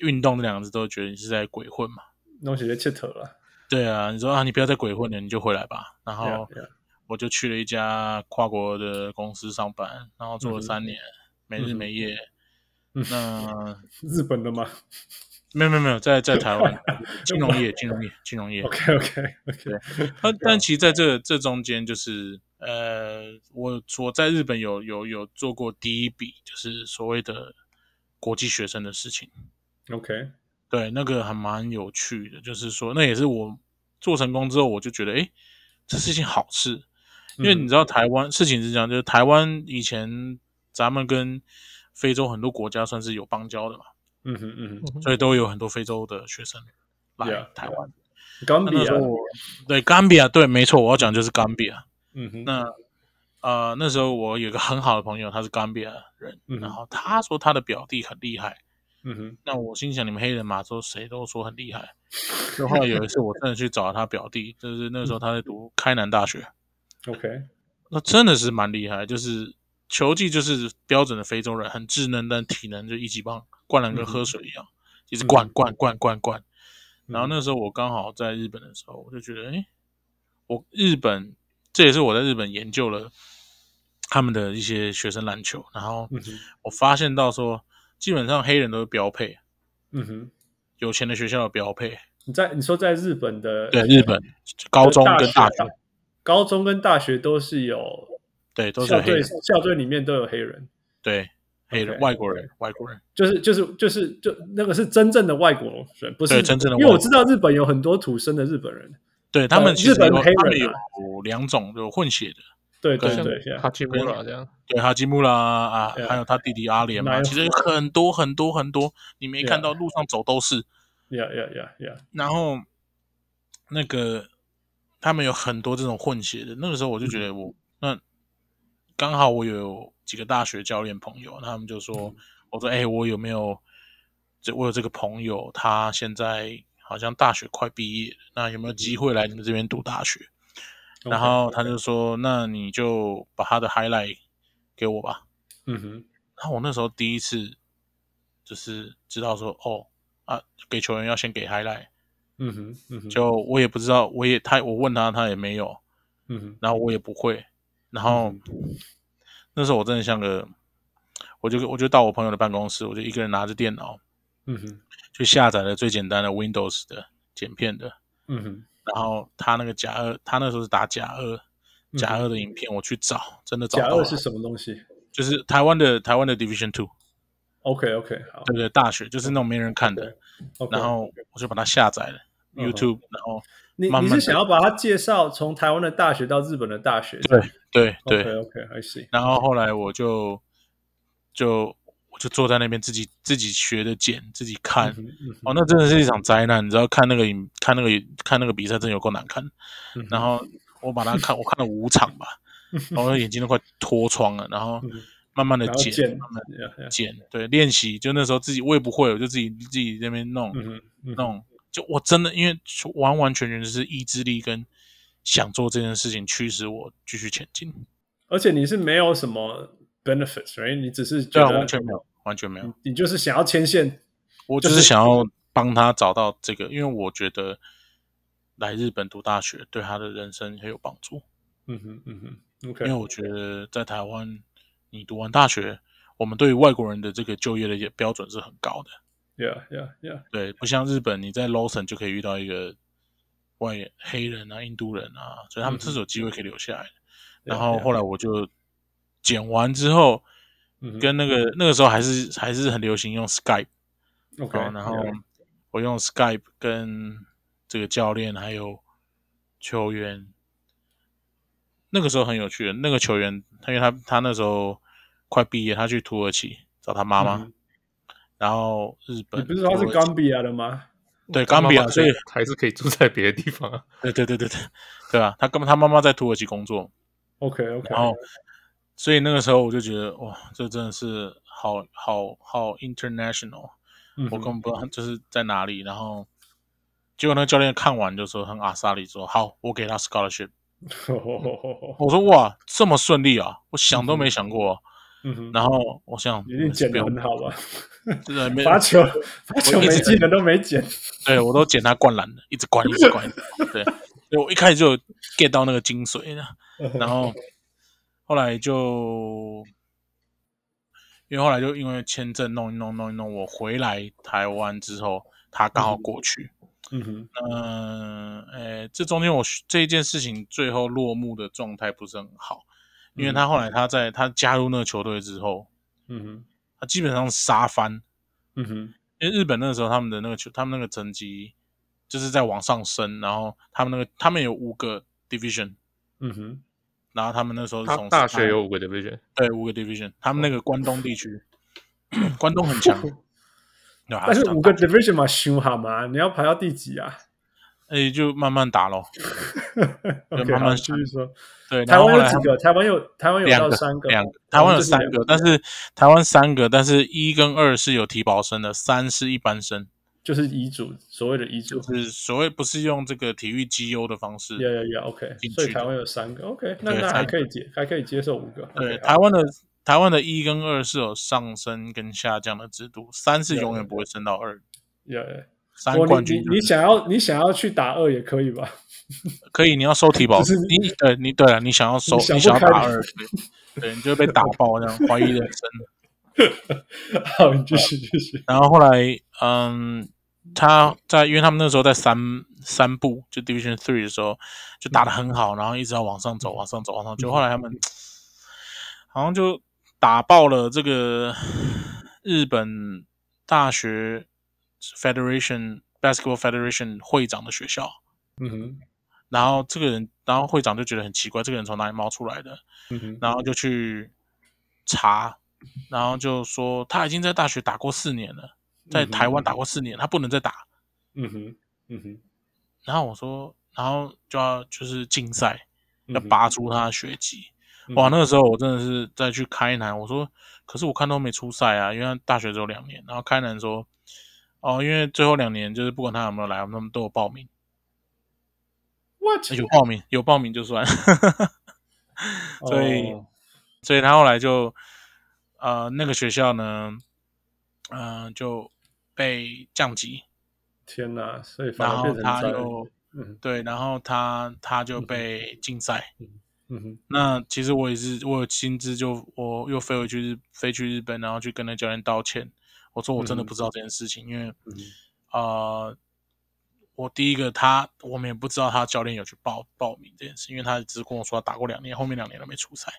Speaker 4: 运动这两个字都觉得你是在鬼混嘛。
Speaker 3: 弄些切头了，
Speaker 4: 对啊，你说啊，你不要再鬼混了，你就回来吧。然后
Speaker 3: Yeah, yeah
Speaker 4: 我就去了一家跨国的公司上班，然后做了
Speaker 3: 嗯哼
Speaker 4: 三年，没日
Speaker 3: 嗯哼
Speaker 4: 没夜。
Speaker 3: 嗯
Speaker 4: 那
Speaker 3: 日本的吗
Speaker 4: 没有没有没有，在在台湾金融业，金融业，金融业。
Speaker 3: ？OK OK OK，
Speaker 4: 但
Speaker 3: 啊
Speaker 4: 但其实在这这中间，就是呃，我我在日本有有有做过第一笔，就是所谓的国际学生的事情。
Speaker 3: OK，
Speaker 4: 对，那个还蛮有趣的，就是说，那也是我做成功之后，我就觉得，诶，这是一件好事，因为
Speaker 3: 嗯
Speaker 4: 你知道台湾、事情是这样，就是台湾以前咱们跟非洲很多国家算是有邦交的嘛，
Speaker 3: 嗯哼嗯哼，
Speaker 4: 所以都有很多非洲的学生来
Speaker 3: Yeah，
Speaker 4: 台湾。
Speaker 3: 冈
Speaker 4: 那
Speaker 3: 比啊
Speaker 4: 那
Speaker 3: 亚
Speaker 4: 时候，我对冈比亚，对，没错，我要讲就是冈比亚。
Speaker 3: 嗯哼，
Speaker 4: 那呃，那时候我有一个很好的朋友，他是冈比亚人，
Speaker 3: 嗯哼
Speaker 4: 然后他说他的表弟很厉害。
Speaker 3: 嗯哼，
Speaker 4: 那我心想，你们黑人嘛，说谁都说很厉害。就后来有一次，我真的去找他表弟，就是那时候他在读开南大学，
Speaker 3: 嗯 OK，
Speaker 4: 那真的是蛮厉害，就是球技就是标准的非洲人，很智能，但体能就一级棒，灌
Speaker 3: 嗯
Speaker 4: 篮跟喝水一样，一直灌灌灌灌灌。然后
Speaker 3: 嗯
Speaker 4: 那时候我刚好在日本的时候，我就觉得，哎，我日本这也是我在日本研究了他们的一些学生篮球，然后
Speaker 3: 嗯哼
Speaker 4: 我发现到说，基本上黑人都是标配，
Speaker 3: 嗯哼，
Speaker 4: 有钱的学校的标配，
Speaker 3: 你在你说在日本的
Speaker 4: 对日本高中跟
Speaker 3: 啊
Speaker 4: 大学，
Speaker 3: 高中跟大学都是有
Speaker 4: 对都是
Speaker 3: 校
Speaker 4: 有黑
Speaker 3: 队
Speaker 4: 人，
Speaker 3: 校队里面都有黑人，
Speaker 4: 对黑人
Speaker 3: OK，
Speaker 4: 外国人外国人，
Speaker 3: 就是就是就是就那个是真正的外国人，不是
Speaker 4: 对真正的外国人
Speaker 3: 因为我知道日本有很多土生的日本人，
Speaker 4: 对他们
Speaker 3: 呃
Speaker 4: 其实
Speaker 3: 日本
Speaker 4: 有
Speaker 3: 黑
Speaker 4: 他们
Speaker 3: 人
Speaker 4: 有
Speaker 3: 啊
Speaker 4: 两种有混血的。
Speaker 3: 对对
Speaker 6: 像
Speaker 3: 对，对
Speaker 6: 哈奇莫拉这样，
Speaker 4: 对，哈基穆拉啊，
Speaker 3: Yeah.
Speaker 4: 还有他弟弟阿联
Speaker 3: 哪
Speaker 4: 嘛，
Speaker 3: 有
Speaker 4: 其实很多很多很多，你没
Speaker 3: Yeah.
Speaker 4: 看到路上走都是。
Speaker 3: 呀呀呀呀，
Speaker 4: 然后那个他们有很多这种混血的，那个时候我就
Speaker 3: 嗯
Speaker 4: 觉得我、那刚好我有几个大学教练朋友，他们就说，
Speaker 3: 嗯
Speaker 4: 我说哎、我有没有这我有这个朋友，他现在好像大学快毕业了，那有没有
Speaker 3: 嗯
Speaker 4: 机会来你们这边读大学？然后他就说，那你就把他的 highlight 给我吧。
Speaker 3: 嗯哼，
Speaker 4: 然后我那时候第一次就是知道说，哦啊，给球员要先给 highlight，
Speaker 3: 嗯哼，嗯哼，
Speaker 4: 就我也不知道，我也他我问他，他也没有，
Speaker 3: 嗯哼，
Speaker 4: 然后我也不会，然后、
Speaker 3: 嗯
Speaker 4: 那时候我真的像个，我就我就到我朋友的办公室，我就一个人拿着电脑
Speaker 3: 嗯哼，
Speaker 4: 就下载了最简单的 Windows 的剪片的，
Speaker 3: 嗯哼，
Speaker 4: 然后他那个假二，他那时候是打假二。假二的影片我去找，真的
Speaker 3: 嗯
Speaker 4: 找
Speaker 3: 假
Speaker 4: 到
Speaker 3: 二
Speaker 4: 了，
Speaker 3: 是什么东西
Speaker 4: 就是台湾的台湾的 Division Two，
Speaker 3: ？OK OK，好
Speaker 4: 对不对？大
Speaker 3: 嗯
Speaker 4: 学就是那种没人看的，
Speaker 3: ，OK。
Speaker 4: 然后我就把它下载了
Speaker 3: 嗯哼
Speaker 4: YouTube，然后
Speaker 3: 你
Speaker 4: 慢
Speaker 3: 你
Speaker 4: 慢
Speaker 3: 是
Speaker 4: 地
Speaker 3: 想要把它介绍从台湾的大学到日本的大学？
Speaker 4: 对对对，
Speaker 3: ，OK OK，I see。
Speaker 4: 然后后来我就就我就坐在那边自己自己学的剪，自己看
Speaker 3: 嗯。哼嗯哼
Speaker 4: 哦，那真的是一场灾难，你知道看那个影看那个看那个比赛真有够难看。
Speaker 3: 嗯哼
Speaker 4: 然后我把它看，我看了五场 吧，然后眼睛都快脱窗了，然后
Speaker 3: 嗯哼
Speaker 4: 慢慢的
Speaker 3: 然后
Speaker 4: 剪，
Speaker 3: 剪
Speaker 4: 慢慢地
Speaker 3: 呀呀
Speaker 4: 剪，对，练习。就那时候自己我也不会，我就自己自己在那边弄。
Speaker 3: 嗯哼嗯哼
Speaker 4: 那种，就我真的因为完完全全就是意志力跟想做这件事情驱使我继续前进。
Speaker 3: 而且你是没有什么 benefits，right？你只是觉
Speaker 4: 对啊，
Speaker 3: 得
Speaker 4: 完全没有，完全没有。
Speaker 3: 你就是想要牵线。
Speaker 4: 我
Speaker 3: 就
Speaker 4: 就是
Speaker 3: 是
Speaker 4: 想要帮他找到这个，因为我觉得来日本读大学对他的人生很有帮助。
Speaker 3: 嗯哼嗯哼
Speaker 4: 因为
Speaker 3: ，OK，
Speaker 4: 我觉得在台湾，你读完大学，我们对于外国人的这个就业的也标准是很高的。
Speaker 3: 呀呀呀，
Speaker 4: 对，不像日本，你在 Lawson 就可以遇到一个外黑人啊、印度人啊，所以他们
Speaker 3: 嗯哼
Speaker 4: 是有机会可以留下来的。
Speaker 3: 对
Speaker 4: 然
Speaker 3: 啊
Speaker 4: 后
Speaker 3: 对啊
Speaker 4: 后来我就剪完之后，
Speaker 3: 嗯哼
Speaker 4: 跟那个那个时候还是还是很流行用 Skype，
Speaker 3: OK，
Speaker 4: 然后
Speaker 3: yeah，
Speaker 4: 我用 Skype 跟这个教练还有球员。那个时候很有趣的，那个球员，他因为他他那时候快毕业，他去土耳其找他妈妈，
Speaker 3: 嗯
Speaker 4: 然后日本
Speaker 3: 你不是说他是
Speaker 4: 土耳其
Speaker 3: 冈比亚的吗？
Speaker 4: 对冈比亚，所以
Speaker 6: 还是可以住在别的地方啊。
Speaker 4: 对对对对对，对啊，他跟他妈妈在土耳其工作，
Speaker 3: OK OK，
Speaker 4: 然后，所以那个时候我就觉得，哇，这真的是好好好 international，
Speaker 3: 嗯哼
Speaker 4: 我根 本不知道这是在哪里。然后，结果那个教练看完就说，很阿萨里说，好，我给他 scholarship。我 说哇，这么顺利啊，我想都没想过啊、
Speaker 3: 嗯哼，
Speaker 4: 然后我想，嗯
Speaker 3: 一定剪
Speaker 4: 不
Speaker 3: 的
Speaker 4: 要
Speaker 3: 很好 吧？
Speaker 4: 对，没有
Speaker 3: 罚球罚球
Speaker 4: 我一
Speaker 3: 没
Speaker 4: 直
Speaker 3: 进的都没剪。
Speaker 4: 对我都捡他灌篮的，一直灌，一直灌，一直灌对，所以我一开始就有 get 到那个精髓呢。然后后来就，因为后来就因为签证弄一弄弄一弄，我回来台湾之后，他刚好过去。
Speaker 3: 嗯哼，
Speaker 4: 嗯，呃，这中间我这一件事情最后落幕的状态不是很好，因为他后来他在他加入那个球队之后，
Speaker 3: 嗯哼，
Speaker 4: 他基本上杀翻，
Speaker 3: 嗯哼，
Speaker 4: 因为日本那个时候他们的那个球，他们那个成绩就是在往上升，然后他们那个他们有五个 division，
Speaker 3: 嗯哼，
Speaker 4: 然后他们那时候是
Speaker 6: 他
Speaker 4: 从
Speaker 6: 大学有五个 division，
Speaker 4: 对五个 division，他们那个关东 地区，关东很强，对啊，
Speaker 3: 但是
Speaker 4: 他
Speaker 3: 五个 division 嘛，凶好吗？你要排到第几啊
Speaker 4: 诶就慢慢打咯。
Speaker 3: ？OK，
Speaker 4: 慢慢
Speaker 3: 好，继
Speaker 4: 想
Speaker 3: 续说。
Speaker 4: 对，
Speaker 3: 台
Speaker 4: 然后
Speaker 3: 湾
Speaker 4: 后
Speaker 3: 有
Speaker 4: 来
Speaker 3: 几
Speaker 4: 他们
Speaker 3: 个？台湾有台湾有
Speaker 4: 两
Speaker 3: 到
Speaker 4: 个
Speaker 3: 三个，
Speaker 4: 两个，台湾有
Speaker 3: 就是
Speaker 4: 三个，但是台湾三个，但是一跟二是有提保生的，三是一般生，
Speaker 3: 就是遗嘱，所谓的遗嘱
Speaker 4: 就。是所谓不是用这个体育绩优的方式，
Speaker 3: 呀呀呀，OK，
Speaker 4: 进去
Speaker 3: 所以
Speaker 4: 的
Speaker 3: 台湾有三个，OK，那
Speaker 4: 对
Speaker 3: 那
Speaker 4: 三
Speaker 3: 还
Speaker 4: 个
Speaker 3: 可以接，还可以接受五个。
Speaker 4: 对，
Speaker 3: 台
Speaker 4: 台湾的台湾的一跟二是有上升跟下降的制度，三是
Speaker 3: 有
Speaker 4: 永远
Speaker 3: 有
Speaker 4: 不会升到二，
Speaker 3: Yeah，
Speaker 4: 三
Speaker 3: 我
Speaker 4: 冠
Speaker 3: 你
Speaker 4: 军
Speaker 3: 你你想要你想要去打二也可以吧？
Speaker 4: 可以，你要收体保，
Speaker 3: 就是
Speaker 4: 你呃你对了，你想要收，
Speaker 3: 你想
Speaker 4: 你
Speaker 3: 不
Speaker 4: 想要
Speaker 3: 开
Speaker 4: 打二，对对，你就会被打爆，这样怀疑人生。
Speaker 3: 好，你继续 继续。
Speaker 4: 然后后来，嗯，他在因为他们那时候在三三部就 Division Three 的时候就打得很好，然后一直要往上走，往上走，往上走。就后来他们好像就打爆了这个日本大学 Federation Basketball Federation 会长的学校，
Speaker 3: 嗯哼，
Speaker 4: 然后这个人，然后会长就觉得很奇怪，这个人从哪里冒出来的？
Speaker 3: 嗯哼，
Speaker 4: 然后就去查，然后就说他已经在大学打过四年了，在台湾打过四年，他不能再打。
Speaker 3: 嗯哼，嗯哼，
Speaker 4: 然后我说，然后就要就是竞赛，要
Speaker 3: 嗯哼
Speaker 4: 拔出他的学籍。
Speaker 3: 嗯
Speaker 4: 哇，那个时候我真的是再去开南，我说，可是我看都没出赛啊，因为他大学只有两年。然后开南说，哦，因为最后两年就是不管他有没有来，我们都有报名，
Speaker 3: what？
Speaker 4: 有报名，有报名就算。 所以
Speaker 3: 哦
Speaker 4: 所以他后来就呃那个学校呢，呃就被降级，
Speaker 3: 天哪，所以反
Speaker 4: 然
Speaker 3: 而
Speaker 4: 后
Speaker 3: 变成嗯
Speaker 4: 他
Speaker 3: 在
Speaker 4: 又
Speaker 3: 嗯
Speaker 4: 对，然后他他就被禁赛。
Speaker 3: 嗯哼
Speaker 4: 那其实我也是，我有薪资就我又飞回去日飞去日本，然后去跟那教练道歉。我说我真的
Speaker 3: 嗯
Speaker 4: 不知道这件事情，因为
Speaker 3: 嗯哼
Speaker 4: 呃，我第一个他我们也不知道他教练有去报报名这件事，因为他只是跟我说他打过两年，后面两年都没出赛。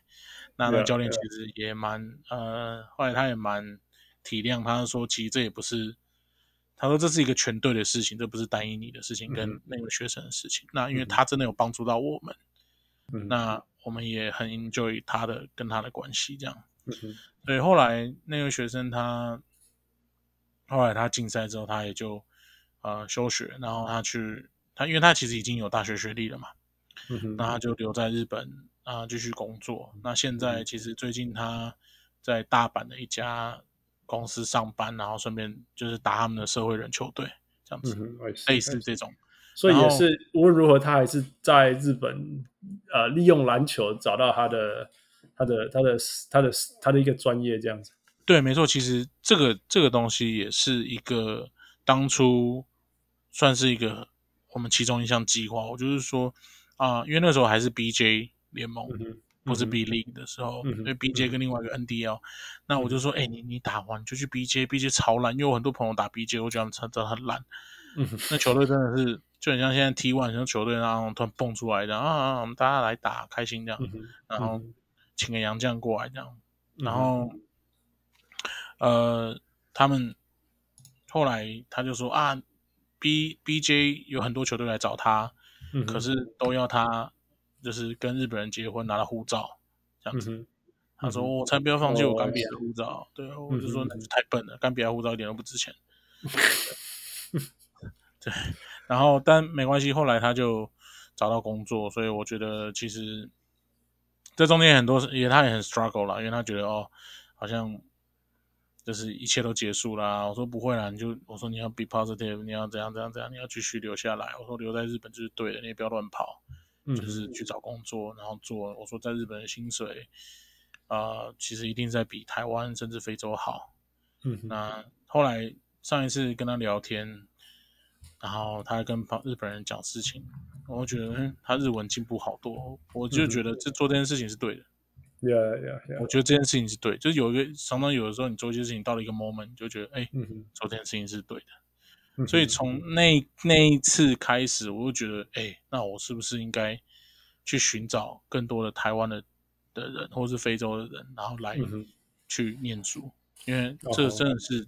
Speaker 4: 那那
Speaker 3: Yeah,
Speaker 4: 教练
Speaker 3: yeah.
Speaker 4: 其实也蛮呃，后来他也蛮体谅，他说其实这也不是，他说这是一个全队的事情，这不是单一你的事情，
Speaker 3: 嗯
Speaker 4: 跟那个学生的事情。那因为
Speaker 3: 嗯哼
Speaker 4: 他真的有帮助到我们，
Speaker 3: 嗯哼
Speaker 4: 那我们也很 enjoy 他的跟他的关系这样。
Speaker 3: 嗯哼
Speaker 4: 所以后来那个学生他后来他竞赛之后，他也就呃休学，然后他去他因为他其实已经有大学学历了嘛，
Speaker 3: 嗯哼，
Speaker 4: 那他就留在日本啊继续工作。那现在其实最近他在大阪的一家公司上班，然后顺便就是打他们的社会人球队这样
Speaker 3: 嗯
Speaker 4: 子，
Speaker 3: 哼，I see，
Speaker 4: 类
Speaker 3: I
Speaker 4: 似
Speaker 3: see
Speaker 4: 这种。
Speaker 3: 所以
Speaker 4: 然
Speaker 3: 也
Speaker 4: 后
Speaker 3: 是无论如何，他还是在日本呃利用篮球找到他的他的他的他的他的一个专业这样子。
Speaker 4: 对，没错，其实这个这个东西也是一个当初算是一个我们其中一项计划。我就是说啊、因为那时候还是 BJ 联盟，
Speaker 3: 嗯哼
Speaker 4: 不
Speaker 3: 嗯
Speaker 4: 是
Speaker 3: 哼
Speaker 4: B League 的时候，
Speaker 3: 嗯哼嗯
Speaker 4: 因为 BJ 跟另外一个 NDL，、那我就说，哎、你你打完就去 BJ，BJ 超烂，因为我很多朋友打 BJ，我觉得他们超真的很烂。
Speaker 3: 嗯哼
Speaker 4: 那球队真的是就很像现在 T One 像球队那种突然蹦出来的啊啊，啊我们大家来打开心这样，
Speaker 3: 嗯哼
Speaker 4: 然后请个洋将过来这样，
Speaker 3: 嗯
Speaker 4: 然
Speaker 3: 哼
Speaker 4: 后呃，他们后来他就说啊，B B J 有很多球队来找他，
Speaker 3: 嗯哼
Speaker 4: 可是都要他就是跟日本人结婚拿到护照这样
Speaker 3: 嗯
Speaker 4: 子。
Speaker 3: 哼
Speaker 4: 他
Speaker 3: 嗯：“
Speaker 4: 说
Speaker 3: 哼
Speaker 4: 我才不要放弃
Speaker 3: 哦
Speaker 4: 我
Speaker 3: 我
Speaker 4: 冈比
Speaker 3: 也
Speaker 4: 亚护照。”对，啊我就说：“
Speaker 3: 嗯哼
Speaker 4: 那就太笨了，冈比亚护照一点都不值钱。”对，然后但没关系，后来他就找到工作，所以我觉得其实这中间很多也他也很 struggle 啦，因为他觉得哦，好像就是一切都结束啦。我说不会啦，你就我说你要 be positive，你要怎样怎样怎样，你要继续留下来。我说留在日本就是对的，你也不要乱跑。
Speaker 3: 嗯哼
Speaker 4: 就是去找工作，然后做。我说在日本的薪水，啊，其实一定在比台湾甚至非洲好。
Speaker 3: 嗯哼
Speaker 4: 那后来上一次跟他聊天，然后他跟旁日本人讲事情，我觉得嗯他日文进步好多，我就觉得这做这件事情是对的。
Speaker 3: ，Yeah Yeah Yeah，
Speaker 4: 我觉得这件事情是对，就是有一个常常有的时候你做一些事情到了一个 moment，你就觉得哎，
Speaker 3: 嗯哼
Speaker 4: 做这件事情是对的。
Speaker 3: 嗯哼，
Speaker 4: 所以从那那一次开始，我就觉得，哎、那我是不是应该去寻找更多的台湾的的人，或是非洲的人，然后来
Speaker 3: 嗯哼
Speaker 4: 去念书，因为这
Speaker 3: 哦
Speaker 4: 真的是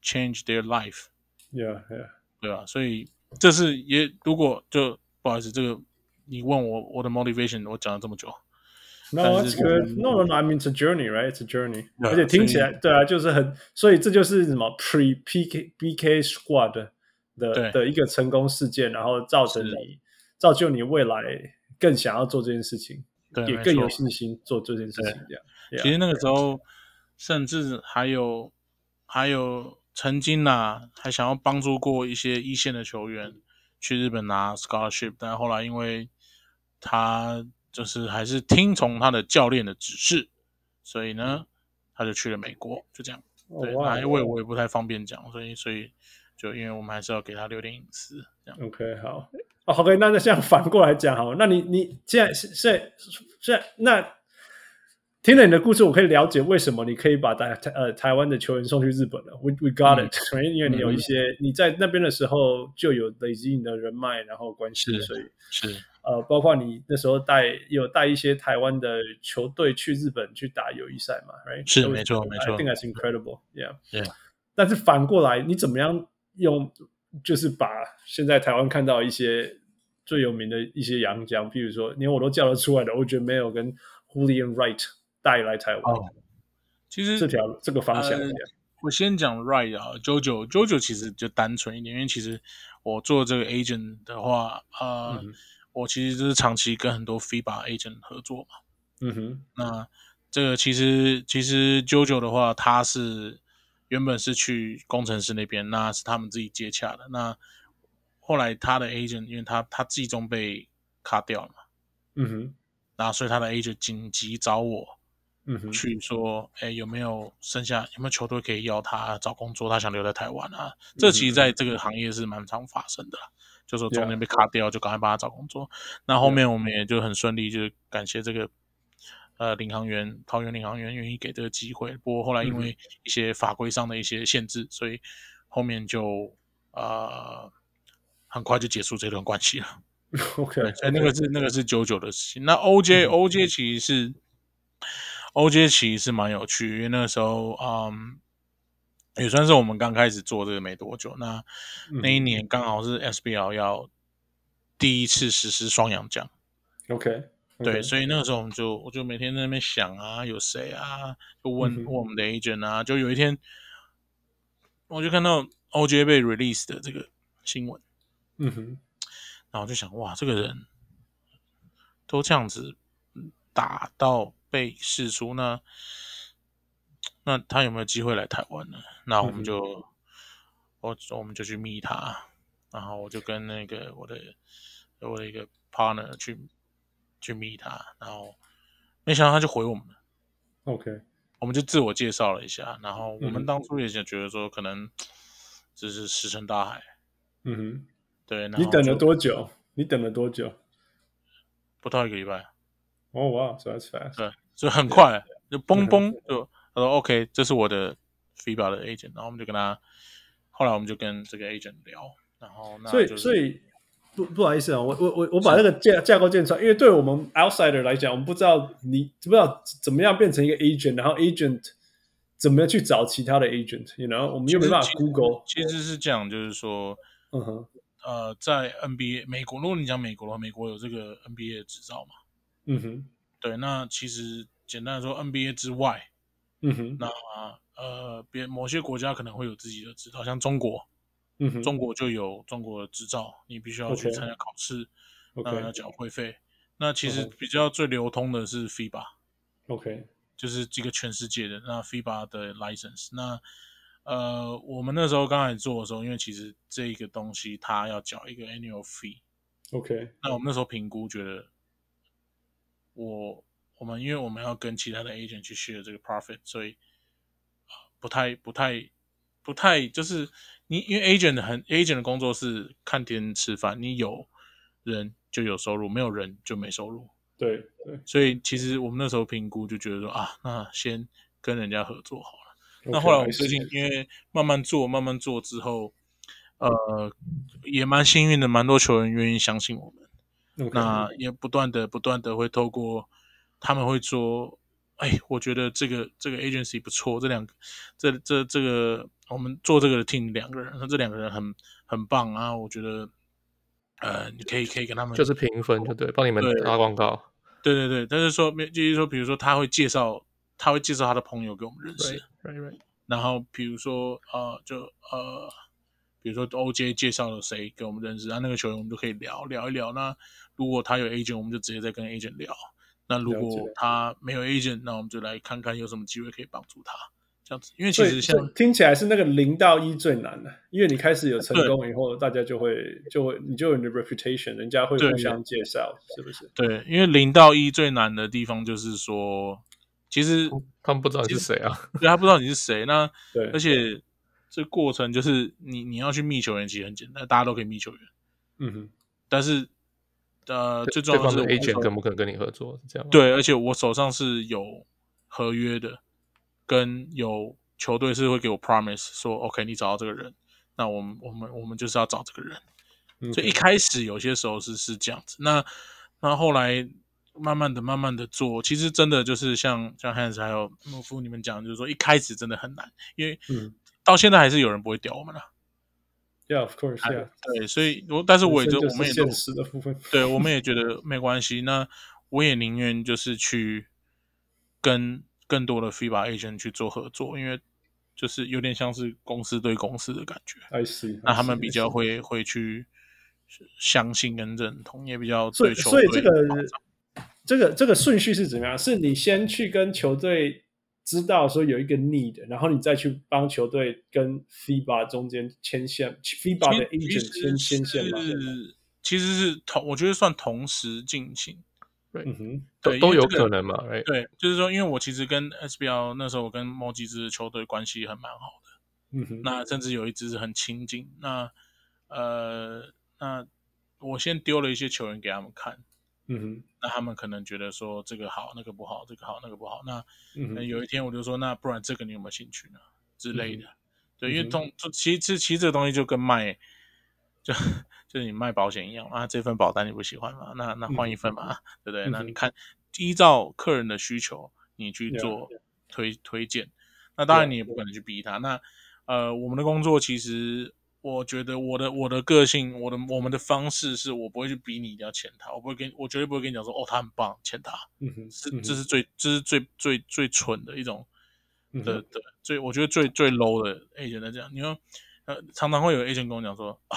Speaker 4: change their life，
Speaker 3: Yeah Yeah，
Speaker 4: 对吧？所以这是也如果就不好意思，这个你问我我的 motivation，我讲了这么久，
Speaker 3: No,
Speaker 4: 但
Speaker 3: it's
Speaker 4: 是嗯
Speaker 3: good. No, no, no. I mean, it's a journey, right? It's a journey.
Speaker 4: Yeah,
Speaker 3: 而且听起
Speaker 4: 所以
Speaker 3: 来，对啊，就是很，所以这就是什么 pre PK BK squad 的
Speaker 4: 对
Speaker 3: 的的一个成功事件，然后造成
Speaker 4: 是
Speaker 3: 你造就你未来更想要做这件事情，
Speaker 4: 对，
Speaker 3: 也
Speaker 4: 没
Speaker 3: 更
Speaker 4: 错
Speaker 3: 有信心做这件事情。这样，
Speaker 4: 其实那个时候，甚至还有还有曾经呐、还想要帮助过一些一线的球员去日本拿 scholarship，但后来因为他就是还是听从他的教练的指示，所以呢，他就去了美国，就这样。
Speaker 3: 嗯哦
Speaker 4: 对，
Speaker 3: 哇
Speaker 4: 那因为我也不太方便讲，所以所以就因为我们还是要给他留点隐私，这样。
Speaker 3: OK，好。哦、OK，那那现在反过来讲好了，那你你现在现在现在那听了你的故事，我可以了解为什么你可以把台台呃台湾的球员送去日本了。We we got it，、因为
Speaker 4: 嗯
Speaker 3: 你有一些、你在那边的时候就有累积你的人脉，然后关系，
Speaker 4: 是
Speaker 3: 所以
Speaker 4: 是
Speaker 3: 呃，包括你那时候带有带一些台湾的球队去日本去打友谊赛嘛，right？
Speaker 4: 是
Speaker 3: That was-
Speaker 4: 没错没错
Speaker 3: I think that's incredible，yeah。
Speaker 4: Yeah
Speaker 3: 但是反过来，你怎么样用，就是把现在台湾看到一些最有名的一些洋将，比如说连我都叫得出来的 OJ Mail 跟 Julian Wright 带来台湾、
Speaker 4: 哦其实
Speaker 3: 这条这个方向
Speaker 4: 呃
Speaker 3: yeah
Speaker 4: 我先讲 Right 啊，JoJo JoJo 其实就单纯一点，因为其实我做这个 agent 的话，
Speaker 3: 嗯
Speaker 4: 呃，
Speaker 3: 哼
Speaker 4: 我其实就是长期跟很多 FIBA agent 合作嘛。
Speaker 3: 嗯哼，
Speaker 4: 那这个其实其实 JoJo 的话，他是原本是去工程师那边，那是他们自己接洽的。那后来他的 agent，因为他他季中被卡掉了嘛，
Speaker 3: 嗯哼，
Speaker 4: 然后所以他的 agent 紧急找我，
Speaker 3: 嗯哼，
Speaker 4: 去说，哎、有没有剩下有没有球队可以要他找工作？他想留在台湾啊？这其实在这个行业是蛮常发生的啦，就说中间被卡掉，就赶快帮他找工作。那后面我们也就很顺利，就是感谢这个呃领航员桃园领航员愿意给这个机会。不过后来因为一些法规上的一些限制，所以后面就呃很快就结束这段关系了。
Speaker 3: OK，
Speaker 4: 对，所以那个是那个是九九的事情。那
Speaker 3: 嗯
Speaker 4: OJ、OJ 其实是 OJ 其实是蛮有趣，因为那个时候嗯也算是我们刚开始做这个没多久。那
Speaker 3: 嗯
Speaker 4: 那一年刚好是 SBL 要第一次实施双阳奖，
Speaker 3: OK，
Speaker 4: 对，所以那个时候我们就我就每天在那边想啊，有谁啊，就问、
Speaker 3: 嗯哼
Speaker 4: 问我们的 agent 啊，就有一天我就看到 OJ 被 release 的这个新闻。
Speaker 3: 嗯哼，
Speaker 4: 然后我就想，哇，这个人都这样子嗯打到被释出，那那他有没有机会来台湾呢？那我
Speaker 3: 嗯
Speaker 4: 们就、我我们就去密他，然后我就跟那个我的我的一个 partner 去去密他，然后没想到他就回我们了。
Speaker 3: OK，
Speaker 4: 我们就自我介绍了一下，然后我
Speaker 3: 嗯
Speaker 4: 们当初也想觉得说，可能这是石沉大海，
Speaker 3: 嗯哼，
Speaker 4: 对。然
Speaker 3: 你
Speaker 4: 后
Speaker 3: 等了
Speaker 4: 就
Speaker 3: 多久？你等了多久？
Speaker 4: 不到一个礼拜，
Speaker 3: 哦哇，so that's fast。
Speaker 4: 对，所以很快就
Speaker 3: 嗯
Speaker 4: 嘣
Speaker 3: 哼
Speaker 4: 嘣就他说 OK，这是我的 FIBA 的 agent，然后我们就跟他，后来我们就跟这个 agent 聊，然后那
Speaker 3: 所以
Speaker 4: 就是
Speaker 3: 所以不不好意思啊，我我我我把这个架架构建出来，因为对我们 outsider 来讲，我们不知道你不知道怎么样变成一个 agent，然后 agent 怎么样去找其他的 agent，you know，我们又没办法
Speaker 4: 其实
Speaker 3: Google，
Speaker 4: 其实是这样，就是说
Speaker 3: 嗯哼，
Speaker 4: 呃，在 NBA 美国，如果你讲美国的话，美国有这个 NBA 的执照嘛，
Speaker 3: 嗯哼，
Speaker 4: 对，那其实简单来说 NBA 之外，
Speaker 3: 嗯哼，
Speaker 4: 那呃别某些国家可能会有自己的执照，像中国，
Speaker 3: 嗯哼，
Speaker 4: 中国就有中国的执照，你必须要去
Speaker 3: OK
Speaker 4: 参加考试，那要
Speaker 3: OK
Speaker 4: 呃缴会费。那其实
Speaker 3: 嗯哼
Speaker 4: 比较最流通的是 FIBA，
Speaker 3: OK，
Speaker 4: 就是这个全世界的那 FIBA 的 license。那呃，我们那时候刚开始做的时候，因为其实这一个东西它要缴一个 annual fee。
Speaker 3: OK，
Speaker 4: 那我们那时候评估觉得我，我们因为我们要跟其他的 agent 去 share 这个 profit，所以呃不太不太不太就是你因为 agent 的很 agent 的工作是看天吃饭，你有人就有收入，没有人就没收入。
Speaker 3: 对对
Speaker 4: 所以其实我们那时候评估就觉得说啊，那先跟人家合作好了。那
Speaker 3: OK，
Speaker 4: 后来我
Speaker 3: I
Speaker 4: 最
Speaker 3: see
Speaker 4: 近因为慢慢做，慢慢做之后，呃，也蛮幸运的，蛮多球员愿意相信我们。
Speaker 3: OK，嗯
Speaker 4: 那也不断的、不断的会透过他们会说，哎，我觉得这个这个 agency 不错，这两个这这这个我们做这个的 team 两个人，那这两个人很很棒啊，我觉得，呃，你可以可以跟他们
Speaker 6: 就是评分就对，帮你们
Speaker 4: 对
Speaker 6: 打广告。
Speaker 4: 对对对，但是说没就是说，比如说他会介绍，他会介绍他的朋友给我们认识，
Speaker 6: Right, right.
Speaker 4: 然后比如说呃，就呃，比如说 OJ 介绍了谁给我们认识，那那个球员我们就可以聊聊一聊。那如果他有 agent，我们就直接再跟 agent 聊；那如
Speaker 3: 了
Speaker 4: 果
Speaker 3: 解
Speaker 4: 他没有 agent，那我们就来看看有什么机会可以帮助他。这样子，因为其
Speaker 3: 所
Speaker 4: 实
Speaker 3: 以
Speaker 4: 像
Speaker 3: 这听起来是那个零到一最难的，因为你开始有成
Speaker 4: 呃对
Speaker 3: 功以后，大家就会就会你就有你的 reputation，人家会
Speaker 4: 对
Speaker 3: 互相介绍，是不是？
Speaker 4: 对，因为零到一最难的地方就是说，其实
Speaker 6: 他们不知道你是谁啊。
Speaker 4: 对他不知道你是谁，那
Speaker 3: 对
Speaker 4: 而且这过程就是你你要去密球员，其实很简单，大家都可以密球员，
Speaker 3: 嗯哼，但
Speaker 4: 但是呃，最重
Speaker 6: 对
Speaker 4: 要的
Speaker 6: 方
Speaker 4: 是
Speaker 6: 的
Speaker 4: 我
Speaker 6: agent 跟不可能跟你合作，是这样吗？
Speaker 4: 对，而且我手上是有合约的，跟有球队是会给我 promise 说，OK，你找到这个人，那我们我们我们就是要找这个人。
Speaker 3: 嗯
Speaker 4: 所以一开始有些时候是是这样子，那那后来慢慢的、慢慢的做，其实真的就是像像 Hans 还有木夫你们讲，就是说一开始真的很难，因为
Speaker 3: 嗯
Speaker 4: 到现在还是有人不会屌我们了。
Speaker 3: ，Yeah，of course，Yeah，
Speaker 4: 对，所以我但是我也
Speaker 3: 这
Speaker 4: 啊就
Speaker 3: 就
Speaker 4: 我们也
Speaker 3: 是
Speaker 4: 都
Speaker 3: 现实的部分，
Speaker 4: 对，我们也觉得没关系。那我也宁愿就是去跟更多的 FIBA agent 去做合作，因为就是有点像是公司对公司的感觉。
Speaker 3: I see，
Speaker 4: 那
Speaker 3: I
Speaker 4: 他们
Speaker 3: see，
Speaker 4: 比
Speaker 3: I
Speaker 4: 较
Speaker 3: see
Speaker 4: 会会去相信跟认同，也比较
Speaker 3: 所以
Speaker 4: 追求
Speaker 3: 所以这
Speaker 4: 对
Speaker 3: 个
Speaker 4: 保障
Speaker 3: 这个这个顺序是怎么样？是你先去跟球队知道说有一个 need，然后你再去帮球队跟 FIBA 中间牵线，FIBA 的
Speaker 4: 其
Speaker 3: agent 牵
Speaker 4: 其
Speaker 3: 牵
Speaker 4: 实
Speaker 3: 线嘛？
Speaker 4: 是其实是同，我觉得算同时进行。
Speaker 3: 嗯哼，
Speaker 6: 都
Speaker 4: 对
Speaker 6: 都
Speaker 4: 因为
Speaker 6: 有
Speaker 4: 这个
Speaker 6: 可能嘛，哎，
Speaker 4: 对，就是说，因为我其实跟 SBL 那时候，我跟某几支球队关系还蛮好的。
Speaker 3: 嗯哼，
Speaker 4: 那甚至有一只是很亲近。那呃，那我先丢了一些球员给他们看，
Speaker 3: 嗯哼，
Speaker 4: 那他们可能觉得说这个好，那个不好，这个好，那个不好。那、
Speaker 3: 嗯
Speaker 4: 那
Speaker 3: 哼，
Speaker 4: 有一天我就说，那不然这个你有没有兴趣呢？之类的。对，因为
Speaker 3: 嗯哼
Speaker 4: 同就其实其实这个东西就跟卖就就是你卖保险一样啊，这份保单你不喜欢嘛，那那换一份嘛，对不对？
Speaker 3: 嗯嗯哼啊
Speaker 4: 那你看依照客人的需求，你去
Speaker 3: Yeah，
Speaker 4: 做推推荐。那当然
Speaker 3: Yeah，
Speaker 4: 你也不可能去逼他。那呃，我们的工作其实。我觉得我的我的个性，我的我们的方式是我不会去逼你一定要签他，我不会跟我绝对不会跟你讲说哦他很棒签他，
Speaker 3: 嗯哼，
Speaker 4: 是
Speaker 3: 嗯哼
Speaker 4: 这是最这是最最最蠢的一种
Speaker 3: 嗯
Speaker 4: 的
Speaker 3: 哼
Speaker 4: 的最我觉得最最 low 的 agent 在这样，你要呃常常会有 agent 跟我讲说啊，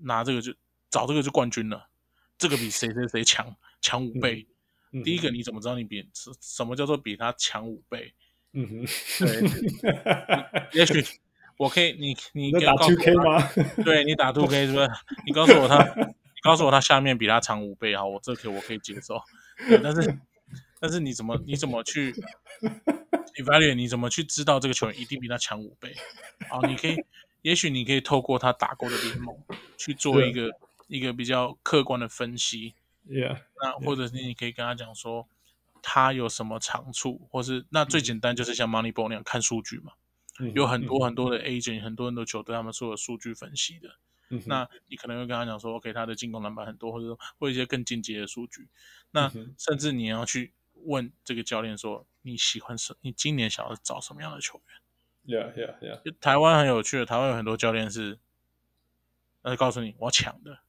Speaker 4: 拿这个就找这个就冠军了，这个比谁谁谁强强五倍。
Speaker 3: 嗯哼
Speaker 4: 第一个你怎么知道你比什什么叫做比他强五倍？
Speaker 3: 嗯哼，
Speaker 4: 也许我可以你
Speaker 3: 你
Speaker 4: 你
Speaker 3: 在打
Speaker 4: 告诉
Speaker 3: two
Speaker 4: 我
Speaker 3: K
Speaker 4: 他？
Speaker 3: 吗？
Speaker 4: 对你打 two K 是不是？你告诉我他，你告诉我他下面比他长五倍啊，我这可以我可以接受。对但是但是你怎么你怎 么去 evaluate？你怎么去知道这个球员一定比他强五倍？啊，你可以，也许你可以透过他打过的联盟去做
Speaker 3: 对
Speaker 4: 一个一个比较客观的分析。
Speaker 3: ，Yeah，
Speaker 4: 那或者是你可以跟他讲说他有什么长处，或是那最简单就是像 Moneyball 那样看数据嘛。
Speaker 3: 嗯嗯哼
Speaker 4: 有很多很多的 agent，、很多很多球队，他们是有数据分析的。
Speaker 3: 嗯哼
Speaker 4: 那你可能会跟他讲说，OK，他的进攻篮板很多，或者说或一些更进阶的数据。那
Speaker 3: 嗯哼
Speaker 4: 甚至你要去问这个教练说，你喜欢什？你今年想要找什么样的球员？
Speaker 3: ，Yeah，Yeah，Yeah，
Speaker 4: 就台湾很有趣的，台湾有很多教练是，他就告诉你我要抢的，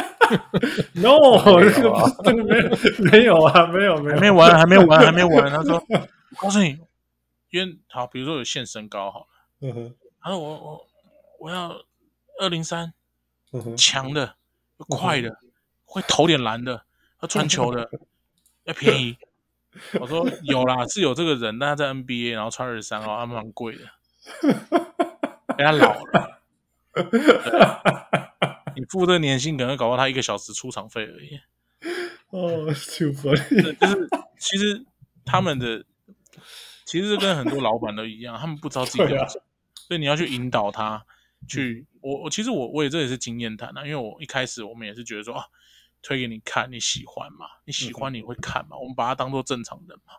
Speaker 3: No，这个不这个没有没有啊，没有没
Speaker 4: 还
Speaker 3: 有
Speaker 4: 没 完，还没完，还没完。他说，我告诉你，因为好，比如说有限身高好了，
Speaker 3: 嗯哼，
Speaker 4: 他说我我我要二零三，
Speaker 3: 嗯哼，
Speaker 4: 强的、快的、会投点篮的、会传球的，要便宜。我说有啦，是有这个人，但他在 NBA，然后穿二十三号，还蛮贵的。人家老了，你付这个年薪，可能搞到他一个小时出场费而已。
Speaker 3: 哦，too Oh, funny，
Speaker 4: 就是其实他们的，其实跟很多老板都一样，他们不知道自己要
Speaker 3: 对啊
Speaker 4: 什么，所以你要去引导他去。我我其实我我也这也是经验谈啊，因为我一开始我们也是觉得说啊，推给你看，你喜欢嘛，你
Speaker 3: 嗯
Speaker 4: 喜欢你会看嘛，我们把它当做正常人嘛，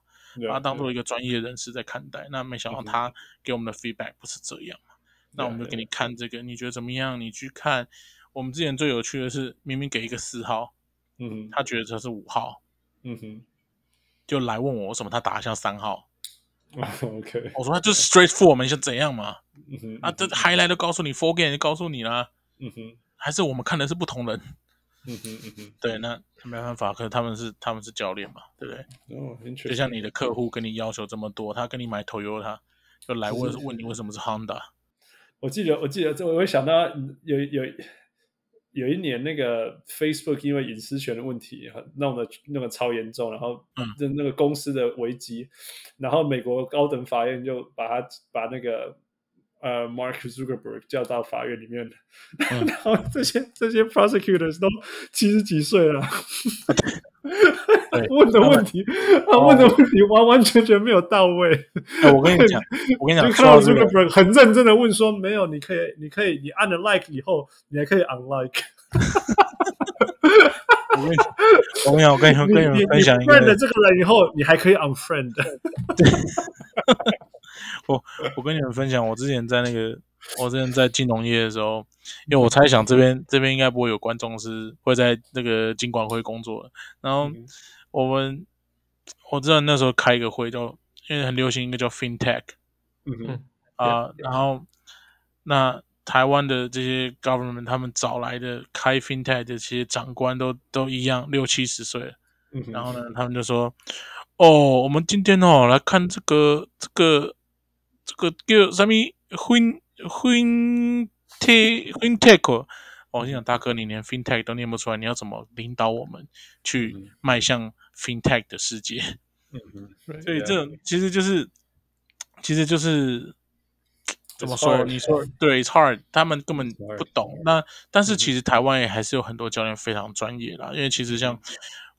Speaker 3: 啊
Speaker 4: 把它当做一个专业人士在看待。那没想
Speaker 3: 嗯
Speaker 4: 到他给我们的 feedback 不是这样嘛，那我们就
Speaker 3: 啊
Speaker 4: 给你看这个，你觉得怎么样？你去看。我们之前最有趣的是，明明给一个四号，
Speaker 3: 嗯哼，
Speaker 4: 他觉得他是五号，
Speaker 3: 嗯哼。
Speaker 4: 就来问我为什么他打得像三号。
Speaker 3: OK，
Speaker 4: 我说那就是 straight for 嘛，你想怎样嘛？
Speaker 3: 嗯哼，
Speaker 4: 啊，这 highlight 都告诉你，four game 就告诉你啦，
Speaker 3: 嗯哼，
Speaker 4: 还是我们看的是不同人？
Speaker 3: 嗯哼，嗯哼，
Speaker 4: 对，那没办法，可是他们是他们是教练嘛，对不对？
Speaker 3: 哦，很
Speaker 4: 就像你的客户跟你要求这么多，他跟你买 Toyota，就来问问你为什么是 Honda，
Speaker 3: 我记得，我记得，这我会想到有有有一年那个 Facebook 因为隐私权的问题，很弄得弄得超严重，然后
Speaker 4: 嗯
Speaker 3: 就那个公司的危机，然后美国高等法院就把他把那个呃 Mark Zuckerberg 叫到法院里面，
Speaker 4: 嗯
Speaker 3: 然后这些这些 prosecutors 都七十几岁了，
Speaker 4: 对 哦
Speaker 3: 问的问题，他问的问题完完全全没有到位。
Speaker 4: 哎我跟你讲，我跟你
Speaker 3: 就
Speaker 4: 讲，
Speaker 3: 看
Speaker 4: 说到
Speaker 3: 到
Speaker 4: 这
Speaker 3: 这
Speaker 4: 个
Speaker 3: 个，本很认真的问说，没有，你可以，你可以，你按了 like 以后，你还可以 unlike。
Speaker 4: 我跟你讲，我跟你讲， 我跟你我
Speaker 3: 你
Speaker 4: 跟你
Speaker 3: 你
Speaker 4: 们
Speaker 3: 你
Speaker 4: 分享一
Speaker 3: friend
Speaker 4: 个
Speaker 3: 了，这个人以后，你还可以 unfriend。
Speaker 4: 我我跟你们分享，我之前在那个，我之前在金融业的时候，因为我猜想这边这边应该不会有观众是会在那个金管会工作的。然后我们我知道那时候开一个会叫，因为很流行一个叫 FinTech
Speaker 3: 嗯
Speaker 4: 啊、然后那台湾的这些 government 他们找来的开 FinTech 的这些长官都都一样六七十岁了。
Speaker 3: 嗯
Speaker 4: 然后呢，他们就说：“哦，我们今天哦来看这个这个这个叫什么 fin fin tech fin tech。哦”我心想，大哥，你连 fintech 都念不出来，你要怎么领导我们去迈向 fintech 的世界？ 所以这种其实就是，其实就是怎么说？
Speaker 3: hard
Speaker 4: 你说对，it's hard，他们根本不懂。那但
Speaker 3: 嗯
Speaker 4: 是其实台湾也还是有很多教练非常专业啦，因为其实像
Speaker 3: 嗯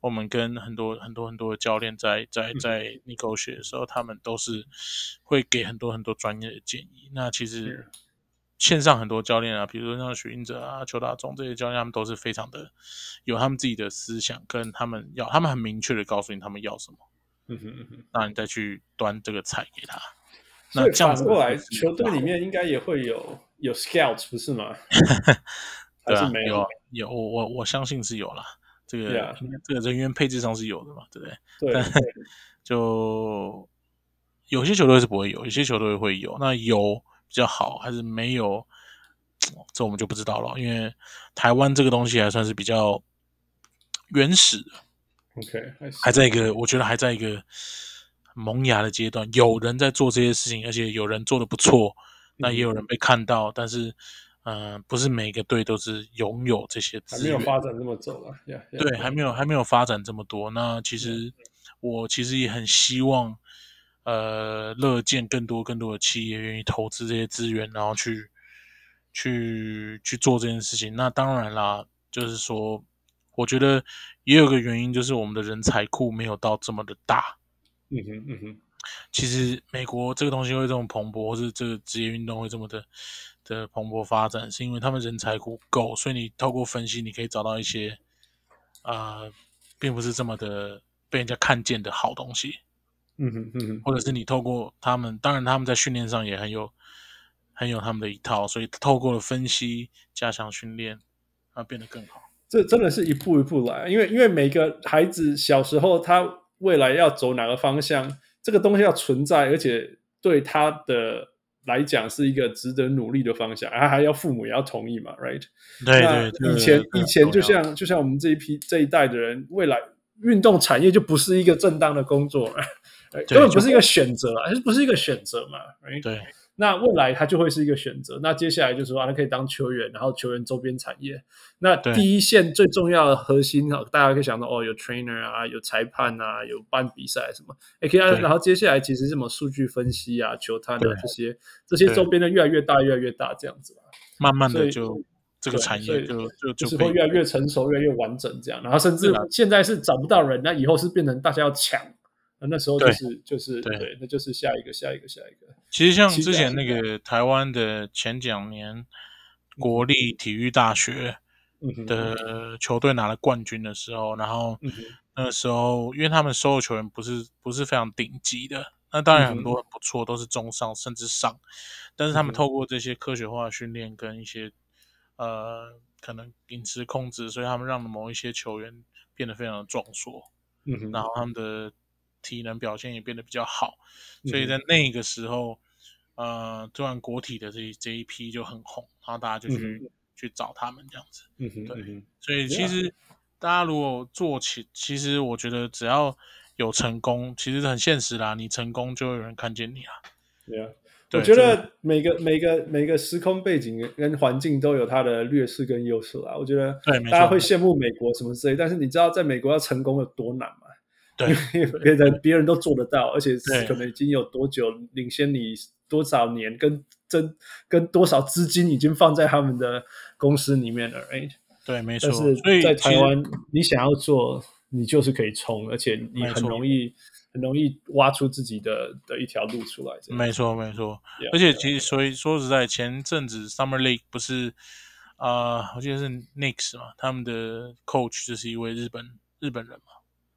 Speaker 4: 我们跟很多很多很多的教练在在在 n e g o t i a 的时候，他们都是会给很多很多专业的建议。那其实线上很多教练啊，比如说像许英哲啊、邱大忠这些教练，他们都是非常的有他们自己的思想，跟他们要，他们很明确的告诉你他们要什么。
Speaker 3: 嗯哼嗯哼。
Speaker 4: 那你再去端这个菜给他。
Speaker 3: 所
Speaker 4: 那
Speaker 3: 以
Speaker 4: 这样
Speaker 3: 反
Speaker 4: 子
Speaker 3: 过来，
Speaker 4: 才是
Speaker 3: 球队
Speaker 4: 好
Speaker 3: 里面应该也会有有 scouts 不是吗？还
Speaker 4: 对
Speaker 3: 是
Speaker 4: 啊，
Speaker 3: 没
Speaker 4: 有啊有，我我我相信是有啦。这个
Speaker 3: Yeah
Speaker 4: 应该这个人员配置上是有的嘛，对不对？
Speaker 3: 对，对
Speaker 4: 就有些球队是不会有，有些球队会有。那有比较好，还是没有？这我们就不知道了，因为台湾这个东西还算是比较原始的，
Speaker 3: OK，还是
Speaker 4: 还在一个我觉得还在一个萌芽的阶段。有人在做这些事情，而且有人做的不错，那也有
Speaker 3: 嗯
Speaker 4: 人被看到，但是，呃，不是每个队都是拥有这些
Speaker 3: 还
Speaker 4: 资
Speaker 3: 没有
Speaker 4: 源，
Speaker 3: 发展这么走了。Yeah, yeah,
Speaker 4: 对，还没有还没有发展这么多。那其实我其实也很希望，呃，乐见更多更多的企业愿意投资这些资源，然后去去去做这件事情。那当然啦，就是说，我觉得也有个原因，就是我们的人才库没有到这么的大。
Speaker 3: 嗯哼嗯哼
Speaker 4: 其实美国这个东西会这么蓬勃，或是这个职业运动会这么的的蓬勃发展，是因为他们人才库够，所以你透过分析，你可以找到一些啊、呃并不是这么的被人家看见的好东西，
Speaker 3: 嗯哼嗯哼
Speaker 4: 或者是你透过他们，当然他们在训练上也很有很有他们的一套，所以透过了分析加强训练，啊变得更好。
Speaker 3: 这真的是一步一步来，因为因为每个孩子小时候他未来要走哪个方向，这个东西要存在，而且对他的来讲是一个值得努力的方向，啊，还要父母也要同意嘛，right？
Speaker 4: 对
Speaker 3: 那
Speaker 4: 对，这个
Speaker 3: 以前
Speaker 4: 这个
Speaker 3: 以
Speaker 4: 很
Speaker 3: 前就
Speaker 4: 重要
Speaker 3: 像就像我们这一批这一代的人，未来运动产业就不是一个正当的工作 了，呃
Speaker 4: 对
Speaker 3: 根本不是一个选择啊，就不是一个选择嘛，right？
Speaker 4: 对
Speaker 3: 那未来它就会是一个选择。那接下来就是说，啊，他可以当球员，然后球员周边产业。那
Speaker 4: 对
Speaker 3: 第一线最重要的核心，啊大家可以想到哦，有 trainer 啊，有裁判啊，有办比赛什么。哎，可以啊，
Speaker 4: 对
Speaker 3: 然后接下来其实什么数据分析啊、球探啊
Speaker 4: 对
Speaker 3: 这些，这些
Speaker 4: 对
Speaker 3: 周边的越来越大，越来越大这样子吧。
Speaker 4: 慢慢
Speaker 3: 所
Speaker 4: 的
Speaker 3: 以
Speaker 4: 就这个
Speaker 3: 对
Speaker 4: 产
Speaker 3: 所
Speaker 4: 业
Speaker 3: 以
Speaker 4: 就就
Speaker 3: 就是
Speaker 4: 被
Speaker 3: 会越来越成熟，越来越完整这样。然后甚至
Speaker 4: 对啊
Speaker 3: 现在是找不到人，那以后是变成大家要抢，那那时候就
Speaker 4: 对
Speaker 3: 是就是
Speaker 4: 对
Speaker 3: 对，那就是下一个下一个下一个。
Speaker 4: 其实像
Speaker 3: 期
Speaker 4: 之
Speaker 3: 待
Speaker 4: 前那个台湾的前两年国立体育大学
Speaker 3: 嗯哼，
Speaker 4: 的球队拿了冠军的时候，然后
Speaker 3: 嗯哼
Speaker 4: 那时候因为他们收的球员不是不是非常顶级的，那当然
Speaker 3: 嗯哼
Speaker 4: 很多很不错，都是中上甚至上，但是他
Speaker 3: 嗯
Speaker 4: 们
Speaker 3: 哼
Speaker 4: 透过这些科学化的训练跟一些呃可能饮食控制，所以他们让某一些球员变得非常的壮硕。
Speaker 3: 嗯哼，
Speaker 4: 然后他们的体能表现也变得比较好，
Speaker 3: 嗯
Speaker 4: 所以
Speaker 3: 哼
Speaker 4: 在那个时候，呃，突然国体的这一这一批就很红，然后大家就去、去找他们这样子。
Speaker 3: 嗯哼，
Speaker 4: 对
Speaker 3: 嗯哼
Speaker 4: 所以
Speaker 3: 嗯 Yeah
Speaker 4: 其实大家如果做起，其实我觉得只要有成功，其实很现实啦，你成功就会有人看见你啦。
Speaker 3: 对啊，
Speaker 4: 对
Speaker 3: 我觉
Speaker 4: 这
Speaker 3: 得每个每个每个时空背景跟环境都有它的劣势跟优势啦。我觉得
Speaker 4: 对没错
Speaker 3: 大家会羡慕美国什么之类，但是你知道在美国要成功有多难吗？
Speaker 4: 对
Speaker 3: 因为别人别人都做得到，而且
Speaker 4: 对
Speaker 3: 可能已经有多久领先你多少年，跟真跟多少资金已经放在他们的公司里面了，right？
Speaker 4: 对，没错。
Speaker 3: 但是
Speaker 4: 所以
Speaker 3: 在
Speaker 4: 其
Speaker 3: 台
Speaker 4: 实
Speaker 3: 湾，你想要做你就是可以冲，而且你
Speaker 4: 没
Speaker 3: 很
Speaker 4: 错
Speaker 3: 容易很容易挖出自己的的一条路出来。这样
Speaker 4: 没错，没错。
Speaker 3: Yeah,
Speaker 4: 而且其实，所以说实在，前阵子 Summer League 不是啊、呃我记得是 Nix 嘛，他们的 coach 就是一位日本日本人嘛，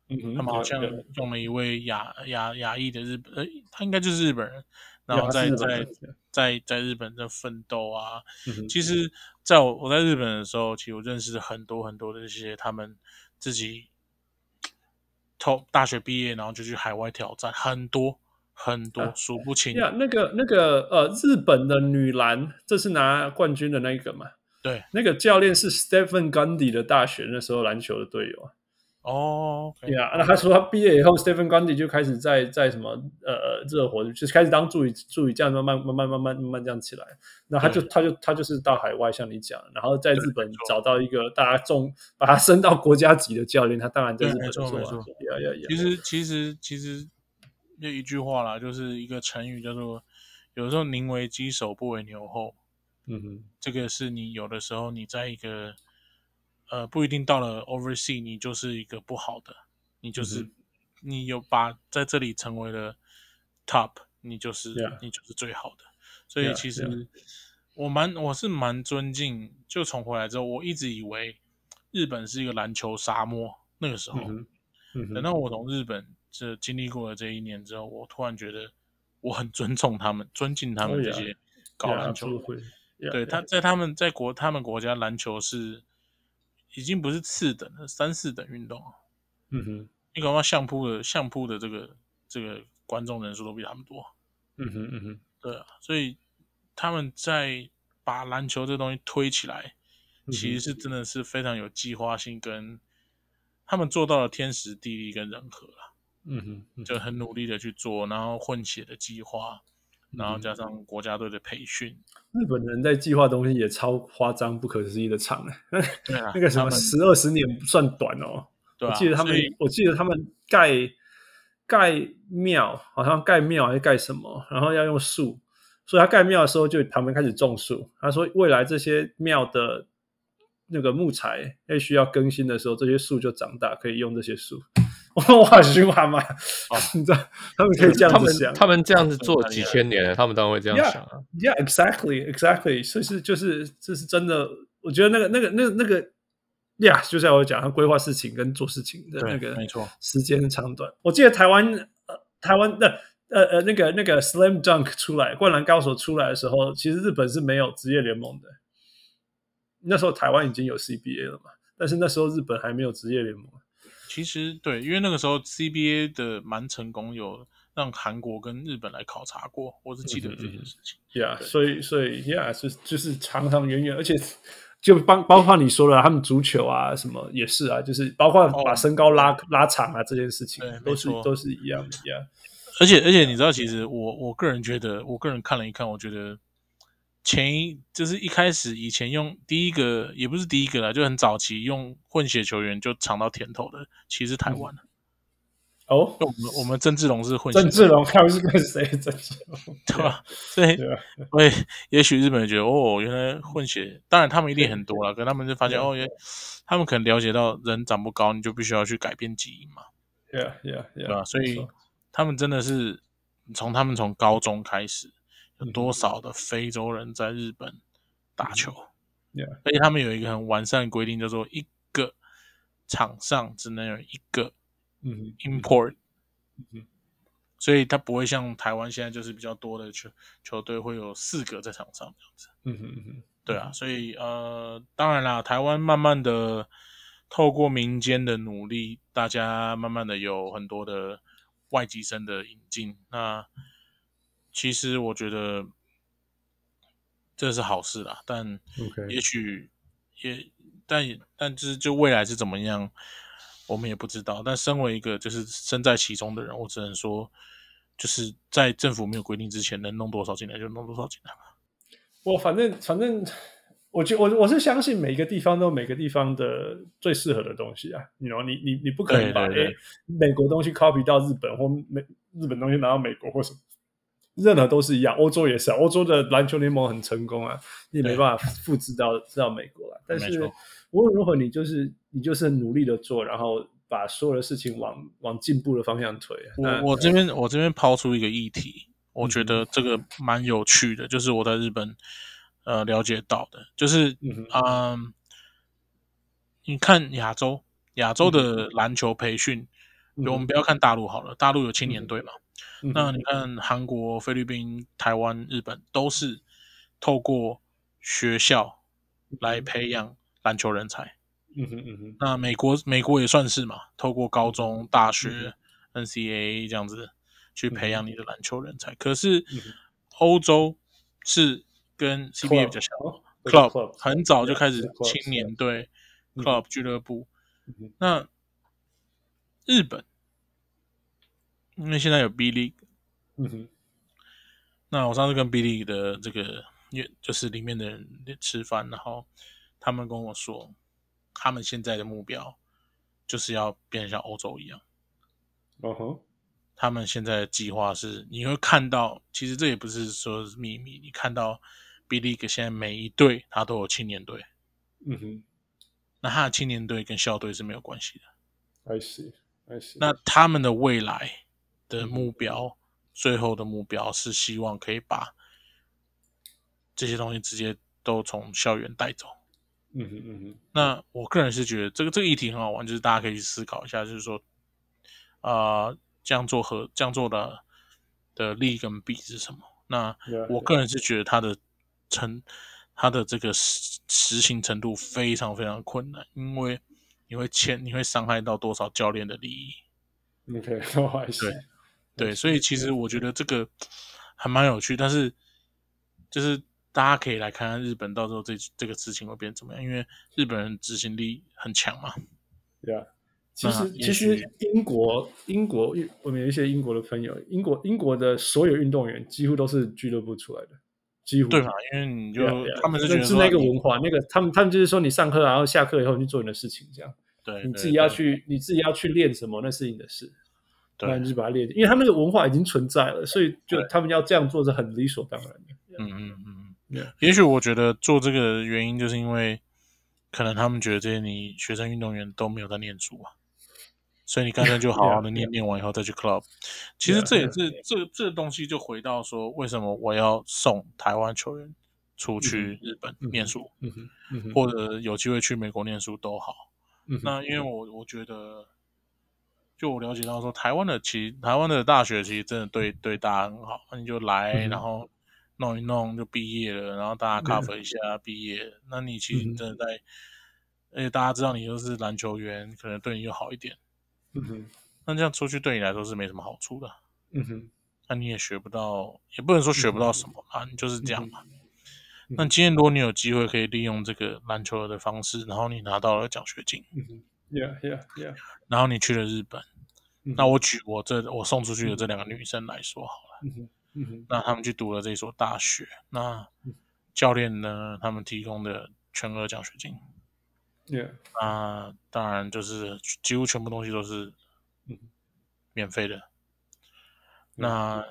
Speaker 3: 嗯哼，
Speaker 4: 他们好像
Speaker 3: 对对
Speaker 4: 用了一位亚亚亚裔的日本，呃，他应该就是日本人，然后
Speaker 3: 呀他
Speaker 4: 在
Speaker 3: 是日本
Speaker 4: 在
Speaker 3: 人
Speaker 4: 在在日本的奋斗啊。
Speaker 3: 嗯哼
Speaker 4: 其实，在我我在日本的时候，其实我认识很多很多的这些他们自己从大学毕业，然后就去海外挑战，很多很多
Speaker 3: 啊
Speaker 4: 数不清。
Speaker 3: 呀那个那个呃，日本的女篮，这是拿冠军的那一个嘛？
Speaker 4: 对，
Speaker 3: 那个教练是 Stephen Gundy 的大学那时候篮球的队友啊。
Speaker 4: 哦，OK，
Speaker 3: 对啊，那他说他毕业以后，Stephen Gundy 就开始在在什么呃热火，就是开始当助理助理这样慢慢慢慢慢慢慢慢这样起来。那他就
Speaker 4: 对
Speaker 3: 他就他就是到海外，像你讲，然后在
Speaker 4: 对
Speaker 3: 日本
Speaker 4: 没错
Speaker 3: 找到一个大家重把他升到国家级的教练，他当然在
Speaker 4: 对
Speaker 3: 日本
Speaker 4: 没错
Speaker 3: 做
Speaker 4: 没
Speaker 3: 啊
Speaker 4: 错
Speaker 3: 呀呀呀
Speaker 4: 其实其实其实就一句话啦，就是一个成语叫做“有时候宁为鸡首不为牛后”。
Speaker 3: 嗯哼，
Speaker 4: 这个是你有的时候你在一个呃不一定到了 oversea，你就是一个不好的，你就是、
Speaker 3: 嗯
Speaker 4: 你有把在这里成为了 top，你就是、
Speaker 3: Yeah.
Speaker 4: 你就是最好的。所以
Speaker 3: Yeah,
Speaker 4: 其实我蛮我是蛮尊敬，就从回来之后，我一直以为日本是一个篮球沙漠，那个时候。
Speaker 3: 嗯哼嗯哼
Speaker 4: 等到我从日本这经历过了这一年之后，我突然觉得我很尊重他们，尊敬他们
Speaker 3: 哦
Speaker 4: 这
Speaker 3: 呀
Speaker 4: 些搞篮球的。
Speaker 3: 会，呀
Speaker 4: 对，
Speaker 3: 呀
Speaker 4: 他在他们在国他们国家篮球是已经不是次等了，三四等运动了。
Speaker 3: 嗯哼
Speaker 4: 你搞到相扑的相扑的这个这个观众人数都比他们多，
Speaker 3: 嗯哼嗯哼。
Speaker 4: 对啊，所以他们在把篮球这东西推起来，
Speaker 3: 嗯哼
Speaker 4: 其实是真的是非常有计划性跟。他们做到了天时地利跟人和啦，
Speaker 3: 嗯哼，嗯
Speaker 4: 就很努力的去做，然后混血的计划，然后
Speaker 3: 嗯
Speaker 4: 加上国家队的培训，
Speaker 3: 日本人在计划东西也超夸张、不可思议的长哎、
Speaker 4: 对啊，
Speaker 3: 那个什
Speaker 4: 他
Speaker 3: 么
Speaker 4: 们
Speaker 3: 十二十年不算短哦。
Speaker 4: 对
Speaker 3: 我
Speaker 4: 啊，
Speaker 3: 记得他们
Speaker 4: 所以，
Speaker 3: 我记得他们盖盖庙，好像盖庙还是盖什么，然后要用树，所以他盖庙的时候就他们开始种树。他说未来这些庙的那个木材在需要更新的时候，这些树就长大，可以用这些树。 哇，循环嘛，
Speaker 4: 哦
Speaker 3: 你知道他们可以这
Speaker 6: 他
Speaker 3: 样
Speaker 6: 们
Speaker 3: 子想，
Speaker 6: 他们这样子做
Speaker 4: 太厉
Speaker 6: 几
Speaker 4: 害
Speaker 6: 千年了，他们当然会这样
Speaker 3: Yeah
Speaker 6: 想啊。
Speaker 3: Yeah, exactly, exactly. 所以是就是这是真的，我觉得那个那个那那个，Yeah，就像我讲，他规划事情跟做事情的
Speaker 4: 对
Speaker 3: 那个
Speaker 4: 没错
Speaker 3: 时间长短。我记得台湾呃台湾的呃呃那个那个 Slam Dunk 出来，灌篮高手出来的时候，其实日本是没有职业联盟的。那时候台湾已经有 CBA 了嘛，但是那时候日本还没有职业联盟。
Speaker 4: 其实对，因为那个时候 CBA 的蛮成功，有让韩国跟日本来考察过，
Speaker 3: 嗯
Speaker 4: 我是记得这件事情。
Speaker 3: Yeah，
Speaker 4: 对
Speaker 3: 所以所以 Yeah，就是就是长长远远，而且就包包括你说了，他们足球啊什么也是啊，就是包括把身高拉、拉长啊这件事情
Speaker 4: 哦对，
Speaker 3: 都是
Speaker 4: 没错嗯
Speaker 3: 都是一样的。Yeah，
Speaker 4: 而且
Speaker 3: 啊
Speaker 4: 而且你知道，其实我我个人觉得，我个人看了一看，我觉得前一就是一开始以前用第一个也不是第一个啦，就很早期用混血球员就尝到甜头的，其实是台湾的。
Speaker 3: 哦，
Speaker 4: 就我们我们曾志龙是混血，
Speaker 3: 嗯郑志龙看我是跟谁？郑志龙
Speaker 4: 对吧？所以
Speaker 3: 对啊，
Speaker 4: 所以也许日本人觉得哦，原来混血，当然他们一定很多了，可他们就发现哦，原他们可能了解到人长不高，你就必须要去改变基因嘛，
Speaker 3: ，Yeah Yeah
Speaker 4: 对吧？
Speaker 3: Yeah，
Speaker 4: 所
Speaker 3: 没
Speaker 4: 以
Speaker 3: 错
Speaker 4: 他们真的是从他们从高中开始，有多少的非洲人在日本打球
Speaker 3: Yeah
Speaker 4: 而且他们有一个很完善的规定，叫做一个场上只能有一个
Speaker 3: 嗯哼
Speaker 4: import，、
Speaker 3: 嗯
Speaker 4: 所以他不会像台湾现在就是比较多的球球队会有四个在场上这样子。
Speaker 3: 嗯哼嗯哼
Speaker 4: 对啊，所以呃，当然啦，台湾慢慢的透过民间的努力，大家慢慢的有很多的外籍生的引进。那其实我觉得这是好事啦，但
Speaker 3: ，OK，
Speaker 4: 也许也但也但就是就未来是怎么样，我们也不知道。但身为一个就是身在其中的人，我只能说，就是在政府没有规定之前，能弄多少进来就弄多少进来吧。
Speaker 3: 我反正反正。我觉我我是相信每个地方都有每个地方的最适合的东西啊，你 know, 你你你不可能
Speaker 4: 对
Speaker 3: 把
Speaker 4: 对对
Speaker 3: 诶美国东西 copy 到日本或美日本东西拿到美国或什么，任何都是一样。欧洲也是、啊，欧洲的篮球联盟很成功啊，你也没
Speaker 4: 对
Speaker 3: 办法复制到到美国来。但
Speaker 4: 没
Speaker 3: 是
Speaker 4: 错
Speaker 3: 无论如何，你就是你就是很努力的做，然后把所有的事情往往进步的方向推。啊那
Speaker 4: 我我这边我这边抛出一个议题，我
Speaker 3: 嗯
Speaker 4: 觉得这个蛮有趣的，就是我在日本呃了解到的，就是
Speaker 3: 嗯
Speaker 4: 嗯、你看亚洲亚洲的篮球培训，
Speaker 3: 嗯
Speaker 4: 我们不要看大陆好了，大陆有青年队嘛，
Speaker 3: 嗯
Speaker 4: 那你看韩国、菲律宾、台湾、日本都是透过学校来培养篮球人才。
Speaker 3: 嗯哼嗯哼
Speaker 4: 那美国美国也算是嘛，透过高中、
Speaker 3: 嗯
Speaker 4: 大学、NCAA 这样子去培养你的篮球人才。可是
Speaker 3: 嗯哼
Speaker 4: 欧洲是跟 CBA 比较像
Speaker 3: 哦对
Speaker 4: ，club
Speaker 3: club
Speaker 4: 很早就开始
Speaker 3: 是 club，
Speaker 4: 青年队、
Speaker 3: 嗯
Speaker 4: club 俱乐部
Speaker 3: 嗯哼。
Speaker 4: 那日本，因为现在有 B League，
Speaker 3: 嗯哼
Speaker 4: 那我上次跟 Billy 的这个，也就是里面的人吃饭，然后他们跟我说，他们现在的目标就是要变得像欧洲一样。
Speaker 3: 哦吼
Speaker 4: 他们现在的计划是，你会看到，其实这也不是说是秘密，你看到 Billy 现在每一队他都有青年队，
Speaker 3: 嗯哼
Speaker 4: 那他的青年队跟校队是没有关系的。
Speaker 3: ，I see I see。
Speaker 4: 那他们的未来的目标，最后的目标是希望可以把这些东西直接都从校园带走。
Speaker 3: 嗯哼嗯哼
Speaker 4: 那我个人是觉得这个这个议题很好玩，就是大家可以去思考一下，就是说，啊，这样做和这样做的的利跟弊是什么？那
Speaker 3: Yeah,
Speaker 4: 我个人是觉得它的成它的这个实实行程度非常非常困难，因为你会牵你会伤害到多少教练的利益。
Speaker 3: ，OK，哦 I see。
Speaker 4: 对，所以其实我觉得这个还蛮有趣，但是就是大家可以来看看日本到时候这这个事情会变怎么样，因为日本人执行力很强嘛。
Speaker 3: 对啊，其
Speaker 4: 那
Speaker 3: 实
Speaker 4: 也
Speaker 3: 其
Speaker 4: 许
Speaker 3: 实英国英国我们有一些英国的朋友，英国英国的所有运动员几乎都是俱乐部出来的，几乎
Speaker 4: 对嘛？因为你就、
Speaker 3: 对啊对啊
Speaker 4: 他们是觉
Speaker 3: 那
Speaker 4: 得
Speaker 3: 是
Speaker 4: 说
Speaker 3: 那个
Speaker 4: 你
Speaker 3: 文化，那个他们他们就是说你上课然后下课以后你去做你的事情，这样
Speaker 4: 对
Speaker 3: 你
Speaker 4: 对
Speaker 3: 自己要
Speaker 4: 对
Speaker 3: 去你自己要去练什么那是你的事，
Speaker 4: 对
Speaker 3: 那你就把它练，因为他那个文化已经存在了，所以就他们要这样做是很理所当然的。
Speaker 4: 嗯嗯嗯嗯
Speaker 3: Yeah.，
Speaker 4: 也许我觉得做这个原因就是因为可能他们觉得这些你学生运动员都没有在念书啊，所以你干脆就好
Speaker 3: 啊
Speaker 4: 好的念念完以后再去 club。其实这也是这这个东西就回到说，为什么我要送台湾球员出去日本
Speaker 3: 嗯
Speaker 4: 念书，
Speaker 3: 嗯哼，嗯哼，
Speaker 4: 或者有机会去美国念书都好。
Speaker 3: 嗯哼
Speaker 4: 那因为我我觉得，就我了解到说，台湾的其实台湾的大学其实真的对对大家很好，那你就来，
Speaker 3: 嗯哼嗯
Speaker 4: 然后弄一弄就毕业了，然后大家 cover 一下毕业了，那你其实
Speaker 3: 嗯哼
Speaker 4: 真的在，而且大家知道你又是篮球员，可能对你又好一点，
Speaker 3: 嗯哼，
Speaker 4: 那这样出去对你来说是没什么好处的，啊
Speaker 3: 嗯哼，
Speaker 4: 那你也学不到，也不能说学不到什么啊，你就是这样嘛。
Speaker 3: 嗯
Speaker 4: 那今天如果你有机会可以利用这个篮球的方式，然后你拿到了奖学金，
Speaker 3: 嗯哼，Yeah Yeah Yeah。
Speaker 4: 然后你去了日本，
Speaker 3: 嗯哼
Speaker 4: 那我举我这我送出去的这两个女生来说好了，
Speaker 3: 嗯哼，嗯哼，
Speaker 4: 那她们去读了这所大学，那
Speaker 3: 嗯
Speaker 4: 教练呢，他们提供的全额奖学金，
Speaker 3: Yeah，
Speaker 4: 那当然就是几乎全部东西都是
Speaker 3: 嗯
Speaker 4: 免费的。那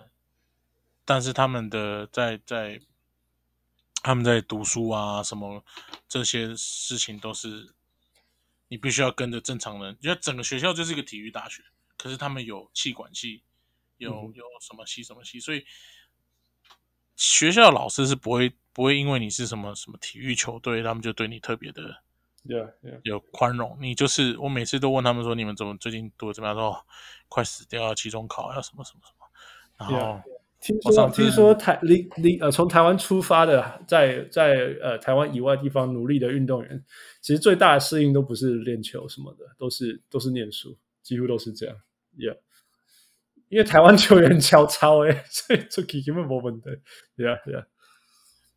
Speaker 4: 但是他们的在在他们在读书啊什么这些事情都是你必须要跟着正常人，因为整个学校就是一个体育大学，可是他们有气管系，有、
Speaker 3: 嗯哼
Speaker 4: 有什么系什么系，所以学校的老师是不会不会因为你是什么什么体育球队，他们就对你特别的。
Speaker 3: Yeah Yeah，
Speaker 4: 有宽容。你就是我每次都问他们说，你们怎么最近读的怎么样？说、哦、快死掉了，期中考啊要什么什么什么。然后
Speaker 3: 听
Speaker 4: 我
Speaker 3: 说
Speaker 4: 上次
Speaker 3: 听说台离离呃从台湾出发的，在在呃台湾以外地方努力的运动员，其实最大的适应都不是练球什么的，都是都是念书，几乎都是这样。Yeah，因为台湾球员 超超诶，所以这基本没问题。Yeah Yeah，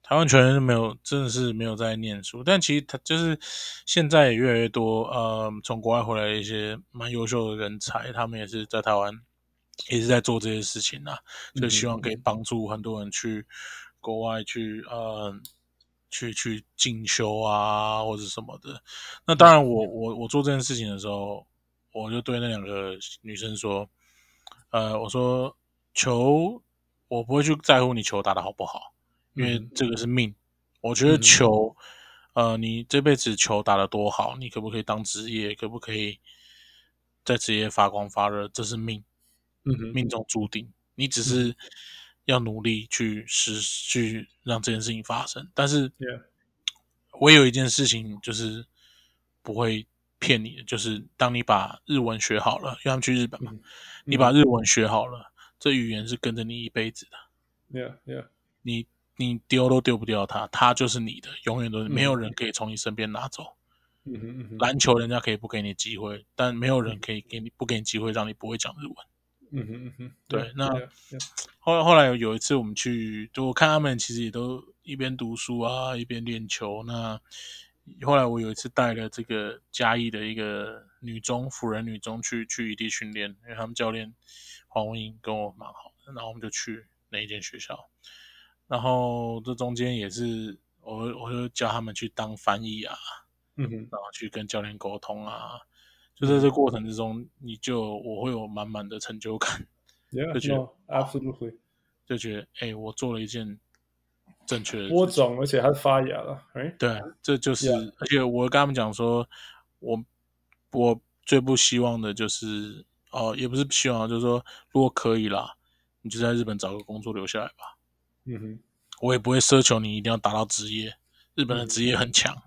Speaker 4: 台湾球员没有，真的是没有在念书，但其实他就是现在也越来越多，呃，从国外回来的一些蛮优秀的人才，他们也是在台湾也是在做这些事情啊，就希望可以帮助很多人去国外去，呃，去去进修啊或者什么的。那当然我，我我做这件事情的时候，我就对那两个女生说，呃，我说球，我不会去在乎你球打得好不好。因
Speaker 3: 嗯
Speaker 4: 为这个是命。我觉得球，呃，你这辈子球打得多好，你可不可以当职业？可不可以在职业发光发热，这是命，
Speaker 3: 嗯哼，
Speaker 4: 命中注定。你只是要努力去实去让这件事情发生。但是
Speaker 3: Yeah
Speaker 4: 我有一件事情就是不会骗你的，就是当你把日文学好了，因为他们去日本嘛，你把日文学好了，这语言是跟着你一辈子的。
Speaker 3: ，Yeah Yeah，
Speaker 4: 你你丢都丢不掉它，它就是你的，永远都是没有人可以从你身边拿走。
Speaker 3: 嗯哼嗯哼，
Speaker 4: 篮球人家可以不给你机会，但没有人可以给你不给你机会，让你不会讲日文。
Speaker 3: 嗯哼嗯哼，
Speaker 4: 对
Speaker 3: Yeah，
Speaker 4: 那
Speaker 3: Yeah，Yeah
Speaker 4: 后来后来有有一次我们去，就我看他们其实也都一边读书啊，一边练球。那后来我有一次带了这个嘉义的一个女中辅仁女中去去异地训练，因为他们教练黄文英跟我蛮好的，然后我们就去那一间学校。然后这中间也是我我就教他们去当翻译啊，
Speaker 3: 嗯哼
Speaker 4: 然后去跟教练沟通啊。就在这过程之中，你就我会有满满的成就感。就觉得
Speaker 3: ，Yeah，No Absolutely，
Speaker 4: 就觉得哎、诶我做了一件正确的事
Speaker 3: 播
Speaker 4: 情。
Speaker 3: 种，而且它发芽了，Right？
Speaker 4: 对，这就是，
Speaker 3: Yeah
Speaker 4: 而且我跟他们讲说，我我最不希望的就是，哦，也不是不希望，就是说，如果可以啦，你就在日本找个工作留下来吧。
Speaker 3: 嗯哼，
Speaker 4: 我也不会奢求你一定要达到职业，日本的职业很强，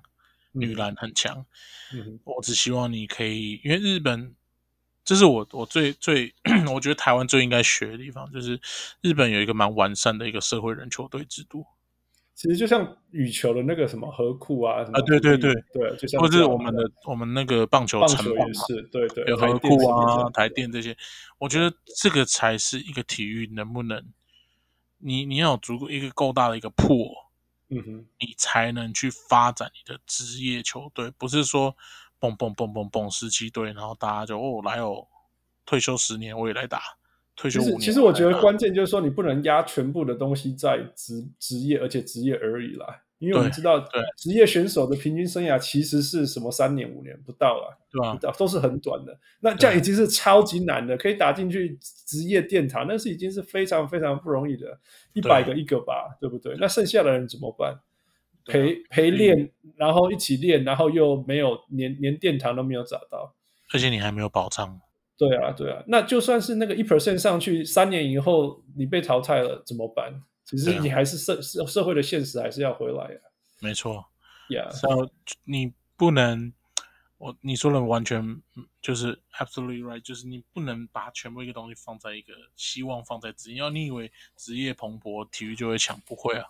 Speaker 4: 女
Speaker 3: 嗯
Speaker 4: 篮很强，
Speaker 3: 嗯哼
Speaker 4: 我只希望你可以，因为日本，这是我我最最 我觉得台湾最应该学的地方，就是日本有一个蛮完善的一个社会人球队制度。
Speaker 3: 其实就像羽球的那个什么河库啊，什么
Speaker 4: 啊对对
Speaker 3: 土地
Speaker 4: 对
Speaker 3: 对，就像
Speaker 4: 或
Speaker 3: 这
Speaker 4: 是
Speaker 3: 样
Speaker 4: 我们的我们那个棒球
Speaker 3: 棒
Speaker 4: 城
Speaker 3: 球
Speaker 4: 棒
Speaker 3: 也
Speaker 4: 嘛，
Speaker 3: 是，对对，
Speaker 4: 有
Speaker 3: 台
Speaker 4: 河
Speaker 3: 电
Speaker 4: 库
Speaker 3: 是这
Speaker 4: 啊、
Speaker 3: 样
Speaker 4: 台电这些，我觉得这个才是一个体育能不能，你你要有足够一个够大的一个破，
Speaker 3: 嗯哼，
Speaker 4: 你才能去发展你的职业球队，不是说蹦蹦蹦蹦蹦十七队，然后大家就哦来哦，退休十年我也来打，退休
Speaker 3: 其
Speaker 4: 五
Speaker 3: 实
Speaker 4: 年
Speaker 3: 其实我觉
Speaker 4: 也来
Speaker 3: 得
Speaker 4: 打
Speaker 3: 关键就是说，你不能压全部的东西在职职业，而且职业而已啦。因为我们
Speaker 4: 对
Speaker 3: 知道
Speaker 4: 对，
Speaker 3: 职业选手的平均生涯其实是什么三年五年不到啦，
Speaker 4: 对啊吧、
Speaker 3: 不到都是很短的。那这样已经是超级难的，可以打进去职业殿堂，那是已经是非常非常不容易的，一百个一个吧，对不对？那剩下的人怎么办？
Speaker 4: 对啊
Speaker 3: 陪陪练，然后一起练，然后又没有连连殿堂都没有找到，
Speaker 4: 而且你还没有保障，
Speaker 3: 对啊，对啊，那就算是那个一 percent 上去，三年以后你被淘汰了怎么办？其
Speaker 4: 对
Speaker 3: 实
Speaker 4: 啊
Speaker 3: 你还是社社、社会的现实还是要回来啊呀、
Speaker 4: 没错。
Speaker 3: 呀、
Speaker 4: 然后你不能，我你说的完全嗯就是 absolutely right，就是你不能把全部一个东西放在一个希望放在职业，要你以为职业蓬勃，体育就会强，不会啊。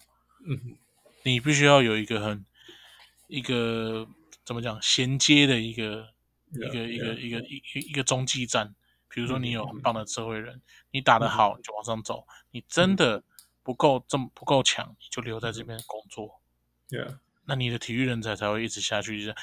Speaker 3: 嗯，
Speaker 4: 你必须要有一个很一个怎么讲衔接的一个一个一个一个一一个中继站。比如说你有很棒的社会人，你打得好你就往上走，你真的不够这么不够强，你就留在这边工作。
Speaker 3: yeah,
Speaker 4: 那你的体育人才才会一直下去。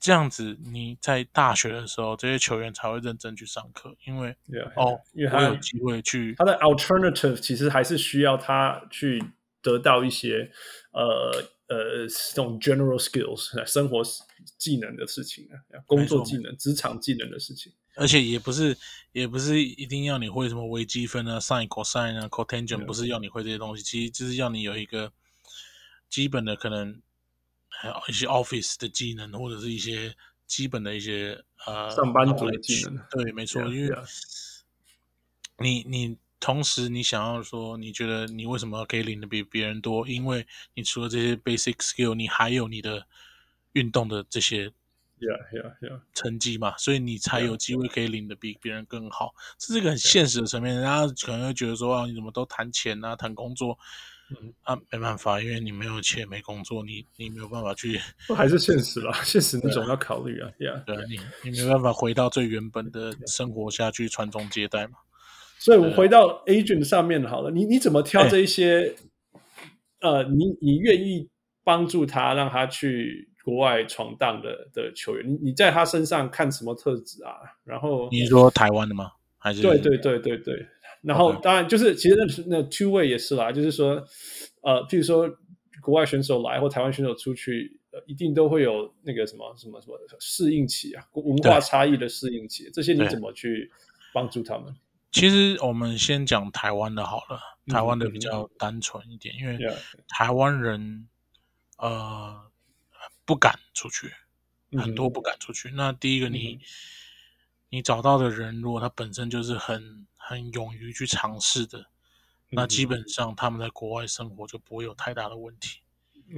Speaker 4: 这样子，你在大学的时候，这些球员才会认真去上课，因为
Speaker 3: yeah, yeah,
Speaker 4: 哦，
Speaker 3: 哎因为
Speaker 4: 我
Speaker 3: 他
Speaker 4: 有机会去
Speaker 3: 他的 alternative 其实还是需要他去得到一些呃呃这种 general skills 生活技能的事情啊，工作技能、职场技能的事情。
Speaker 4: 而且也不是也不是一定要你会什么微积分啊、sin、cosine 啊、cotangent，不是要你会这些东西，其实就是要你有一个基本的可能，还有一些 office 的技能，或者是一些基本的一些呃
Speaker 3: 上班族的技
Speaker 4: knowledge
Speaker 3: 能
Speaker 4: 对，没错
Speaker 3: Yeah,
Speaker 4: 因为你你同时你想要说，你觉得你为什么可以领的比别人多？因为你除了这些 basic skill，你还有你的运动的这些
Speaker 3: Yeah, yeah, yeah.
Speaker 4: 成绩嘛，所以你才
Speaker 3: 对啊啊
Speaker 4: 有机会可以领的比别人更好。这是一个很现实的层面，人家可能会觉得说啊，你怎么都谈钱啊，谈工作
Speaker 3: 嗯
Speaker 4: 啊，没办法，因为你没有钱，没工作，你你没有办法去，
Speaker 3: 不过还是现实啦， 现实那种要考虑啊。Yeah. 啊
Speaker 4: 对啊你你没办法回到最原本的生活下去传宗接代嘛。
Speaker 3: 所以我回到
Speaker 4: 啊
Speaker 3: agent 上面好了，你你怎么挑
Speaker 4: 哎
Speaker 3: 这一些？呃，你你愿意帮助他，让他去国外闯荡的的球员，你你在他身上看什么特质啊？然后
Speaker 4: 你是说台湾的吗？还是
Speaker 3: 对对对对对，然后
Speaker 4: OK
Speaker 3: 当然就是其实那那 two way 也是啦，就是说，呃，譬如说国外选手来或台湾选手出去，呃、一定都会有那个什么什么什么适应期啊，文化
Speaker 4: 对
Speaker 3: 差异的适应期，这些你
Speaker 4: 对
Speaker 3: 怎么去帮助他们
Speaker 4: 其实我们先讲台湾的好了，
Speaker 3: 嗯
Speaker 4: 台湾的
Speaker 3: 嗯
Speaker 4: 比较单纯一点，因为
Speaker 3: ？Yeah，
Speaker 4: 台湾人呃不敢出去，
Speaker 3: 嗯哼嗯
Speaker 4: 很多不敢出去。那第一个你，你找到的人，如果他本身就是很很勇于去尝试的，
Speaker 3: 嗯
Speaker 4: 那基本上他们在国外生活就不会有太大的问题。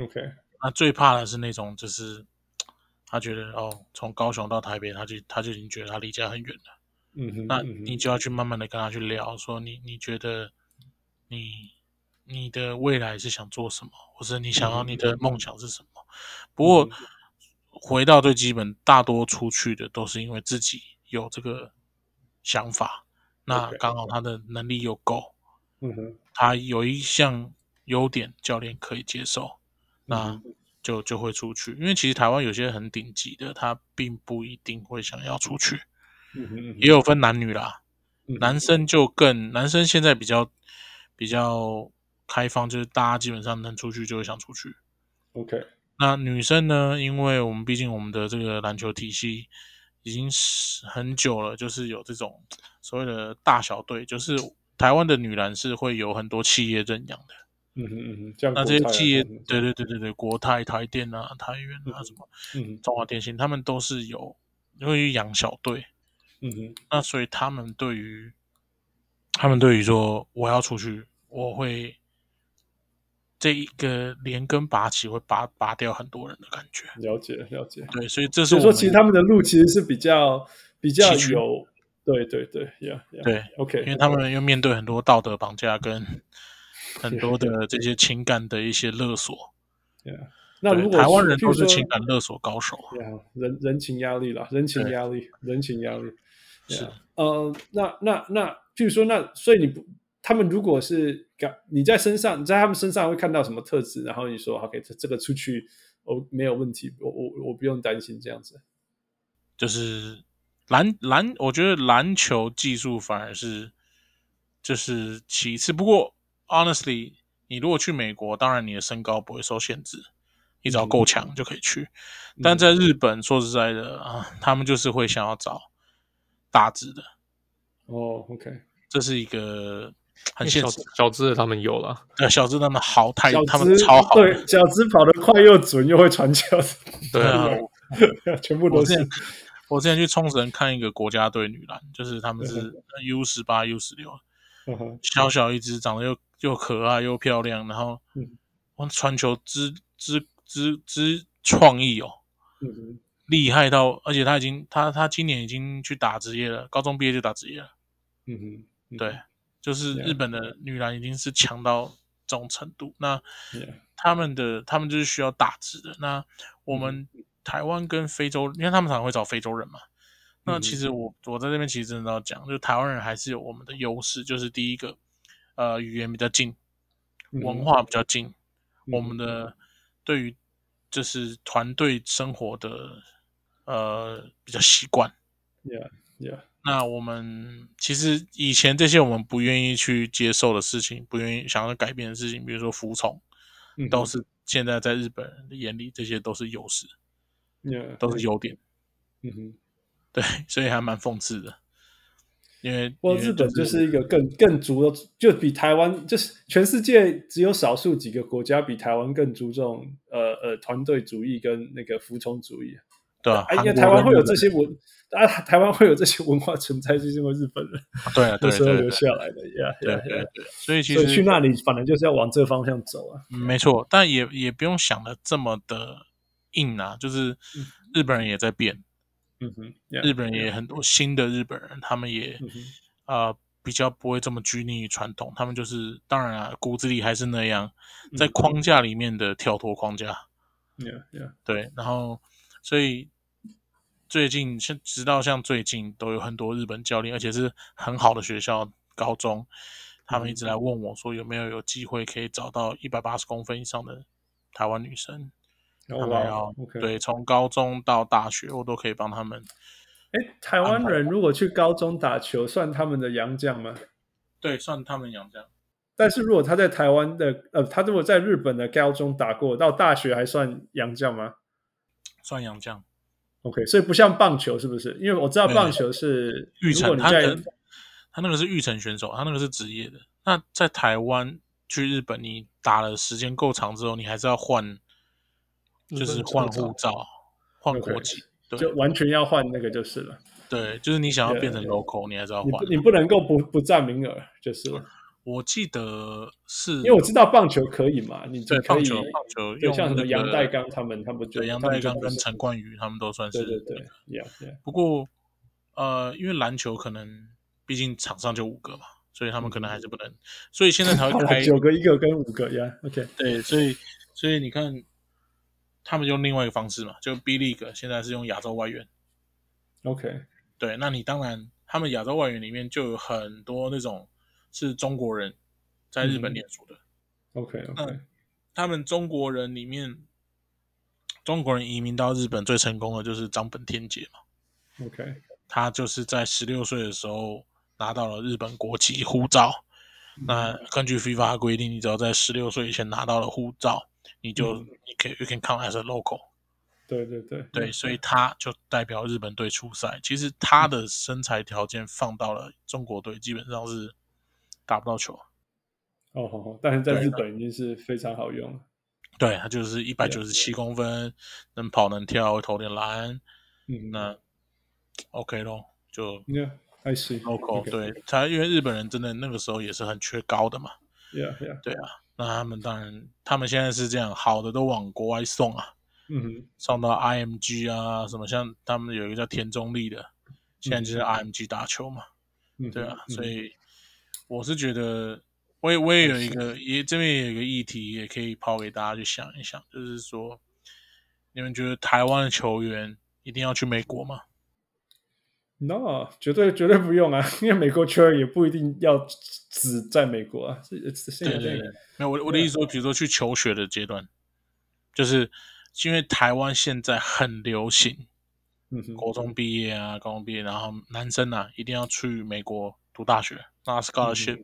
Speaker 3: OK，
Speaker 4: 那最怕的是那种就是他觉得哦，从高雄到台北，他就他就已经觉得他离家很远了。
Speaker 3: 嗯哼，
Speaker 4: 那
Speaker 3: 嗯哼
Speaker 4: 你就要去慢慢的跟他去聊，说你你觉得你你的未来是想做什么，或者你想
Speaker 3: 嗯
Speaker 4: 要你的梦想是什么。不过回到最基本，大多出去的都是因为自己有这个想法，那
Speaker 3: OK
Speaker 4: 刚好他的能力又够，
Speaker 3: 嗯哼，
Speaker 4: 他有一项优点教练可以接受，那
Speaker 3: 嗯
Speaker 4: 就就会出去。因为其实台湾有些很顶级的，他并不一定会想要出去。
Speaker 3: 嗯哼，嗯哼
Speaker 4: 也有分男女啦，
Speaker 3: 嗯
Speaker 4: 男生就更男生现在比较比较开放，就是大家基本上能出去就会想出去。
Speaker 3: OK，
Speaker 4: 那女生呢，因为我们毕竟我们的这个篮球体系已经是很久了，就是有这种所谓的大小队，就是台湾的女篮是会有很多企业认养的。
Speaker 3: 嗯哼嗯哼，这样
Speaker 4: 那
Speaker 3: 国
Speaker 4: 这些
Speaker 3: 泰啊
Speaker 4: 企业，
Speaker 3: 这样子
Speaker 4: 对对对对对，国泰、台电啊、台元啊什么
Speaker 3: 嗯哼
Speaker 4: 中华电信，他们都是有因为养小队，
Speaker 3: 嗯哼
Speaker 4: 那所以他们对于他们对于说我要出去，我会这一个连根拔起，会拔拔掉很多人的感觉。
Speaker 3: 了解了解。
Speaker 4: 对，所以这是
Speaker 3: 所
Speaker 4: 我
Speaker 3: 以说，
Speaker 4: 们
Speaker 3: 其实他们的路其实是比较比较
Speaker 4: 崎岖
Speaker 3: 有，对对对，Yeah Yeah，
Speaker 4: 对，
Speaker 3: ，OK，
Speaker 4: 因为他们又面对很多道德绑架跟很多的这些情感的一些勒索。
Speaker 3: Yeah，那
Speaker 4: 对
Speaker 3: 如果
Speaker 4: 台湾人
Speaker 3: 譬如
Speaker 4: 都是
Speaker 3: 说
Speaker 4: 情感勒索高手，
Speaker 3: 呀，人人情压力啦，人情
Speaker 4: 对
Speaker 3: 压力，人情压力。
Speaker 4: 是
Speaker 3: Yeah 呃，那那那，譬如说，那所以你不，他们如果是感你在身上，你在他们身上会看到什么特质，然后你说 OK，这这个出去哦没有问题，我我我不用担心这样子。
Speaker 4: 就是篮篮，我觉得篮球技术反而是就是其次。不过，honestly，你如果去美国，当然你的身高不会受限制，你只要够强就可以去。但在日本，说实在的啊，他们就是会想要找大只的，
Speaker 3: 哦，OK，
Speaker 4: 这是一个很
Speaker 6: 因为
Speaker 4: 现
Speaker 6: 小
Speaker 4: 实。
Speaker 6: 小资的他们有了，
Speaker 4: 对，小只他们好太，
Speaker 3: 小
Speaker 4: 他
Speaker 3: 资
Speaker 4: 们超好。
Speaker 3: 对，小资跑得快又准又会传球，
Speaker 6: 对
Speaker 4: 啊
Speaker 6: 啊，
Speaker 3: 全部
Speaker 4: 我
Speaker 3: 都
Speaker 4: 之
Speaker 3: 是
Speaker 4: 前我之前去冲绳看一个国家队女篮，就是他们是 U 十八、U 十六，
Speaker 3: 嗯哼
Speaker 4: 小小一只，长得又又可爱又漂亮，然后
Speaker 3: 嗯
Speaker 4: 哇，传球之之之之创意哦，
Speaker 3: 嗯哼
Speaker 4: 厉害到，而且他已经他他今年已经去打职业了，高中毕业就打职业了，
Speaker 3: 嗯哼，嗯
Speaker 4: 对，就是
Speaker 3: 对啊
Speaker 4: 日本的女篮已经是强到这种程度，那。
Speaker 3: ，Yeah，
Speaker 4: 他们的他们就是需要大只的。那我们
Speaker 3: 嗯
Speaker 4: 台湾跟非洲，因为他们常常会找非洲人嘛。那
Speaker 3: 嗯
Speaker 4: 其实我我在这边其实真的要讲，就是台湾人还是有我们的优势，就是第一个，呃，语言比较近，
Speaker 3: 嗯
Speaker 4: 文化比较近，我们的对于就是团队生活的呃比较习惯。
Speaker 3: ，Yeah，Yeah，
Speaker 4: 那我们其实以前这些我们不愿意去接受的事情，不愿意想要改变的事情，比如说服从，
Speaker 3: 嗯哼
Speaker 4: 都是现在在日本人的眼里，这些都是优势，
Speaker 3: ，Yeah，
Speaker 4: 都是优点。
Speaker 3: 嗯哼。
Speaker 4: 对，所以还蛮讽刺的，因为
Speaker 3: 不过
Speaker 4: 因为
Speaker 3: 日本就
Speaker 4: 就
Speaker 3: 是一个更更足的，就比台湾就是全世界只有少数几个国家比台湾更注重呃呃团队主义跟那个服从主义。
Speaker 4: 对啊，
Speaker 3: 哎、因为
Speaker 4: 韩国
Speaker 3: 台湾
Speaker 4: 跟
Speaker 3: 会
Speaker 4: 日
Speaker 3: 有
Speaker 4: 本
Speaker 3: 这些文啊，台湾会有这些文化存在，就是因为日本人
Speaker 4: 对啊
Speaker 3: 那
Speaker 4: 对
Speaker 3: 时候
Speaker 4: 对
Speaker 3: 留
Speaker 4: 对
Speaker 3: 下来的呀
Speaker 4: 对
Speaker 3: 呀
Speaker 4: 对
Speaker 3: 呀。
Speaker 4: 对，所以其
Speaker 3: 所以去
Speaker 4: 实
Speaker 3: 那里反正就是要往这方向走啊。
Speaker 4: 嗯没错，但也也不用想的这么的硬啊，就是日本人也在变，
Speaker 3: 嗯哼，yeah，
Speaker 4: 日本人也很多新的日本人，他们也
Speaker 3: 嗯哼
Speaker 4: 啊比较不会这么拘泥于传统，他们就是当然啊，骨子里还是那样，在
Speaker 3: 嗯
Speaker 4: 框架里面的跳脱框架。
Speaker 3: ，yeah yeah，
Speaker 4: 对，然后所以最近像直到像最近都有很多日本教练，而且是很好的学校高中，他们一
Speaker 3: 嗯
Speaker 4: 直来问我说有没有有机会可以找到一百八十公分以上的台湾女生，
Speaker 3: 然
Speaker 4: 他
Speaker 3: 后
Speaker 4: 们要
Speaker 3: 哇，OK，哦
Speaker 4: 对从高中到大学我都可以帮他们。
Speaker 3: 哎，台湾人如果去高中打球，算他们的洋将吗？
Speaker 4: 对，算他们养家。
Speaker 3: 但是如果他在台湾的，呃，他如果在日本的高中打过，到大学还算洋将吗
Speaker 4: 算洋将，
Speaker 3: ？OK，所以不像棒球是不是？因为我知道
Speaker 4: 对
Speaker 3: 棒球是，
Speaker 4: 玉
Speaker 3: 如果
Speaker 4: 成
Speaker 3: 你
Speaker 4: 他
Speaker 3: 在
Speaker 4: 的他那个是育成选手，他那个是职业的。那在台湾去日本，你打了时间够长之后，你还是要换，就是换护照、换国籍。对
Speaker 3: 就完全要换那个就是了。
Speaker 4: 对，就是你想要
Speaker 3: Yeah,
Speaker 4: 变成 local，你还是要
Speaker 3: 你
Speaker 4: 还
Speaker 3: 不。你不能够不不占名额，就是了
Speaker 4: 我记得是，
Speaker 3: 因为我知道棒球可以嘛，你
Speaker 4: 对
Speaker 3: 只可
Speaker 4: 棒
Speaker 3: 以
Speaker 4: 球棒球
Speaker 3: 对
Speaker 4: 用
Speaker 3: 像什么
Speaker 4: 那
Speaker 3: 杨
Speaker 4: 个
Speaker 3: 代刚他们他们就
Speaker 4: 对杨
Speaker 3: 他们
Speaker 4: 代
Speaker 3: 就
Speaker 4: 刚
Speaker 3: 不
Speaker 4: 跟
Speaker 3: 是
Speaker 4: 陈冠宇他们都算
Speaker 3: 对
Speaker 4: 是
Speaker 3: 对对，yeah yeah，
Speaker 4: 不过，呃，因为篮球可能毕竟场上就五个嘛，所以他们可能还是不能，所以现在 才
Speaker 3: 好
Speaker 4: 会
Speaker 3: 了，
Speaker 4: 开。
Speaker 3: 九个一个嗯跟五个，yeah，OK，
Speaker 4: 对，所以所以你看，他们用另外一个方式嘛，就 B League 现在是用亚洲外援。
Speaker 3: OK，
Speaker 4: 对，那你当然，他们亚洲外援里面就有很多那种是中国人在日本
Speaker 3: 嗯
Speaker 4: 念书的，
Speaker 3: OK OK，
Speaker 4: 嗯他们中国人里面。中国人移民到日本最成功的就是张本天杰嘛，
Speaker 3: OK，
Speaker 4: 他就是在十六岁的时候拿到了日本国籍护照。那根据 FIFA 规定，你只要在十六岁以前拿到了护照，你就、你可以 you can count as a local。
Speaker 3: 对对对
Speaker 4: 嗯对，嗯所以他就代表日本队出赛。其实他的身材条件放到了中国队，基本上是打不到球。
Speaker 3: 哦好好，但是在
Speaker 4: 对
Speaker 3: 日本已经是非常好用了，
Speaker 4: 对啊他就是一百九十七公分，能跑能跳，会投点篮。
Speaker 3: 嗯，
Speaker 4: 那 OK 咯，就
Speaker 3: Yeah, I see.
Speaker 4: local。
Speaker 3: Okay.
Speaker 4: 对他，因为日本人真的那个时候也是很缺高的嘛。
Speaker 3: Yeah, yeah.
Speaker 4: 对啊，那他们当然，他们现在是这样，好的都往国外送啊，
Speaker 3: 嗯
Speaker 4: 送到 IMG 啊，什么像他们有一个叫田中立的，现在就是 IMG 打球嘛，
Speaker 3: 嗯哼，
Speaker 4: 对啊，所
Speaker 3: 以
Speaker 4: 以我是觉得，我也我也有一个，也这边也有一个议题，也可以抛给大家去想一想，就是说，你们觉得台湾的球员一定要去美国吗？
Speaker 3: No，绝对绝对不用啊，因为美国球员也不一定要只在美国啊，是 it's the same
Speaker 4: 对对
Speaker 3: thing
Speaker 4: 对。没有，我的我的意思说，比如说去求学的阶段，就是因为台湾现在很流行。
Speaker 3: 嗯哼，
Speaker 4: 国中毕业啊，高中毕业，然后男生啊一定要去美国读大学，
Speaker 3: 嗯
Speaker 4: 拿 scholarship、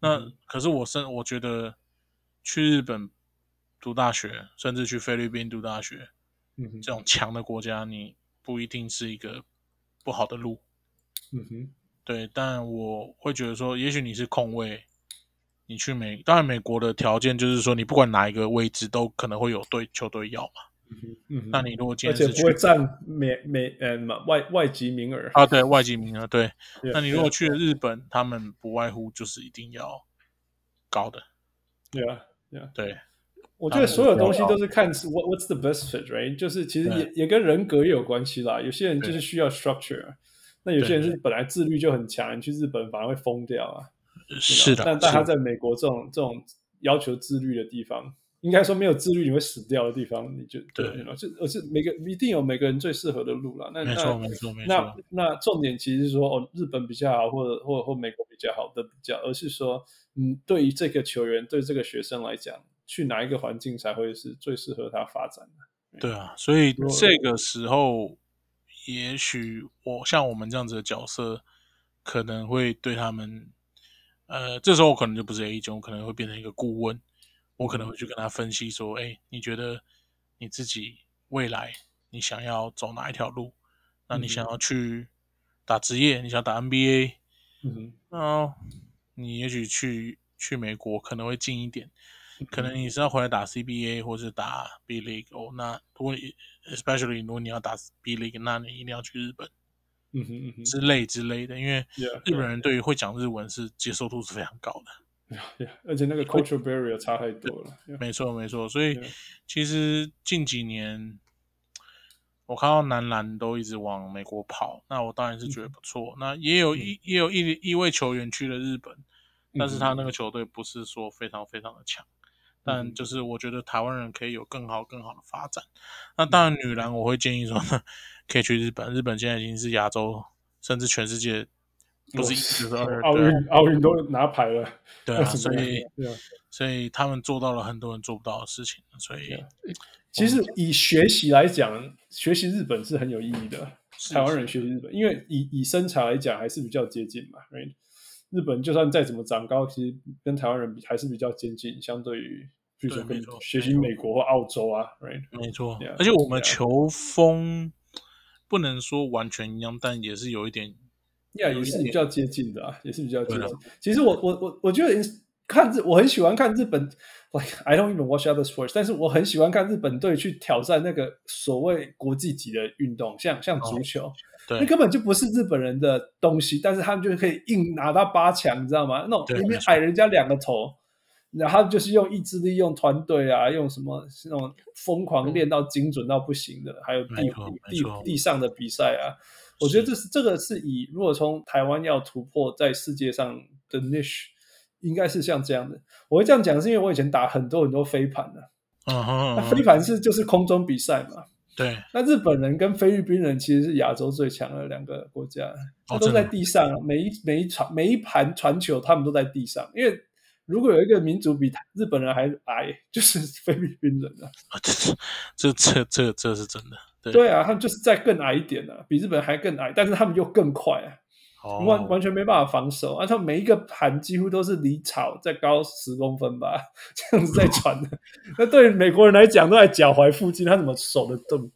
Speaker 4: 那可是我身我觉得去日本读大学，甚至去菲律宾读大学，
Speaker 3: 嗯哼，
Speaker 4: 这种强的国家，你不一定是一个不好的路。
Speaker 3: 嗯哼，
Speaker 4: 对，但我会觉得说，也许你是空位，你去美，当然美国的条件就是说，你不管哪一个位置都可能会有队球队要嘛。
Speaker 3: 嗯哼，
Speaker 4: 那你如果今
Speaker 3: 而
Speaker 4: 天
Speaker 3: 且
Speaker 4: 是
Speaker 3: 不会
Speaker 4: 去
Speaker 3: 占美美呃外外籍名额
Speaker 4: 啊，对外籍名额，对，
Speaker 3: Yeah,
Speaker 4: 那你如果去了日本，他们不外乎就是一定要高的，
Speaker 3: 对啊，对啊。
Speaker 4: 对呃
Speaker 3: 我觉得所有
Speaker 4: 啊
Speaker 3: 东西都是看是 what what's the best fit，right？就是其实也也跟人格也有关系啦。有些人就是需要 structure，啊那有些人是本来自律就很强，你去日本反而会疯掉啊。
Speaker 4: 是的，
Speaker 3: 但但
Speaker 4: 是
Speaker 3: 他
Speaker 4: 的
Speaker 3: 在美国这种这种要求自律的地方，应该说没有自律你会死掉的地方，你就
Speaker 4: 对
Speaker 3: 就就而是每个一定有每个人最适合的路啦。那
Speaker 4: 没
Speaker 3: 那
Speaker 4: 错没错没
Speaker 3: 那
Speaker 4: 错，
Speaker 3: 那重点其实是说哦，日本比较好，或者或者或美国比较好的比较，而是说，嗯，对于这个球员，对这个学生来讲，去哪一个环境才会是最适合他发展的？
Speaker 4: 对啊，所以
Speaker 3: 如果
Speaker 4: 这个时候，也许我像我们这样子的角色，可能会对他们，呃，这时候我可能就不是 A 中，我可能会变成一个顾问，我可能会去跟他分析说，哎，你觉得你自己未来你想要走哪一条路？那你想要去打职业，你想打 NBA，
Speaker 3: 嗯哼，
Speaker 4: 那你也许去去美国可能会近一点，可能你是要回来打 CBA 或是打 B League 哦。那如果你 especially 如果你要打 B League，那你一定要去日本
Speaker 3: 嗯哼，嗯哼
Speaker 4: 之类之类的，因为
Speaker 3: ，Yeah，
Speaker 4: 日本人对于会讲日文是接受度是非常高的。
Speaker 3: yeah，而且那个 cultural barrier 差太多了。Yeah，
Speaker 4: 没错，没错。所以
Speaker 3: 对
Speaker 4: 其实近几年，我看到男篮都一直往美国跑，那我当然是觉得
Speaker 3: 嗯
Speaker 4: 不错。那也有一、也有一一位球员去了日本，但
Speaker 3: 嗯
Speaker 4: 是他那个球队不是说非常非常的强。
Speaker 3: 嗯
Speaker 4: 但就是我觉得台湾人可以有更好更好的发展。那
Speaker 3: 嗯
Speaker 4: 当然，女篮我会建议说，可以去日本。日本现在已经是亚洲甚至全世界不是一就是
Speaker 3: 哦
Speaker 4: 二
Speaker 3: 奥
Speaker 4: 对啊
Speaker 3: 运奥运都拿牌了，
Speaker 4: 对
Speaker 3: 为
Speaker 4: 啊，
Speaker 3: 什么
Speaker 4: 所以
Speaker 3: 对啊
Speaker 4: 所以他们做到了很多人做不到的事情，所以
Speaker 3: 其
Speaker 4: 哦
Speaker 3: 实以学习来讲，学习日本是很有意义的。
Speaker 4: 是
Speaker 3: 台湾人学习日本，因为以以身材来讲还是比较接近嘛。right？日本就算再怎么长高，其实跟台湾人比还是比较接近，相对于比如说
Speaker 4: 对
Speaker 3: 跟
Speaker 4: 没错
Speaker 3: 学习美国或澳洲啊，right？
Speaker 4: 没错
Speaker 3: Yeah，
Speaker 4: 而且我们
Speaker 3: yeah
Speaker 4: 球风不能说完全一样，但也是有一点
Speaker 3: 呀，
Speaker 4: 有
Speaker 3: 也
Speaker 4: 一
Speaker 3: 是
Speaker 4: 点
Speaker 3: 比较接近的啊，也是比较接
Speaker 4: 对
Speaker 3: 近。其实我我我我觉得看日，我很喜欢看日本，like I don't even watch other sports，但是我
Speaker 4: 哦
Speaker 3: 很喜欢看日本队去挑战那个所谓国际级的运动，像像足球，
Speaker 4: 对
Speaker 3: 那根本就不是日本人的东西，但是他们就可以硬拿到八强，你知道吗？那种
Speaker 4: 对
Speaker 3: 明
Speaker 4: 没
Speaker 3: 明
Speaker 4: 错
Speaker 3: 矮人家两个头，然后他们就是用意志力、用团队啊，用什么那种疯狂练到精准到不行的，还有地
Speaker 4: 嗯没错没
Speaker 3: 地
Speaker 4: 错
Speaker 3: 地上的比赛啊，我觉得这是这个是以如果从台湾要突破在世界上的 niche，应该是像这样的。我会这样讲，是因为我以前打很多很多飞盘的、
Speaker 4: 嗯哼，
Speaker 3: 那
Speaker 4: 嗯
Speaker 3: 飞
Speaker 4: 哼
Speaker 3: 盘是就是空中比赛嘛。
Speaker 4: 对，哦
Speaker 3: 那日本人跟菲律宾人其实是亚洲最强的两个国家，他都
Speaker 4: 真的
Speaker 3: 在
Speaker 4: 吗
Speaker 3: 地上，每一每一传每一盘传球，他们都在地上。因为如果有一个民族比日本人还矮，就是 菲律宾人啊。
Speaker 4: 啊这这这这这是真的，对，
Speaker 3: 对啊，他们就是在更矮一点啊，比日本人还更矮，但是他们又更快啊。
Speaker 4: 哦
Speaker 3: 完完全没办法防守，啊，他每一个盘几乎都是离草再高十公分吧， 这样子在传的。 那对于美国人来讲，都在脚踝附近，他怎么守得 动？哦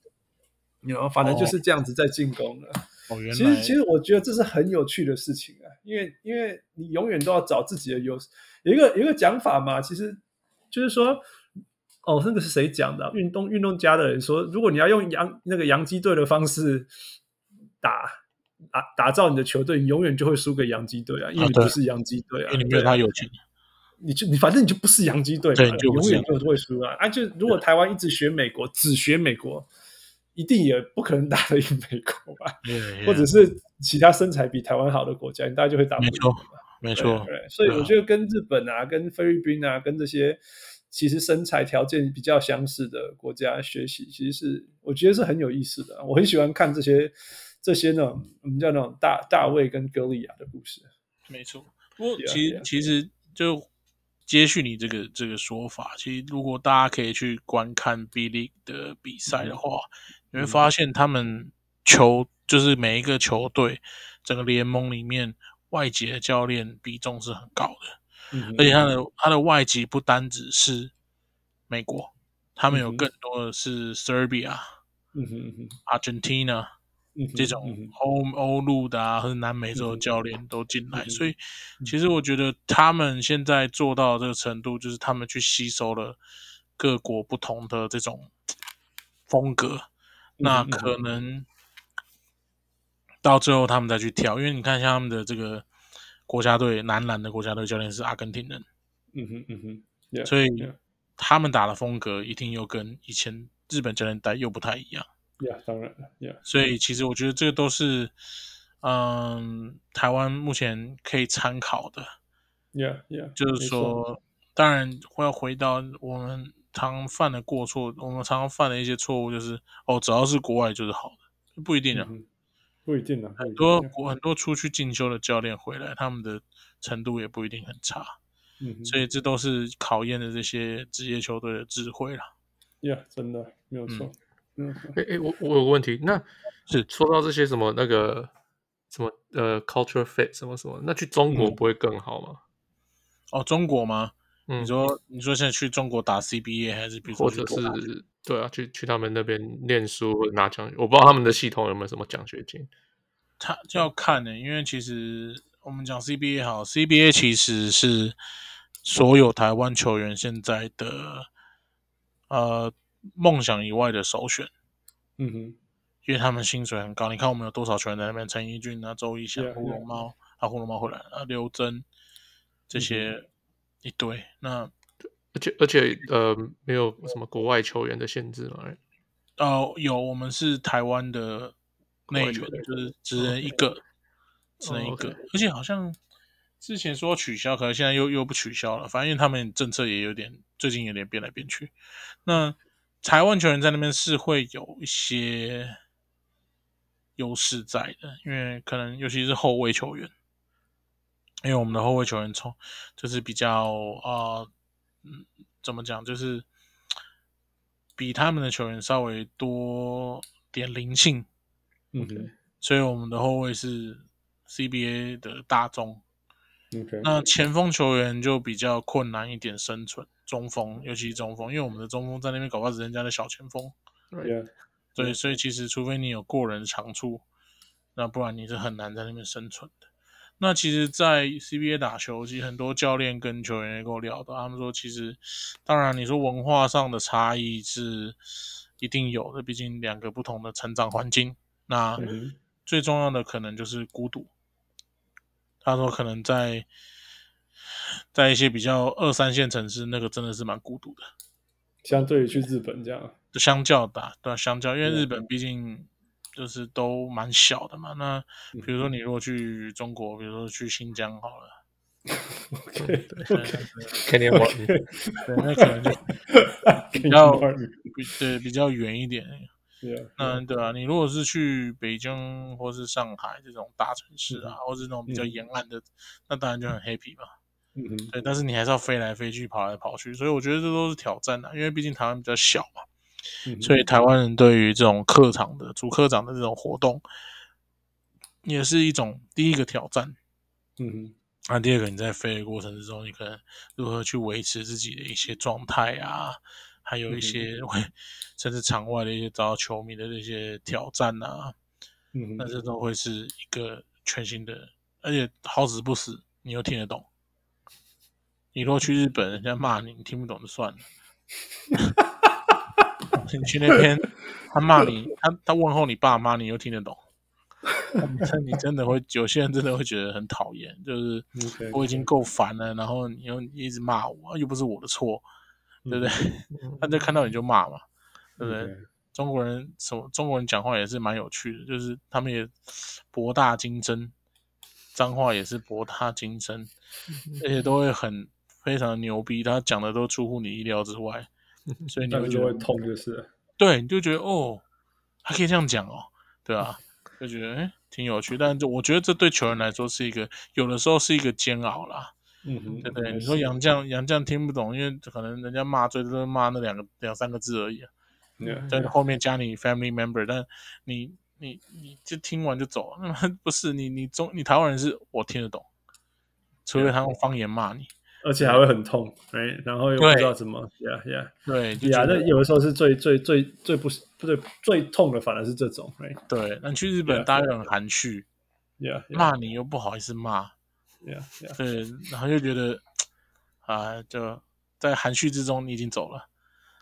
Speaker 3: 然啊后反正就是这样子在进攻的。
Speaker 4: 哦，原来
Speaker 3: 其实其实我觉得这是很有趣的事情啊，因为因为你永远都要找自己的优势。有一个有一个讲法嘛，其实就是说，哦，那个是谁讲的啊、运动运动家的人说，如果你要用洋那个洋基队的方式打打打造你的球队，你永远就会输给洋基队啊，因为
Speaker 4: 啊
Speaker 3: 你
Speaker 4: 对
Speaker 3: 不是洋基队啊，
Speaker 4: 哎因为你没有
Speaker 3: 对啊
Speaker 4: 他有钱，
Speaker 3: 你就你反正你就不是洋基队嘛，
Speaker 4: 对你就不
Speaker 3: 永
Speaker 4: 是
Speaker 3: 远
Speaker 4: 洋
Speaker 3: 就会输啊！啊，就如果台湾一直学美国，只学美国，一定也不可能打得赢美国吧？
Speaker 4: Yeah, yeah，
Speaker 3: 或者是其他身材比台湾好的国家，你大概就会打不赢
Speaker 4: 没错
Speaker 3: 嘛。
Speaker 4: 没
Speaker 3: 没
Speaker 4: 错，
Speaker 3: 对，所以我觉得跟日本啊、跟菲律宾啊、跟这些其实身材条件比较相似的国家学习，其实是我觉得是很有意思的啊。我很喜欢看这些这些那种我们叫那种大大卫跟歌利亚的故事。
Speaker 4: 没错。不过
Speaker 3: Yeah,
Speaker 4: 其
Speaker 3: yeah,
Speaker 4: 其实就接续你这个这个说法，其实如果大家可以去观看 B League 的比赛
Speaker 3: 嗯
Speaker 4: 的话，你会发现他们球就是每一个球队，整个联盟里面外籍的教练比重是很高的。
Speaker 3: 嗯
Speaker 4: 而且他的他的外籍不单只是美国，他们有
Speaker 3: 嗯哼
Speaker 4: 更多的是 Serbia、
Speaker 3: 嗯哼嗯哼
Speaker 4: Argentina
Speaker 3: 嗯哼，
Speaker 4: 这
Speaker 3: 嗯
Speaker 4: 种
Speaker 3: 哼
Speaker 4: 欧欧陆的啊，或者南美
Speaker 3: 嗯
Speaker 4: 洲的教练都进来，
Speaker 3: 嗯哼
Speaker 4: 所以其实我觉得他们现在做到这个程度，就是他们去吸收了各国不同的这种风格，那
Speaker 3: 嗯哼
Speaker 4: 可能到最后他们再去挑，因为你看像他们的这个国家队，男篮的国家队教练是阿根廷人。
Speaker 3: 嗯哼嗯哼，yeah，
Speaker 4: 所以
Speaker 3: yeah
Speaker 4: 他们打的风格一定又跟以前日本教练带又不太一样。
Speaker 3: Yeah，当然了，Yeah，
Speaker 4: 所以其实我觉得这都是，嗯，台湾目前可以参考的。
Speaker 3: Yeah Yeah，
Speaker 4: 就是
Speaker 3: 没错，
Speaker 4: 说，当然我要回到我们常犯的过错，我们常常犯的一些错误，就是哦，只要是国外就是好的，不一定啊
Speaker 3: 嗯。哼不一定啊，
Speaker 4: 很
Speaker 3: 很
Speaker 4: 多国很多出去进修的教练回来，他们的程度也不一定很差，
Speaker 3: 嗯
Speaker 4: 所以这都是考验了这些职业球队的智慧啦。
Speaker 3: Yeah，真的没有错，嗯，
Speaker 6: 哎哎，我我有个问题，那
Speaker 4: 是
Speaker 6: 说到这些什么那个什么呃 culture fit 什么什么，那去
Speaker 4: 嗯
Speaker 6: 中国不会更好吗？
Speaker 4: 哦，中国吗？
Speaker 6: 嗯，
Speaker 4: 你说你说现在去中国打 CBA 还是比如说
Speaker 6: 或
Speaker 4: 去
Speaker 6: 者
Speaker 4: 国外
Speaker 6: 是对啊，去去他们那边念书或者拿奖，我不知道他们的系统有没有什么奖学金。
Speaker 4: 他要看呢、因为其实我们讲 CBA 好，CBA 其实是所有台湾球员现在的呃梦想以外的首选，
Speaker 3: 嗯哼，
Speaker 4: 因为他们薪水很高。你看我们有多少球员在那边，陈奕俊啊、周一翔、
Speaker 3: Yeah,
Speaker 4: 胡
Speaker 3: yeah.
Speaker 4: 龙猫啊、胡龙猫回来啊、刘真这
Speaker 3: 嗯
Speaker 4: 些一堆。那
Speaker 6: 而且而且呃，没有什么国外球员的限制嘛，right？
Speaker 4: 哦，有，我们是台湾的
Speaker 6: 外
Speaker 4: 内援，
Speaker 6: 球队
Speaker 4: 就是只能一个，只能一
Speaker 6: 哦
Speaker 4: 个
Speaker 6: ，OK，
Speaker 4: 而且好像之前说取消，可能现在又又不取消了。反正因为他们政策也有点，最近有点变来变去。那台湾球员在那边是会有一些优势在的，因为可能尤其是后卫球员，因为我们的后卫球员从就是比较呃，嗯，怎么讲，就是比他们的球员稍微多点灵性，
Speaker 3: 嗯哼
Speaker 4: 所以我们的后卫是 CBA 的大中，
Speaker 3: ，OK，
Speaker 4: 那前锋球员就比较困难一点生存，中锋尤其是中锋，因为我们的中锋在那边搞不好是人家的小前锋，
Speaker 3: Yeah，
Speaker 4: 对，所以其实除非你有过人的长处，那不然你是很难在那边生存的。那其实，在 CBA 打球，其实很多教练跟球员也跟我聊到，他们说，其实当然你说文化上的差异是一定有的，毕竟两个不同的成长环境。那
Speaker 3: 嗯哼
Speaker 4: 最重要的可能就是孤独。他说，可能在在一些比较二三线城市，那个真的是蛮孤独的。
Speaker 3: 相对于去日本这样，
Speaker 4: 就相较大，对、啊，相较，因为日本毕竟就是都蛮小的嘛。那
Speaker 3: 嗯
Speaker 4: 比如说你如果去中国，比如说去新疆好了，
Speaker 3: OK，
Speaker 6: 肯定我
Speaker 4: 对，那可能就
Speaker 3: 比
Speaker 4: 较比对比较远一点。
Speaker 3: yeah,
Speaker 4: 那对啊，你如果是去北京或是上海这种大城市啊，或是那种比较
Speaker 3: 嗯
Speaker 4: 沿岸的，那当然就很 happy 嘛。
Speaker 3: 嗯哼
Speaker 4: 对，但是你还是要飞来飞去，跑来跑去，所以我觉得这都是挑战啊，因为毕竟台湾比较小嘛。
Speaker 3: 嗯哼，
Speaker 4: 所以台湾人对于这种客场的主客场的这种活动，也是一种第一个挑战。
Speaker 3: 嗯哼，
Speaker 4: 那第二个，你在飞的过程之中，你可能如何去维持自己的一些状态啊，还有一些 会、甚至场外的一些遭到球迷的这些挑战啊，
Speaker 3: 嗯
Speaker 4: 那
Speaker 3: 哼，
Speaker 4: 这都会是一个全新的，而且好死不死，你又听得懂。你如果去日本，人家骂你，你听不懂就算了。 你去那边，他骂你，他他问候你爸妈，你又听得懂。那你真的会，有些人真的会觉得很讨厌，就是
Speaker 3: OK，
Speaker 4: 我已经够烦了，然后你又一直骂我，啊又不是我的错，对不对？
Speaker 3: 嗯
Speaker 4: 他就看到你就骂嘛，对不对？
Speaker 3: OK
Speaker 4: 中国人什么中国人讲话也是蛮有趣的，就是他们也博大精深，脏话也是博大精深，而且都会很非常牛逼，他讲的都出乎你意料之外，所以你
Speaker 3: 但
Speaker 4: 会
Speaker 3: 是
Speaker 4: 觉
Speaker 3: 就会
Speaker 4: 得
Speaker 3: 痛就是了，
Speaker 4: 对，你就觉得哦，还可以这样讲哦，对啊，就觉得哎挺有趣，但是我觉得这对球员来说是一个有的时候是一个煎熬啦，
Speaker 3: 嗯哼，
Speaker 4: 对不
Speaker 3: 没
Speaker 4: 对？你说
Speaker 3: 事
Speaker 4: 杨绛杨绛听不懂，因为可能人家骂最多都骂那两个两三个字而已啊，
Speaker 3: ，yeah，
Speaker 4: 在后面加你 family member，但你你你就听完就走了，那 么不是你你中你台湾人是我听得懂，除非他用方言骂你，
Speaker 3: 而且还会很痛，right，然后又不
Speaker 4: 对
Speaker 3: 知道怎么，yeah yeah
Speaker 4: 对，就觉
Speaker 3: yeah，
Speaker 4: 得
Speaker 3: 那有的时候是最最最最不是不对最痛的，反而是这种，right，
Speaker 4: 对，那去日本
Speaker 3: 啊 Yeah，啊
Speaker 4: 大家又很含蓄，
Speaker 3: yeah
Speaker 4: 骂你又不好意思骂，
Speaker 3: yeah yeah，
Speaker 4: 对，然后就觉得啊，就在含蓄之中你已经走了，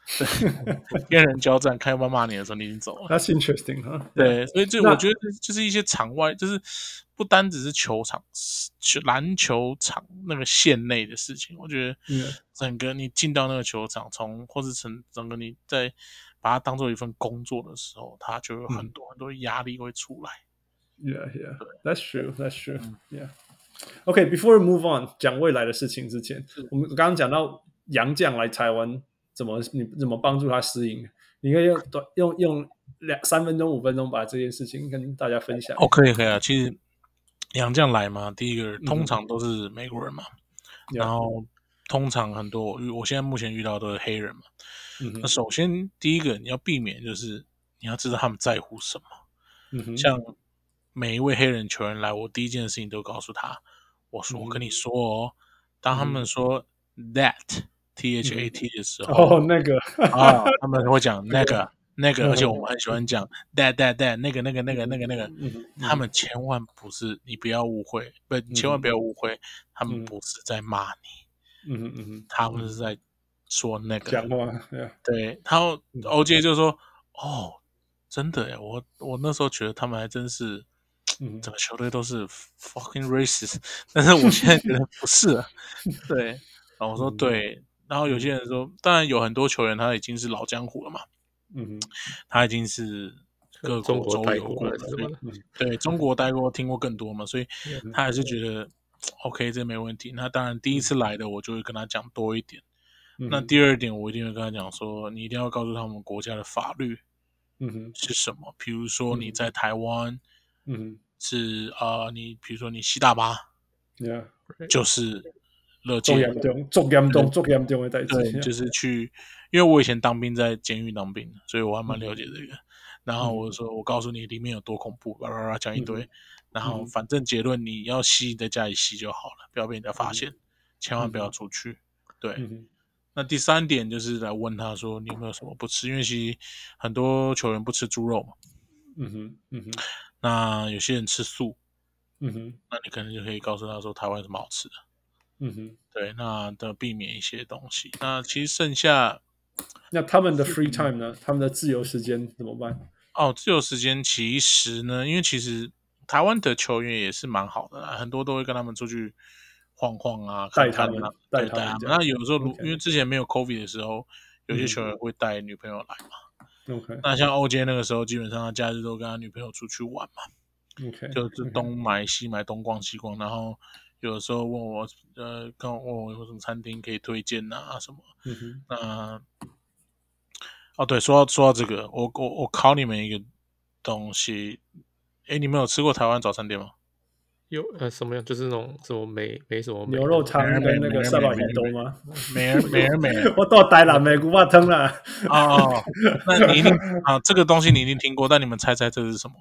Speaker 4: 对，跟人交战看要不要骂你的时候你已经走了。
Speaker 3: that's interesting 哈，
Speaker 4: 对，所以这
Speaker 3: 那
Speaker 4: 我觉得就是一些场外，就是不单只是球场、是球篮球场那个线内的事情。我觉得
Speaker 3: Yeah.
Speaker 4: 整个你进到那个球场，从或是成整个你在把它当做一份工作的时候，它就有
Speaker 3: 嗯
Speaker 4: 很多很多压力会出来。
Speaker 3: Yeah, yeah, that's true, that's true.
Speaker 4: 嗯
Speaker 3: Yeah. OK, before we move on，讲未来的事情之前，我们刚刚讲到杨绛来台湾，怎么你怎么帮助他适应？你可以用短用用两三分钟、五分钟把这件事情跟大家分享。
Speaker 4: 哦，可以可以啊。其实杨绛来嘛，第一个通常都是美国人嘛，
Speaker 3: 嗯 Yeah
Speaker 4: 然后通常很多我遇我现在目前遇到都是黑人嘛。
Speaker 3: 嗯哼
Speaker 4: 那首先第一个你要避免就是你要知道他们在乎什么。
Speaker 3: 嗯哼，
Speaker 4: 像每一位黑人球员来，我第一件事情都告诉他，我说我跟
Speaker 3: 嗯
Speaker 4: 你说哦，当他们说 that t h a t 的时候
Speaker 3: 哦，那个，
Speaker 4: 啊，他们会讲那个那个，而且 我们很喜欢讲 that that that 那个那个那个那个那个，
Speaker 3: 嗯嗯哼
Speaker 4: 他们千万不是，你不要误会，不，你千万不要误会，他们不是在骂你，
Speaker 3: 嗯哼嗯哼，
Speaker 4: 他们是在说那个
Speaker 3: 讲嗯话，Yeah，
Speaker 4: 对，然后 OJ 就说：“哦，真的耶，我我那时候觉得他们还真是
Speaker 3: 嗯，
Speaker 4: 整个球队都是 fucking racist，但 是我现在觉得不是 啊。对，然后我说
Speaker 3: 嗯
Speaker 4: 对，然后有些人说，当然有很多球员他已经是老江湖了嘛，
Speaker 3: 嗯
Speaker 4: 他已经是各
Speaker 6: 中
Speaker 4: 国
Speaker 6: 国
Speaker 4: 周
Speaker 6: 带
Speaker 4: 游
Speaker 6: 过来
Speaker 4: 了
Speaker 6: 的，
Speaker 4: 所以
Speaker 6: 嘛，
Speaker 4: 对中国待过，听过更多嘛，所以
Speaker 6: 嗯
Speaker 4: 他还是觉得 OK，这没问题。那当然，第一次来的我就会跟他讲多一点。
Speaker 3: 嗯
Speaker 6: 嗯
Speaker 3: 哼，
Speaker 4: 那第二点，我一定会跟他讲说，你一定要告诉他们国家的法律
Speaker 3: 嗯哼，
Speaker 4: 是什么。比如说你在台湾
Speaker 3: 嗯哼
Speaker 4: 是呃，你比如说你吸大麻
Speaker 3: ，Yeah，
Speaker 4: 就是乐
Speaker 3: 重
Speaker 4: 戒
Speaker 3: 严，重，重严重，重严重的代志
Speaker 4: 对，
Speaker 3: ，yeah，
Speaker 4: 就是去，因为我以前当兵在监狱当兵，所以我还蛮了解这个。然后我说，我告诉你里面有多恐怖，叭叭叭讲一堆。然后反正结论你要吸，你在家里吸就好了，不要被人家发现，千万不要出去。对，
Speaker 3: 嗯哼，
Speaker 4: 那第三点就是来问他说你有没有什么不吃，因为其实很多球员不吃猪肉嘛，
Speaker 3: 嗯哼，嗯哼，
Speaker 4: 那有些人吃素，
Speaker 3: 嗯哼，
Speaker 4: 那你可能就可以告诉他说台湾有什么好吃的，
Speaker 3: 嗯哼。
Speaker 4: 对，那的避免一些东西。那其实剩下
Speaker 3: 那他们的 free time 呢？他们的自由时间怎么办？
Speaker 4: 哦，自由时间其实呢，因为其实台湾的球员也是蛮好的啦，很多都会跟他们出去晃晃啊，
Speaker 3: 带
Speaker 4: 看看
Speaker 3: 他们
Speaker 4: 啊
Speaker 3: 带
Speaker 4: 对
Speaker 3: 他
Speaker 4: 带
Speaker 3: 们
Speaker 4: 他
Speaker 3: 这
Speaker 4: 们。
Speaker 3: 样
Speaker 4: 那有时候如
Speaker 3: OK
Speaker 4: 因为之前没有 COVID 的时候，有些
Speaker 3: 嗯
Speaker 4: 球员会带女朋友来嘛。
Speaker 3: OK
Speaker 4: 那像欧杰那个时候，基本上他假日都跟他女朋友出去玩嘛，
Speaker 3: OK，
Speaker 4: 就是东买西买，东逛西逛，然后有时候问我，呃，跟我问我有什么餐厅可以推荐啊什么。
Speaker 3: 嗯哼
Speaker 4: 那哦，对，说到说到这个，我我我考你们一个东西，诶，你们有吃过台湾早餐店吗？
Speaker 6: 有呃什么样？就是那种什么没没什么美
Speaker 3: 牛肉汤跟那个
Speaker 4: 没
Speaker 3: 三宝鱼
Speaker 4: 没
Speaker 3: 兜吗？
Speaker 4: 美而美而美而
Speaker 3: 我到呆了，美古巴汤啦。
Speaker 4: 哦，哦那你一定啊，这个东西你一定听过，但你们猜猜这是什么？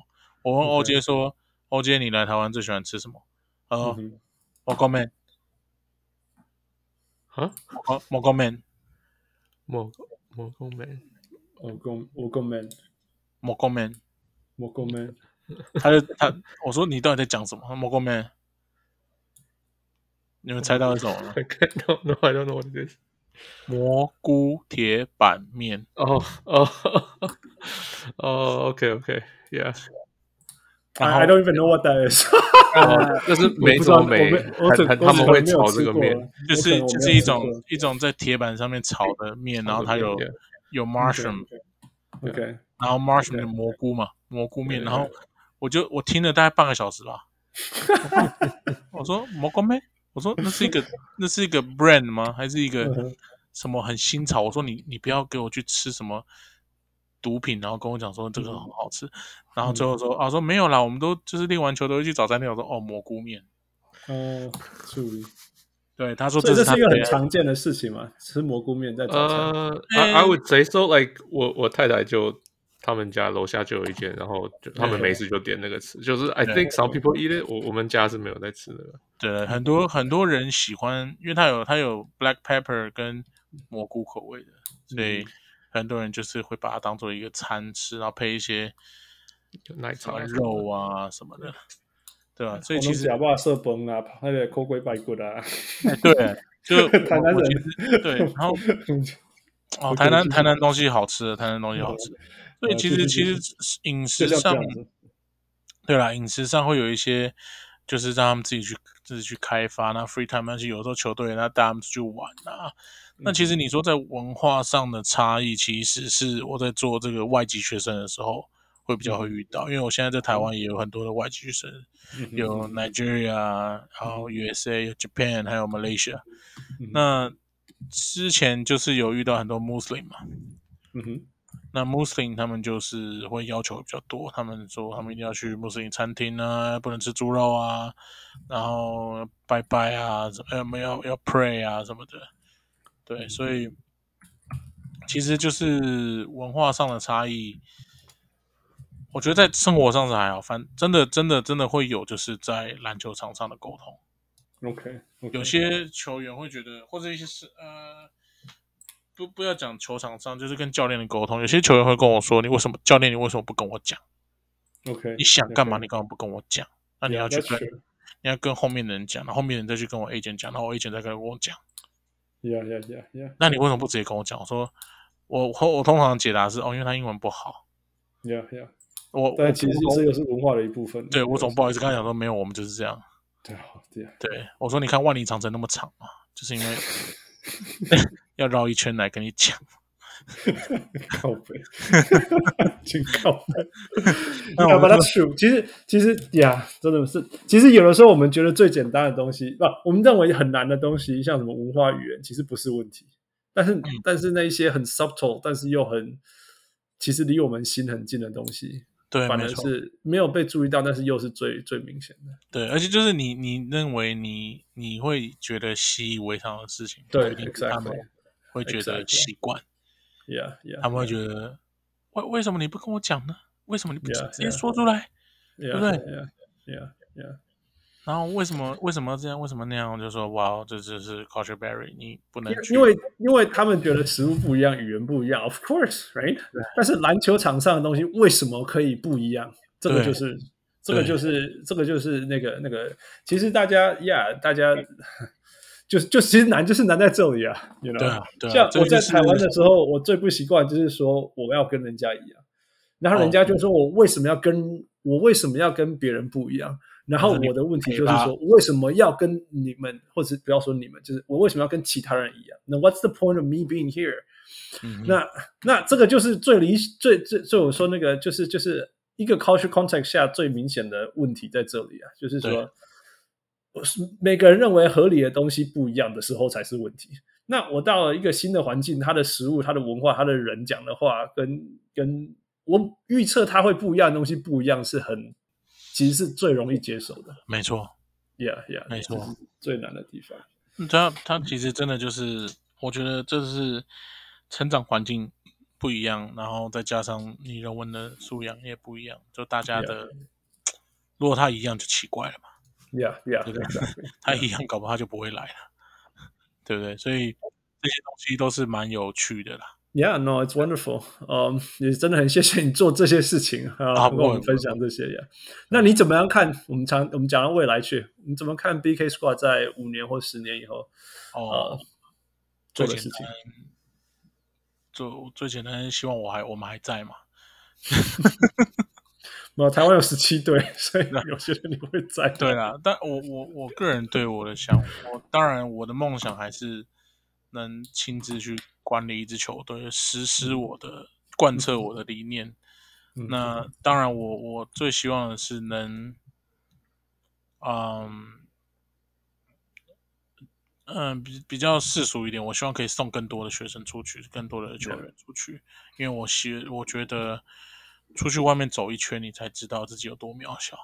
Speaker 4: 我问欧杰说，欧杰你来台湾最喜欢吃什么？呃他说
Speaker 3: 嗯
Speaker 4: 我高面，
Speaker 6: 啊，
Speaker 4: 我我高面，
Speaker 6: 某某公美
Speaker 3: 我公我公 man，
Speaker 4: 我高面，
Speaker 3: 我公 man，
Speaker 4: 他就他我说你到底在讲什么？我高面，你们猜到是什么吗？
Speaker 6: ，no no I don't know what it is。
Speaker 4: 蘑菇铁板面。
Speaker 6: 哦哦哦，OK OK，Yeah，
Speaker 4: 然后
Speaker 3: I don't even know what that is。
Speaker 6: 但是
Speaker 3: 我
Speaker 6: 没
Speaker 3: 不知
Speaker 6: 怎
Speaker 3: 道
Speaker 6: 么没
Speaker 3: 我没，我只
Speaker 6: 他
Speaker 3: 我
Speaker 6: 他们
Speaker 3: 只
Speaker 6: 会
Speaker 3: 没有
Speaker 6: 炒
Speaker 3: 吃
Speaker 6: 这个
Speaker 3: 过
Speaker 6: 面，
Speaker 4: 就是
Speaker 3: 我可能我没有
Speaker 4: 就是一种
Speaker 3: 吃过
Speaker 4: 一种在铁板上面炒的面，然后它有
Speaker 6: Yeah
Speaker 3: 嗯
Speaker 4: 有 mushroom，
Speaker 3: OK，
Speaker 4: 然后 mushroom 的蘑菇嘛，蘑菇面，
Speaker 6: 对
Speaker 4: 然后我就我听了大概半个小时 吧，我说蘑菇面，我说那是一个那是一个 brand 吗？还是一个
Speaker 3: 嗯哼
Speaker 4: 什么很新潮？我说你你不要给我去吃什么。毒品，然后跟我讲说这
Speaker 3: 嗯
Speaker 4: 个很好吃，然后最后说啊说没有啦，我们都就是练完球都会去早餐店。我说哦蘑菇面，
Speaker 3: 哦，处理。
Speaker 4: 对啊他说
Speaker 3: 所以这
Speaker 4: 是他
Speaker 3: 是一个
Speaker 4: 最
Speaker 3: 很
Speaker 4: 爱
Speaker 3: 常见的事情嘛，吃蘑菇面在早餐。
Speaker 6: 呃，I I would say so like 我我太太就他们家楼下就有一间，然后就他们没事就点那个吃，就是 I
Speaker 4: 对
Speaker 6: think some people eat it，我我们家是没有在吃那个。
Speaker 4: 对，
Speaker 3: 嗯
Speaker 4: 很多很多人喜欢，因为它有它有 black pepper 跟蘑菇口味的，所
Speaker 3: 嗯
Speaker 4: 以很多人就是会把它当做一个餐吃，然后配一些
Speaker 6: 有奶
Speaker 4: 什
Speaker 6: 茶
Speaker 4: 么
Speaker 6: 还是什么
Speaker 4: 肉啊什么的，对吧、所以
Speaker 3: 我
Speaker 4: 其
Speaker 3: 们
Speaker 4: 实
Speaker 3: 假扮社崩啊，那个抠龟白骨啊，
Speaker 4: 对，就
Speaker 3: 台南
Speaker 4: 我
Speaker 3: 人
Speaker 4: 其实对，然 后哦，台南台南东西好吃，台南东西好吃，所以其
Speaker 3: 对
Speaker 4: 实
Speaker 3: 对
Speaker 4: 其
Speaker 3: 对
Speaker 4: 实饮
Speaker 3: 就
Speaker 4: 食
Speaker 3: 像这
Speaker 4: 上
Speaker 3: 样子。
Speaker 4: 对啦，饮食上会有一些，就是让他们自己去自己去开发。那 free time，那是有时候球队那带他们出去玩啊。那其实你说在文化上的差异，其实是我在做这个外籍学生的时候会比较会遇到，因为我现在在台湾也有很多的外籍学生，
Speaker 3: 嗯
Speaker 4: 有 Nigeria，然后 USA、有 Japan，还有 Malaysia。那之前就是有遇到很多 Muslim 嘛，
Speaker 3: 嗯哼，
Speaker 4: 那 Muslim 他们就是会要求比较多，他们说他们一定要去 Muslim 餐厅啊，不能吃猪肉啊，然后拜拜啊，什么呃要要 pray 啊什么的，对，所以其实就是文化上的差异。我觉得在生活上是还好，反真的真的真的会有，就是在篮球场上的沟通。
Speaker 3: OK，
Speaker 4: 有些球员会觉得，或者一些是呃，不不要讲球场上，就是跟教练的沟通。有些球员会跟我说：“你为什么教练？你为什么不跟我讲？
Speaker 3: OK，
Speaker 4: 你想干嘛？你干嘛不跟我讲？那你要去
Speaker 3: Yeah，that's
Speaker 4: 跟
Speaker 3: true
Speaker 4: 你要跟后面的人讲，然后后面的人再去跟我 A 讲，然后我 A 再跟我讲。
Speaker 3: Yeah Yeah Yeah Yeah
Speaker 4: 那你为什么不直接跟我讲？我说我我我通常解答是哦，因为他英文不好。
Speaker 3: Yeah Yeah，
Speaker 4: 我我
Speaker 3: 但其实这又是文化的一部分。
Speaker 4: 对我总不好意思跟他讲说没有，我们就是这样。
Speaker 3: 对啊对啊，
Speaker 4: 对我说你看万里长城那么长嘛，就是因 为要绕一圈来跟你讲。
Speaker 3: 靠背， 真靠背。
Speaker 4: 那我
Speaker 3: 要
Speaker 4: 们
Speaker 3: 把它
Speaker 4: 就
Speaker 3: 数，其实其实呀，真的是，其实有的时候我们觉得最简单的东西，不，我们认为很难的东西，像什么文化语言，其实不是问题。但
Speaker 4: 嗯
Speaker 3: 是、但是那一些很 subtle，但是又很其实离我们心很近的东西，
Speaker 4: 对，
Speaker 3: 反
Speaker 4: 没
Speaker 3: 而
Speaker 4: 错。
Speaker 3: 是没有被注意到，但是又是最最明显的。
Speaker 4: 对，而且就是你你认为你你会觉得习以为常的事情，
Speaker 3: 对
Speaker 4: 不一定是他们
Speaker 3: ，exactly
Speaker 4: 会觉
Speaker 3: exactly
Speaker 4: 得
Speaker 3: 嗯
Speaker 4: 习惯，
Speaker 3: Yeah, yeah.
Speaker 4: 他们会觉得为为什么你不跟我讲呢？为什么你不
Speaker 3: Yeah,
Speaker 4: 直接
Speaker 3: yeah.
Speaker 4: 说出来？
Speaker 3: yeah,
Speaker 4: 对
Speaker 3: yeah, yeah, yeah.
Speaker 4: 然后为什么为什么要这样？为什么那样？我就说哇，哦这只是 culture barrier，你不能去
Speaker 3: 因因为因为他们觉得食物不一样，语言不一样，of course，right？但是篮球场上的东西为什么可以不一样？这个
Speaker 4: 对
Speaker 3: 就是这个
Speaker 4: 对
Speaker 3: 就是这个就是那个那个，其实大家呀大家 就就其实难就是难在这里啊，你知
Speaker 4: 对
Speaker 3: 道
Speaker 4: 啊对啊
Speaker 3: 像
Speaker 4: 这
Speaker 3: 我
Speaker 4: 就
Speaker 3: 在
Speaker 4: 是
Speaker 3: 台湾的时候，我最不习惯就是说我要跟人家一样。然后人
Speaker 4: 哦
Speaker 3: 家就说我为什么要跟、我为什么要跟别人不一样？然后我的问题就是说，为什么要跟你们，或者不要说你们，就是我为什么要跟其他人一样？那 What's the point of me being here？、那
Speaker 4: 嗯
Speaker 3: 那这个就是最理最最最我说那个就是就是一个 culture context 下最明显的问题在这里啊，就是
Speaker 4: 对
Speaker 3: 说，我是每个人认为合理的东西不一样的时候才是问题。那我到了一个新的环境，它的食物、它的文化、它的人讲的话，跟跟我预测它会不一样的东西不一样，是很其实是最容易接受的。
Speaker 4: 没错，
Speaker 3: Yeah, yeah，
Speaker 4: 没错，
Speaker 3: 最难的地方。
Speaker 4: 他他嗯其实真的就是，我觉得这是成长环境不一样，然后再加上你人文的素养也不一样，就大家的，如果他一样就奇怪了嘛，
Speaker 3: Yeah, yeah，
Speaker 4: 对不对？他一样，搞不好他就不会来了， 对不对？所以这些东西都是蛮有趣的啦。
Speaker 3: Yeah, no, it's wonderful. 嗯、也真的很谢谢你做这些事情啊，
Speaker 4: 啊
Speaker 3: 跟
Speaker 4: 不会嗯
Speaker 3: 我们分享这些呀。那你怎么样看？我们常我们讲到未来去，你怎么看 BK Squad 在五年或十年以后
Speaker 4: 哦，
Speaker 3: 呃
Speaker 4: 最
Speaker 3: 做的
Speaker 4: 简
Speaker 3: 事情
Speaker 4: 单，就最简单，希望我还我们还在嘛。
Speaker 3: 那台湾有十七队， 所以有些人你会在。
Speaker 4: 对啦，但我我我个人对我的想，我当然我的梦想还是能亲自去管理一支球队，实施我的贯彻我的理念。
Speaker 3: 嗯
Speaker 4: 那当然我，我最希望的是能，嗯嗯，比比较世俗一点，我希望可以送更多的学生出去，更多的球员出去，因为我希我觉得出去外面走一圈，你才知道自己有多渺小。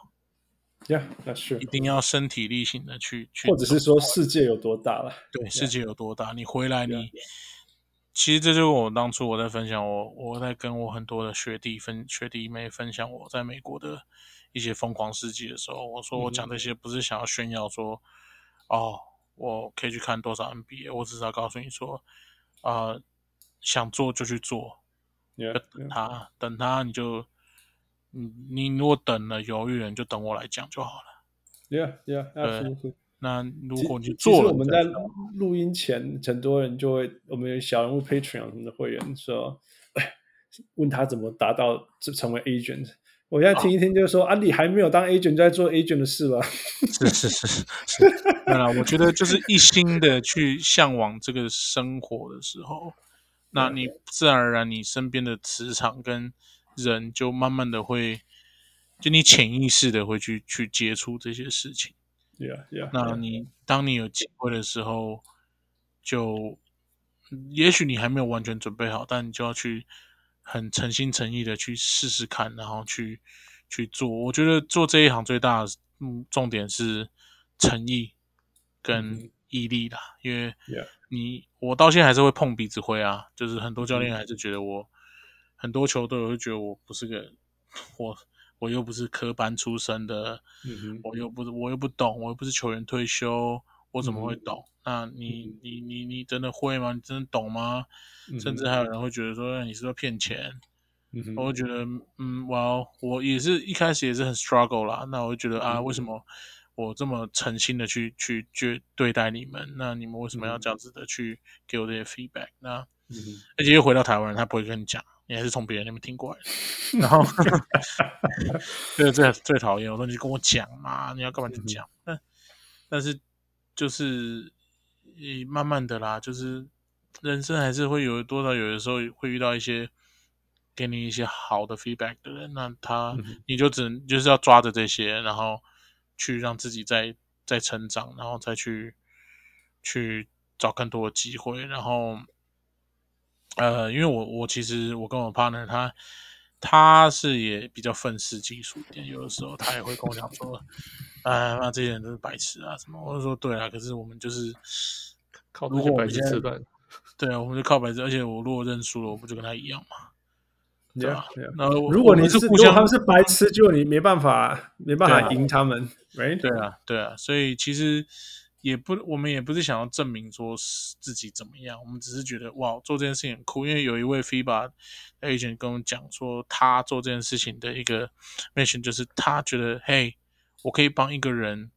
Speaker 3: Yeah, that's true.
Speaker 4: 一定要身体力行的去去，
Speaker 3: 或者是啊说世界有多大了？
Speaker 4: 对世界有多大，你回来
Speaker 3: 啊
Speaker 4: 你，其实这就是我当初我在分享我我在跟我很多的学弟分学弟妹分享我在美国的一些疯狂事迹的时候，我说
Speaker 3: 嗯
Speaker 4: 我讲这些不是想要炫耀说，哦，我可以去看多少 NBA，我只是要告诉你说，啊、想做就去做，
Speaker 3: Yeah,
Speaker 4: 就等他，等他你就你你如果等了犹豫了，你就等我来讲就好了。
Speaker 3: yeah, yeah, absolutely.
Speaker 4: 那如
Speaker 3: 其
Speaker 4: 果你
Speaker 3: 其
Speaker 4: 做
Speaker 3: 实
Speaker 4: 了，
Speaker 3: 我们
Speaker 4: 你
Speaker 3: 在
Speaker 4: 再说
Speaker 3: 录音前，很多人就会，我们有小人物 Patreon 什么的会员说，问他怎么达到这成为 agent。我现在听一听，就是说啊，你还没有当 agent，就在做 agent 的事吧？
Speaker 4: 是是是是，对啦，我觉得就是一心的去向往这个生活的时候，那你自然而然你身边的磁场跟人就慢慢的会，就你潜意识的会去去接触这些事情。
Speaker 3: yeah, yeah,
Speaker 4: 那你当你有机会的时候，就也许你还没有完全准备好，但你就要去很诚心诚意的去试试看，然后去去做。我觉得做这一行最大的嗯重点是诚意跟毅力啦，因为
Speaker 3: Yeah
Speaker 4: 你我到现在还是会碰鼻子灰啊，就是很多教练还是觉得我、很多球队会觉得我不是个 我我又不是科班出身的，
Speaker 3: 嗯哼
Speaker 4: 我又不是我又不懂，我又不是球员退休，我怎么会
Speaker 3: 嗯
Speaker 4: 懂？那你你你你真的会吗？你真的懂吗？甚至还有人会觉得说哎你是不是骗钱？
Speaker 3: 嗯哼
Speaker 4: 我会觉得嗯，哇，我也是一开始也是很 struggle 啦。那我就觉得啊，为什么我这么诚心的去去去对待你们？那你们为什么要这样子的去给我这些 feedback？那
Speaker 3: 嗯哼
Speaker 4: 而且又回到台湾人，他不会跟你讲，你还是从别人那边听过来的。然后，对，这最讨厌。我说你就跟我讲嘛，你要干嘛就讲。但、但是就是，呃慢慢的啦，就是人生还是会有多少有的时候会遇到一些给你一些好的 feedback 的人，那他、你就只能就是要抓着这些，然后去让自己再再成长，然后再去去找更多的机会，然后。呃，因为我我其实我跟我 partner 他他是也比较愤世嫉俗一点，有的时候他也会跟我讲说，啊、那这些人都是白痴啊什么。我就说对啊，可是我们就是
Speaker 6: 靠
Speaker 4: 如
Speaker 6: 这
Speaker 4: 果
Speaker 6: 些
Speaker 4: 我
Speaker 6: 白
Speaker 4: 们
Speaker 6: 痴
Speaker 4: 现在
Speaker 6: 吃饭，
Speaker 4: 对啊，我们就靠白痴，而且我如果认输了，我不就跟他一样嘛？对
Speaker 3: ，Yeah,
Speaker 4: 吧
Speaker 3: yeah.
Speaker 4: 然 后我
Speaker 3: 如果
Speaker 4: 我
Speaker 3: 你
Speaker 4: 们是
Speaker 3: 是
Speaker 4: 互
Speaker 3: 如果
Speaker 4: 相
Speaker 3: 他们是白痴，就你没办法没办
Speaker 4: 对
Speaker 3: 法
Speaker 4: 啊
Speaker 3: 赢他们，right？
Speaker 4: 对啊，对啊，所以其实也不，我们也不是想要证明说是自己怎么样，我们只是觉得哇，做这件事情很酷。因为有一位 FIBA agent 跟我们讲说，他做这件事情的一个 mission 就是他觉得，嘿，我可以帮一个人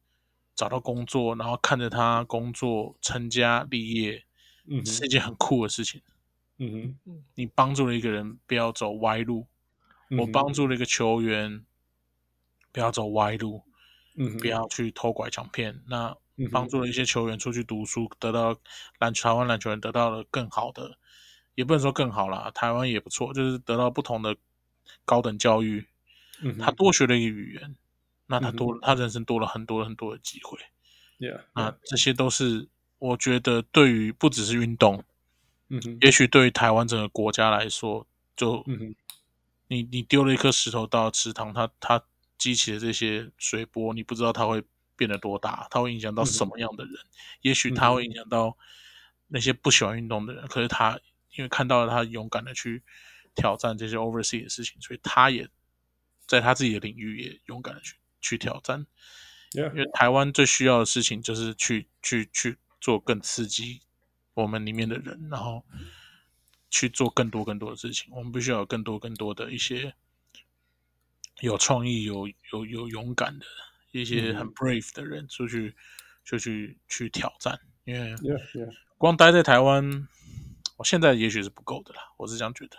Speaker 4: 找到工作，然后看着他工作成家立业，
Speaker 3: 嗯哼
Speaker 4: 是一件很酷的事情。
Speaker 3: 嗯哼
Speaker 4: 你帮助了一个人不要走歪路，我
Speaker 3: 嗯
Speaker 4: 帮助了一个球员不要走歪路，
Speaker 3: 嗯哼
Speaker 4: 不要去偷拐抢骗。那
Speaker 3: 嗯哼
Speaker 4: 帮助了一些球员出去读书，得到篮台湾篮球人得到了更好的，也不能说更好啦，台湾也不错，就是得到不同的高等教育。
Speaker 3: 嗯哼
Speaker 4: 他多学了一个语言，那他
Speaker 3: 嗯哼
Speaker 4: 多、他人生多了很多很多的机会。
Speaker 3: ，yeah，
Speaker 4: 那这些都是我觉得对于不只是运动，
Speaker 3: 嗯哼
Speaker 4: 也许对于台湾整个国家来说，就
Speaker 3: 嗯哼
Speaker 4: 你你丢了一颗石头到池塘，它它激起的这些水波，你不知道它会变得多大，它会影响到什么样的人。也许它会影响到那些不喜欢运动的人，可是他因为看到了他勇敢的去挑战这些 oversee 的事情，所以他也在他自己的领域也勇敢的去去挑战。因
Speaker 3: ，yeah，
Speaker 4: 为台湾最需要的事情就是去去去做更刺激我们里面的人，然后去做更多更多的事情。我们必须要有更多更多的一些有创意、有有有勇敢的一些很 brave 的人出去，就去去挑战。因为
Speaker 3: yeah yeah。
Speaker 4: 光待在台湾，我现在也许是不够的啦，我是这样觉得。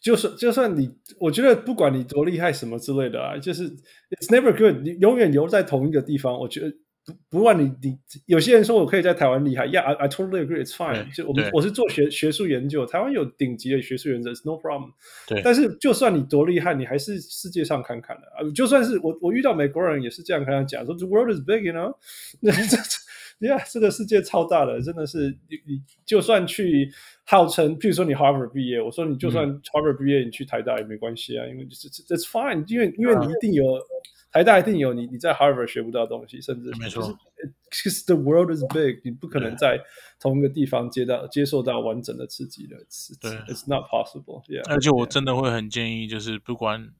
Speaker 3: 就算就算你，我觉得不管你多厉害什么之类的啊，就是 it's never good，你永远留在同一个地方。我觉得不不管你你有些人说我可以在台湾厉害，Yeah，I I totally agree，it's fine
Speaker 4: 对。
Speaker 3: 就我们
Speaker 4: 对
Speaker 3: 我是做学学术研究，台湾有顶级的学术研究，it's no problem。
Speaker 4: 对
Speaker 3: 但是就算你多厉害，你还是世界上看看的啊。就算是我我遇到美国人也是这样跟他讲说，the world is big，you know 这。这呀这个世界超大的，真的是你你就算去号称，譬如说你 Harvard 毕业，我说你就算
Speaker 4: 嗯
Speaker 3: Harvard 毕业，你去台大也没关系啊，因为就是这 it's fine，因为因
Speaker 4: 啊
Speaker 3: 为你一定有、台大一定有你你在 Harvard 学不到的东西，甚至
Speaker 4: 没
Speaker 3: 就
Speaker 4: 错
Speaker 3: 是其实 the world is big，你不可能
Speaker 4: 对
Speaker 3: 在同一个地方接到接受到完整的刺激的，it's
Speaker 4: 对
Speaker 3: it's, it's not possible，yeah，
Speaker 4: 而且我真的会很建议，就是不管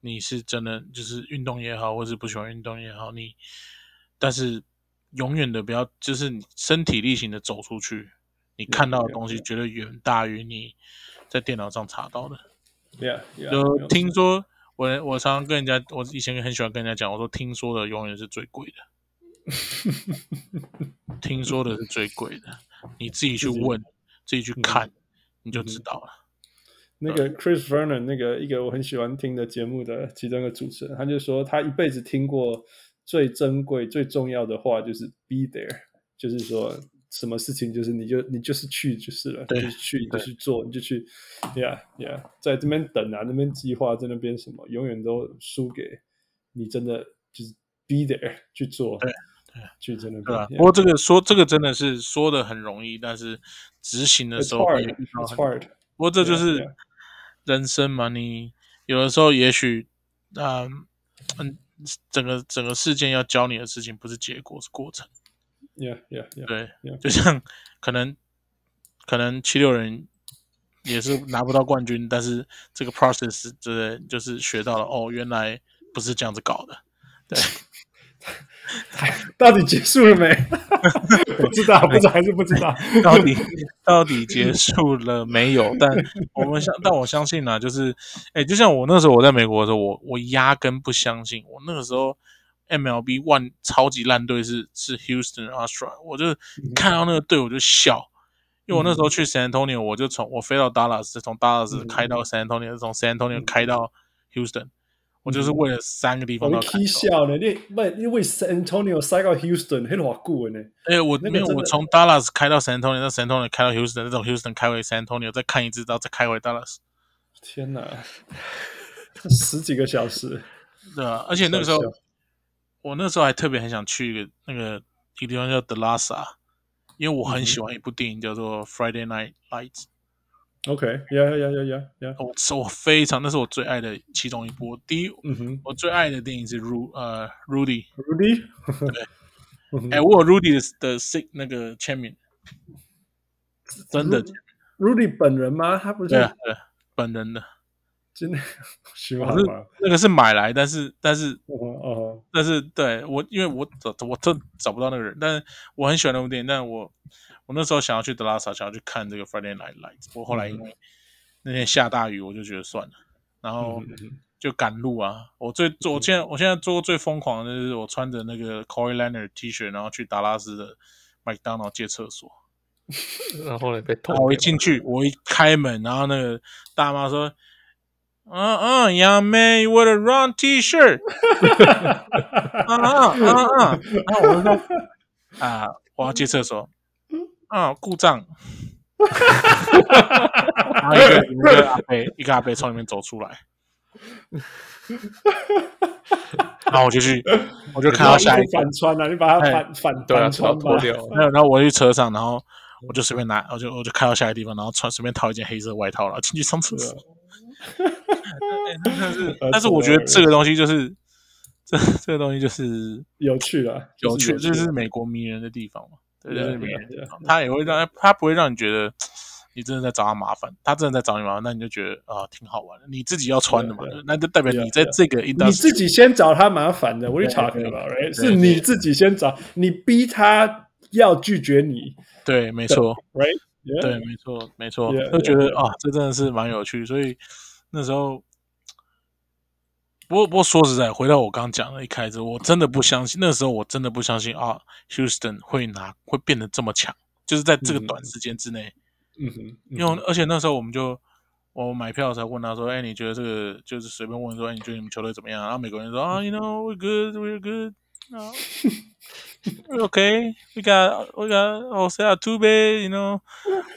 Speaker 4: 你是真的就是运动也好，或是不喜欢运动也好，你但是永远的不要就是你身体力行的走出去，你看到的东西绝对远大于你在电脑上查到的。
Speaker 3: yeah yeah，
Speaker 4: 就听说我我常常跟人家，我以前很喜欢跟人家讲，我说听说的永远是最贵的，听说的是最贵的，你自己去问，自己去看，你就知道了。
Speaker 3: 那个 Chris Vernon 那个一个我很喜欢听的节目的其中一个主持人，他就说他一辈子听过最珍贵、最重要的话就是 “be there”，就是说什么事情就是你就你就是去就是了，
Speaker 4: 对
Speaker 3: 就是去你就去做，你就去，yeah yeah，在这边等啊，那边计划，在那边什么，永远都输给你真的就是 be there 去做，
Speaker 4: 对
Speaker 3: 去真的
Speaker 4: 对啊，
Speaker 3: yeah
Speaker 4: 不过这个说这个真的是说的很容易，但是执行的
Speaker 3: it's
Speaker 4: 时候会
Speaker 3: hard
Speaker 4: 遇到
Speaker 3: it's
Speaker 4: 很
Speaker 3: hard
Speaker 4: 不过这就
Speaker 3: Yeah,
Speaker 4: 是
Speaker 3: yeah.
Speaker 4: 人生嘛，你有的时候也许，嗯嗯，整个整个事件要教你的事情不是结果，是过程。
Speaker 3: yeah yeah yeah
Speaker 4: 对啊
Speaker 3: Yeah.，
Speaker 4: 就像可能可能七六人也是拿不到冠军，但是这个 process 就是就是学到了哦，原来不是这样子搞的。
Speaker 3: 到底结束了没？ 不知
Speaker 4: 哎
Speaker 3: 道，不知道还是不知道。
Speaker 4: 到底到底结束了没有？但我们相，但我相信呢、就是，哎、就像我那时候我在美国的时候，我我压根不相信，我那个时候 MLB One 超级烂队是是 Houston Astro，我就看到那个队我就笑，因为我那时候去 San Antonio，我就从我飞到 Dallas，从 Dallas 开到 San Antonio，从 San Antonio 开到 Houston，我就是为了三个地
Speaker 3: 我
Speaker 4: 方
Speaker 3: 们
Speaker 4: 到看
Speaker 3: K
Speaker 4: 球。
Speaker 3: 笑呢，你不因为 San Antonio 塞到 Houston 很偌久的呢。
Speaker 4: 哎、我
Speaker 3: 那个
Speaker 4: 没有，
Speaker 3: 真
Speaker 4: 我
Speaker 3: 的
Speaker 4: 从 Dallas 开到 San Antonio，到 San Antonio 开到 Houston，再从 Houston 开回 San Antonio，再看一次，然后再开回 Dallas，
Speaker 3: 天哪，十几个小时。
Speaker 4: 对吧、而且那个时候
Speaker 3: 笑笑，
Speaker 4: 我那时候还特别很想去一个那个一个地方叫 d e l a s a 因为我
Speaker 3: 嗯
Speaker 4: 很喜欢一部电影叫做《Friday Night Lights
Speaker 3: OK，呀呀呀呀呀》，
Speaker 4: 我是我非常，那是我最爱的其中一部。我第一，
Speaker 3: 嗯哼
Speaker 4: 我最爱的电影是 Ru 呃 Rudy，
Speaker 3: ，Rudy， 嗯
Speaker 4: 哎、我有 Rudy 的的 s 那个签名，真的，
Speaker 3: ，Rudy 本人吗？他不
Speaker 4: 对啊
Speaker 3: 是
Speaker 4: 对啊，本人的，
Speaker 3: 真 的喜欢
Speaker 4: 我是
Speaker 3: 吗？
Speaker 4: 那个是买来，但是但是
Speaker 3: 哦哦，
Speaker 4: 但是对我，因为我找我真找不到那个人，但是我很喜欢那部电影，但我我那时候想要去德拉萨，想要去看这个 Friday Night Lights，我后来因为那天下大雨，我就觉得算了，然后就赶路啊。我最我现在我现在做过最疯狂的就是我穿着那个 Corey Leonard T 恤，然后去达拉斯的麦当劳借厕所。
Speaker 6: 然后呢被偷
Speaker 4: 我一进去，我一开门，然后那个大妈说：“嗯嗯，杨梅，What a wrong T-shirt！啊啊啊啊！啊，我就说啊，我要去厕所。啊，故障。然后一个一个阿伯，一个阿伯从里面走出来，然后我就去，我就看到下一哎
Speaker 3: 你把衣服
Speaker 4: 个，
Speaker 3: 反穿啊，你把它反反
Speaker 6: 对啊，
Speaker 3: 反
Speaker 6: 超
Speaker 3: 穿吧
Speaker 6: 脱。掉，
Speaker 4: 没有，然后我就去车上，然后我就随便拿，我就我就开到下一个地方，然后穿随便套一件黑色外套，然后进去上厕所。
Speaker 3: 啊
Speaker 4: 但是，但是我觉
Speaker 3: 哦
Speaker 4: 得这个东西就是，这这个东西就是
Speaker 3: 有趣了，
Speaker 4: 有趣，
Speaker 3: 就
Speaker 4: 这
Speaker 3: 是
Speaker 4: 是美国迷人的地方嘛，对，这
Speaker 3: 对啊
Speaker 4: 是迷
Speaker 3: 对啊
Speaker 4: 人的
Speaker 3: 对
Speaker 4: 地
Speaker 3: 啊
Speaker 4: 方，他也会让他不会让你觉得你真的在找他麻烦，他真的在找你麻烦，那你就觉得啊、挺好玩的，你自己要穿的嘛，那就代表
Speaker 3: 对啊
Speaker 4: 你在这个
Speaker 3: 你
Speaker 4: industry
Speaker 3: 自己先找他麻烦的。What are you talking
Speaker 4: 对
Speaker 3: about? Right？
Speaker 4: 对
Speaker 3: 是你自己先找，你逼他要拒绝你
Speaker 4: 对，没错，
Speaker 3: ，Right？Yeah
Speaker 4: 对，没错，没错
Speaker 3: Yeah，
Speaker 4: 就觉得
Speaker 3: yeah，
Speaker 4: 啊，这真的是蛮有趣，所以那时候。不过，不过说实在，回到我刚讲的一开始，我真的不相信，那时候我真的不相信啊，Houston 会拿会变得这么强，就是在这个
Speaker 3: 嗯
Speaker 4: 短时间之内，
Speaker 3: 嗯哼，
Speaker 4: 因为而且那时候我们就我买票的时候问他说：“哎、你觉得这个就是随便问说，哎，你觉得你们球队怎么样？”然后美国人说：“啊、y o u know we're good, we're good, no, we're okay, we got we got Jose Altuve, you know。”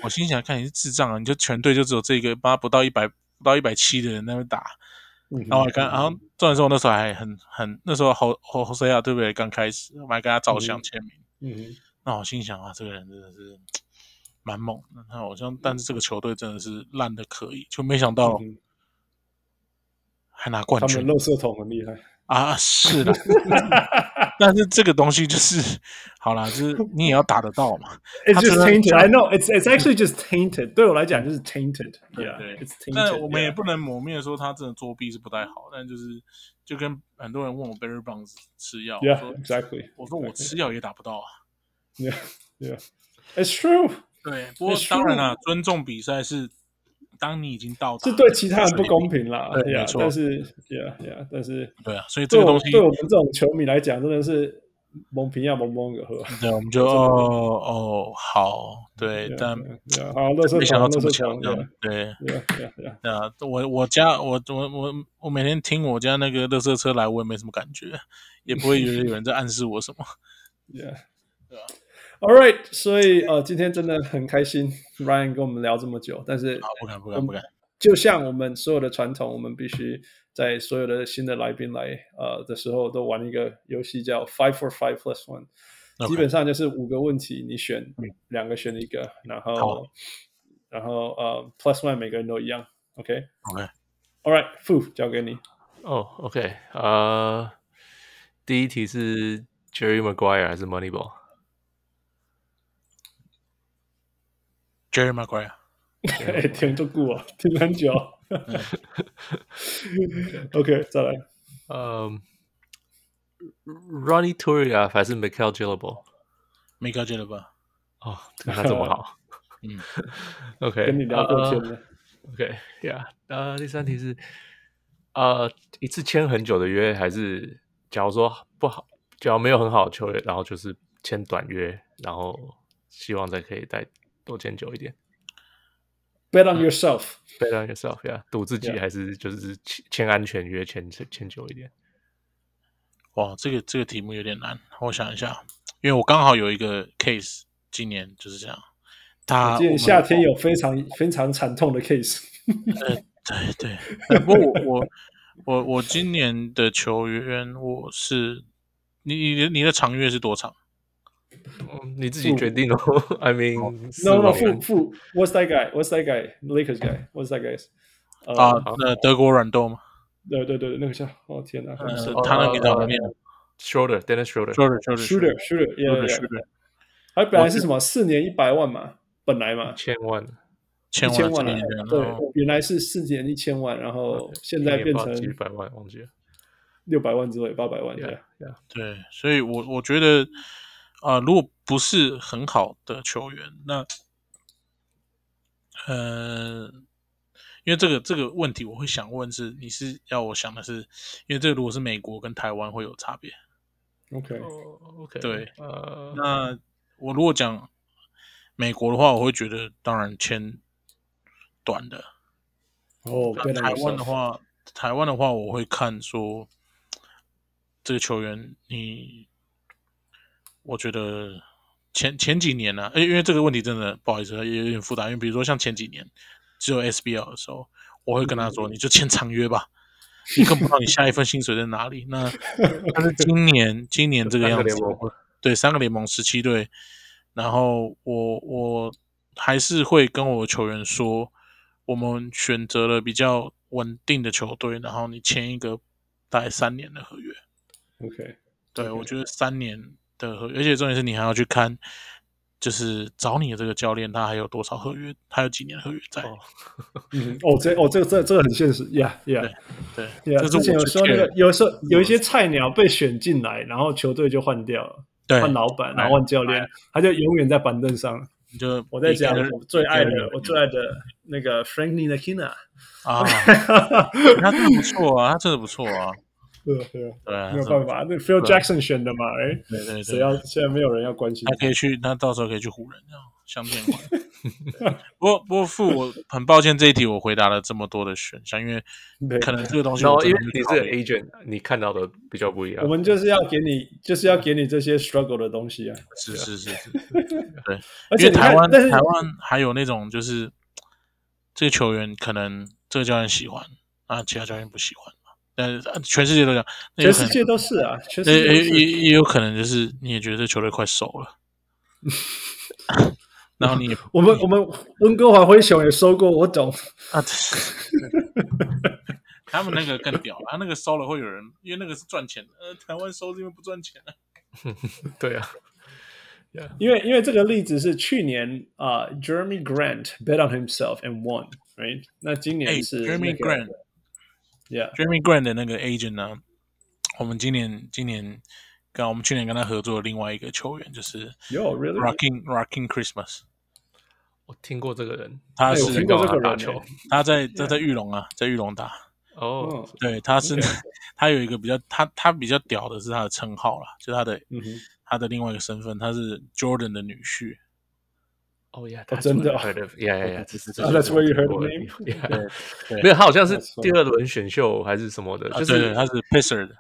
Speaker 4: 我心想，看你是智障啊！你就全队就只有这个，妈不到一百不到一百七的人在那边打，
Speaker 3: 嗯
Speaker 4: 然后
Speaker 3: 哼
Speaker 4: 我刚，然后重点是我那时候还很很那时候侯侯侯塞亚对不对？刚开始我还跟他照相签名，
Speaker 3: 嗯哼，
Speaker 4: 那我心想啊，这个人真的是蛮猛的。那好像，但是这个球队真的是烂的可以，就没想到
Speaker 3: 嗯
Speaker 4: 还拿冠
Speaker 3: 他们
Speaker 4: 军
Speaker 3: 的垃圾桶很厉害。
Speaker 4: 啊！是的， 但是这个东西就是好啦，就是你也要打得 到嘛。
Speaker 3: It's
Speaker 4: 他
Speaker 3: just
Speaker 4: 真的
Speaker 3: tainted. I know. It's it's actually just tainted. 对我来讲就是 tainted.
Speaker 4: 对
Speaker 3: Yeah,
Speaker 4: 对
Speaker 3: it's
Speaker 4: 但
Speaker 3: tainted.
Speaker 4: 我们也
Speaker 3: yeah.
Speaker 4: 不能抹灭说他真的作弊是不太好，但就是就跟很多人问我 Barry Bonds 吃药，我
Speaker 3: Yeah,
Speaker 4: 说
Speaker 3: exactly.
Speaker 4: 我说我
Speaker 3: Exactly.
Speaker 4: 吃药也打不到啊。
Speaker 3: Yeah, yeah. It's true.
Speaker 4: 对，不过
Speaker 3: That's
Speaker 4: 当然啦，尊重比赛是当你已经到达
Speaker 3: 是对其他人不公
Speaker 4: 平。
Speaker 3: 平啦。
Speaker 4: 对
Speaker 3: yeah,
Speaker 4: 没错
Speaker 3: 但是，Yeah, Yeah，但是
Speaker 4: 对啊，所以这
Speaker 3: 对
Speaker 4: 个
Speaker 3: 我
Speaker 4: 东
Speaker 3: 们
Speaker 4: 西
Speaker 3: 对我们这种球迷来讲，真的是蒙平亚蒙蒙个喝。
Speaker 4: 对，我们就哦哦好，对，
Speaker 3: 啊
Speaker 4: 但
Speaker 3: Yeah，好，乐色
Speaker 4: 没想到
Speaker 3: 桶，
Speaker 4: 这
Speaker 3: 乐
Speaker 4: 么
Speaker 3: 色桶。
Speaker 4: 强这样，对。
Speaker 3: Yeah, Yeah, Yeah.
Speaker 4: 对啊，我我家我我我我每天听我家那个垃圾车来，我也没什么感觉，也不会觉得有人在暗示我什么。
Speaker 3: Yeah.
Speaker 4: 啊
Speaker 3: All right，所以呃，今天真的很开心，Ryan 跟我们聊这么久，但是
Speaker 4: 啊，不敢不敢不敢，
Speaker 3: 就像我们所有的传统，我们必须在所有的新的来宾来呃的时候，都玩一个游戏叫 Five for Five Plus One。
Speaker 4: OK
Speaker 3: 基本上就是五个问题，你选两个选一个，然后
Speaker 4: 好
Speaker 3: 然后呃 Plus One 每个人都一样。OK，All、
Speaker 4: OK，
Speaker 3: right，Fu 交给你。
Speaker 6: 哦，OK，呃，第一题是 Jerry Maguire 还是 Moneyball？
Speaker 4: ，Jerry Maguire，
Speaker 3: 哎，听这久啊，听很久。OK，再来。
Speaker 6: 嗯，Ronnie Turia 还是 Michael g i l l i b a
Speaker 4: 没搞觉得吧？
Speaker 6: 哦，这个他这么好。
Speaker 4: 嗯
Speaker 6: OK，
Speaker 3: 跟你聊过天
Speaker 6: 呃
Speaker 3: 了。
Speaker 6: OK，Yeah，呃，第三题是，呃，一次签很久的约，还是假如说不好，假如没有很好的球员，然后就是签短约，然后希望再可以再多签久一点。
Speaker 3: Bet on yourself。
Speaker 6: Bet on yourself，Yeah，赌自己
Speaker 3: Yeah
Speaker 6: 还是就是签签安全约，签签签久一点。
Speaker 4: 哇，这个这个题目有点难，我想一下，因为我刚好有一个 case，今年就是这样。
Speaker 3: 今
Speaker 4: 他啊我
Speaker 3: 年
Speaker 4: 们
Speaker 3: 夏天有非常非常惨痛的 case。
Speaker 4: 对对，呃不过我我我我今年的球员我是你你的你的长约是多长？
Speaker 6: 嗯你自己决定哦。I mean，四
Speaker 3: No, no,
Speaker 6: 万
Speaker 3: Fu, Fu, what's that guy? What's that guy? Lakers guy? What's that guy?
Speaker 4: 啊
Speaker 3: 呃，，
Speaker 4: 那德国软豆吗？
Speaker 3: 对对对，对那个叫……哦天哪
Speaker 4: 呃
Speaker 6: 哦
Speaker 4: 他那个叫什么
Speaker 6: 呃
Speaker 4: 念
Speaker 6: Schroeder Dennis Schroeder，
Speaker 4: ？Shooter Shooter
Speaker 3: ，Shooter, Shooter, yeah, yeah, yeah.
Speaker 4: Shooter
Speaker 3: 他本来是什么四年一百万嘛，本来嘛，
Speaker 6: 千万
Speaker 4: 千
Speaker 3: 一千万
Speaker 4: 万
Speaker 3: 啊
Speaker 4: 年，
Speaker 3: 对，原来是四年一千万，然后现在
Speaker 6: 一
Speaker 3: 变
Speaker 6: 年不知
Speaker 3: 成
Speaker 6: 道几百万，忘记了。
Speaker 3: 六百万之类，八百万对
Speaker 6: Yeah，。yeah，
Speaker 4: 对，所以我我觉得啊、如果不是很好的球员，那呃，因为这个这个问题，我会想问是，你是要我想的是，因为这个如果是美国跟台湾会有差别，
Speaker 3: OK，
Speaker 6: 哦，OK，
Speaker 4: 对
Speaker 6: 呃，
Speaker 4: 那我如果讲美国的话，我会觉得当然签短的，
Speaker 9: 哦，
Speaker 4: 那
Speaker 9: 对
Speaker 4: 台湾的，话，台湾的话，我会看说这个球员，你我觉得前前几年呢、啊，因为因为这个问题真的不好意思，也有点复杂。因为比如说像前几年只有 SBL 的时候，我会跟
Speaker 6: 嗯
Speaker 4: 他说，你就签长约吧。你更不知道你下一份薪水在哪里。那但是今年，今年这个样
Speaker 6: 三个
Speaker 4: 子
Speaker 6: 联盟，
Speaker 4: 对三个联盟十七队，然后我我还是会跟我的球员说，我们选择了比较稳定的球队，然后你签一个大概三年的合约。
Speaker 9: OK，
Speaker 4: 对，我觉得三年的合约，而且重点是你还要去看，就是找你的这个教练他还有多少合约，他有几年的合约在。
Speaker 6: 哦
Speaker 9: 嗯，
Speaker 3: 哦，这哦，这个这个这个很现实，Yeah Yeah
Speaker 4: 对，
Speaker 3: Yeah。
Speaker 4: 这
Speaker 3: 啊之
Speaker 4: 是我
Speaker 3: 前有
Speaker 4: 最
Speaker 3: 说那
Speaker 4: care
Speaker 3: 个
Speaker 4: 的，
Speaker 3: 有时候有一些菜鸟被选进来，然后球队就换掉了，
Speaker 4: 对，
Speaker 3: 换老板，
Speaker 4: 哎
Speaker 3: 然后换教练，他就永远在板凳上。
Speaker 4: 你就
Speaker 3: 我在讲
Speaker 4: 一个
Speaker 3: 我最爱的
Speaker 4: 一个人，
Speaker 3: 我最爱的那个 Franklin 的 Kina。
Speaker 4: 啊，他真的不错啊，他真的不错啊，
Speaker 3: 对啊对啊，
Speaker 4: 对啊，
Speaker 3: 没有
Speaker 4: 他真的
Speaker 3: 办法，那 Phil Jackson 选的嘛，哎，
Speaker 4: 对对
Speaker 3: 谁
Speaker 4: 对，
Speaker 3: 要现在没有人要关心
Speaker 4: 他可以去，他到时候可以去湖人这样相见欢。对不过不过，傅，我很抱歉这一题我回答了这么多的选项，因为
Speaker 3: 对
Speaker 4: 可能这个东西
Speaker 6: 然
Speaker 4: 我
Speaker 6: 后因
Speaker 4: 真的
Speaker 6: 为
Speaker 4: 没
Speaker 6: 你
Speaker 4: 考
Speaker 6: 是
Speaker 4: 虑
Speaker 6: agent，你看到的比较不一样。
Speaker 3: 我们就是要给你，就是要给你这些 struggle 的东西啊。
Speaker 4: 是是是是，
Speaker 3: 而
Speaker 4: 因
Speaker 3: 且
Speaker 4: 为
Speaker 3: 你看
Speaker 4: 台湾
Speaker 3: 但是
Speaker 4: 台湾还有那种就是这个球员可能这个教练喜欢啊，其他教练不喜欢嘛，但是啊全世界都这样，那有
Speaker 3: 全
Speaker 4: 可
Speaker 3: 世
Speaker 4: 能
Speaker 3: 界都是啊，全世
Speaker 4: 也
Speaker 3: 界都
Speaker 4: 也也
Speaker 3: 是。
Speaker 4: 也有可能就是你也觉得这球队快熟 了， 然后你也
Speaker 3: 我们我们温哥华灰熊也收过，我懂。
Speaker 4: 啊，对他们那个更屌，他那个收了会有人，因为那个是赚钱的，呃，台湾收是因为不赚钱啊。
Speaker 6: 对啊，
Speaker 3: 因为因为这个例子是去年啊、j e r e m y Grant bet on himself and won，right？那今
Speaker 4: 哎
Speaker 3: 年是、那个、
Speaker 4: ，Jeremy
Speaker 3: yeah，
Speaker 4: Grant，Jeremy Grant 的那个 agent 呢，我们今年今年跟我们去年跟他合作的另外一个球员就是
Speaker 3: 有 really？
Speaker 4: Rocking Rocking Christmas，
Speaker 6: 我听过这个人，
Speaker 4: 他
Speaker 3: 哎
Speaker 4: 是
Speaker 3: 我听过这个人
Speaker 6: 打球
Speaker 3: 欸
Speaker 4: 他在他在玉龙啊，在玉龙打，
Speaker 6: 哦，
Speaker 3: 哦，
Speaker 4: 对，他是 他有一个比较他他比较屌的是他的称号啦，就他的
Speaker 3: 嗯哼，
Speaker 4: 他的另外一个身份，他是 Jordan 的女婿。
Speaker 6: 哦呀，他
Speaker 3: 真的哦
Speaker 6: heard of，呀呀呀，这是这
Speaker 3: Ah,
Speaker 6: 是
Speaker 3: that's where you heard
Speaker 6: 我
Speaker 3: the
Speaker 6: 听过
Speaker 3: name？
Speaker 6: 的 Yeah
Speaker 4: 对
Speaker 6: 没有，他好像是
Speaker 3: That's
Speaker 6: 第二轮选秀还是什么的，
Speaker 4: 啊
Speaker 6: 就
Speaker 4: 对
Speaker 6: 是
Speaker 4: 对他是 Pacer 的，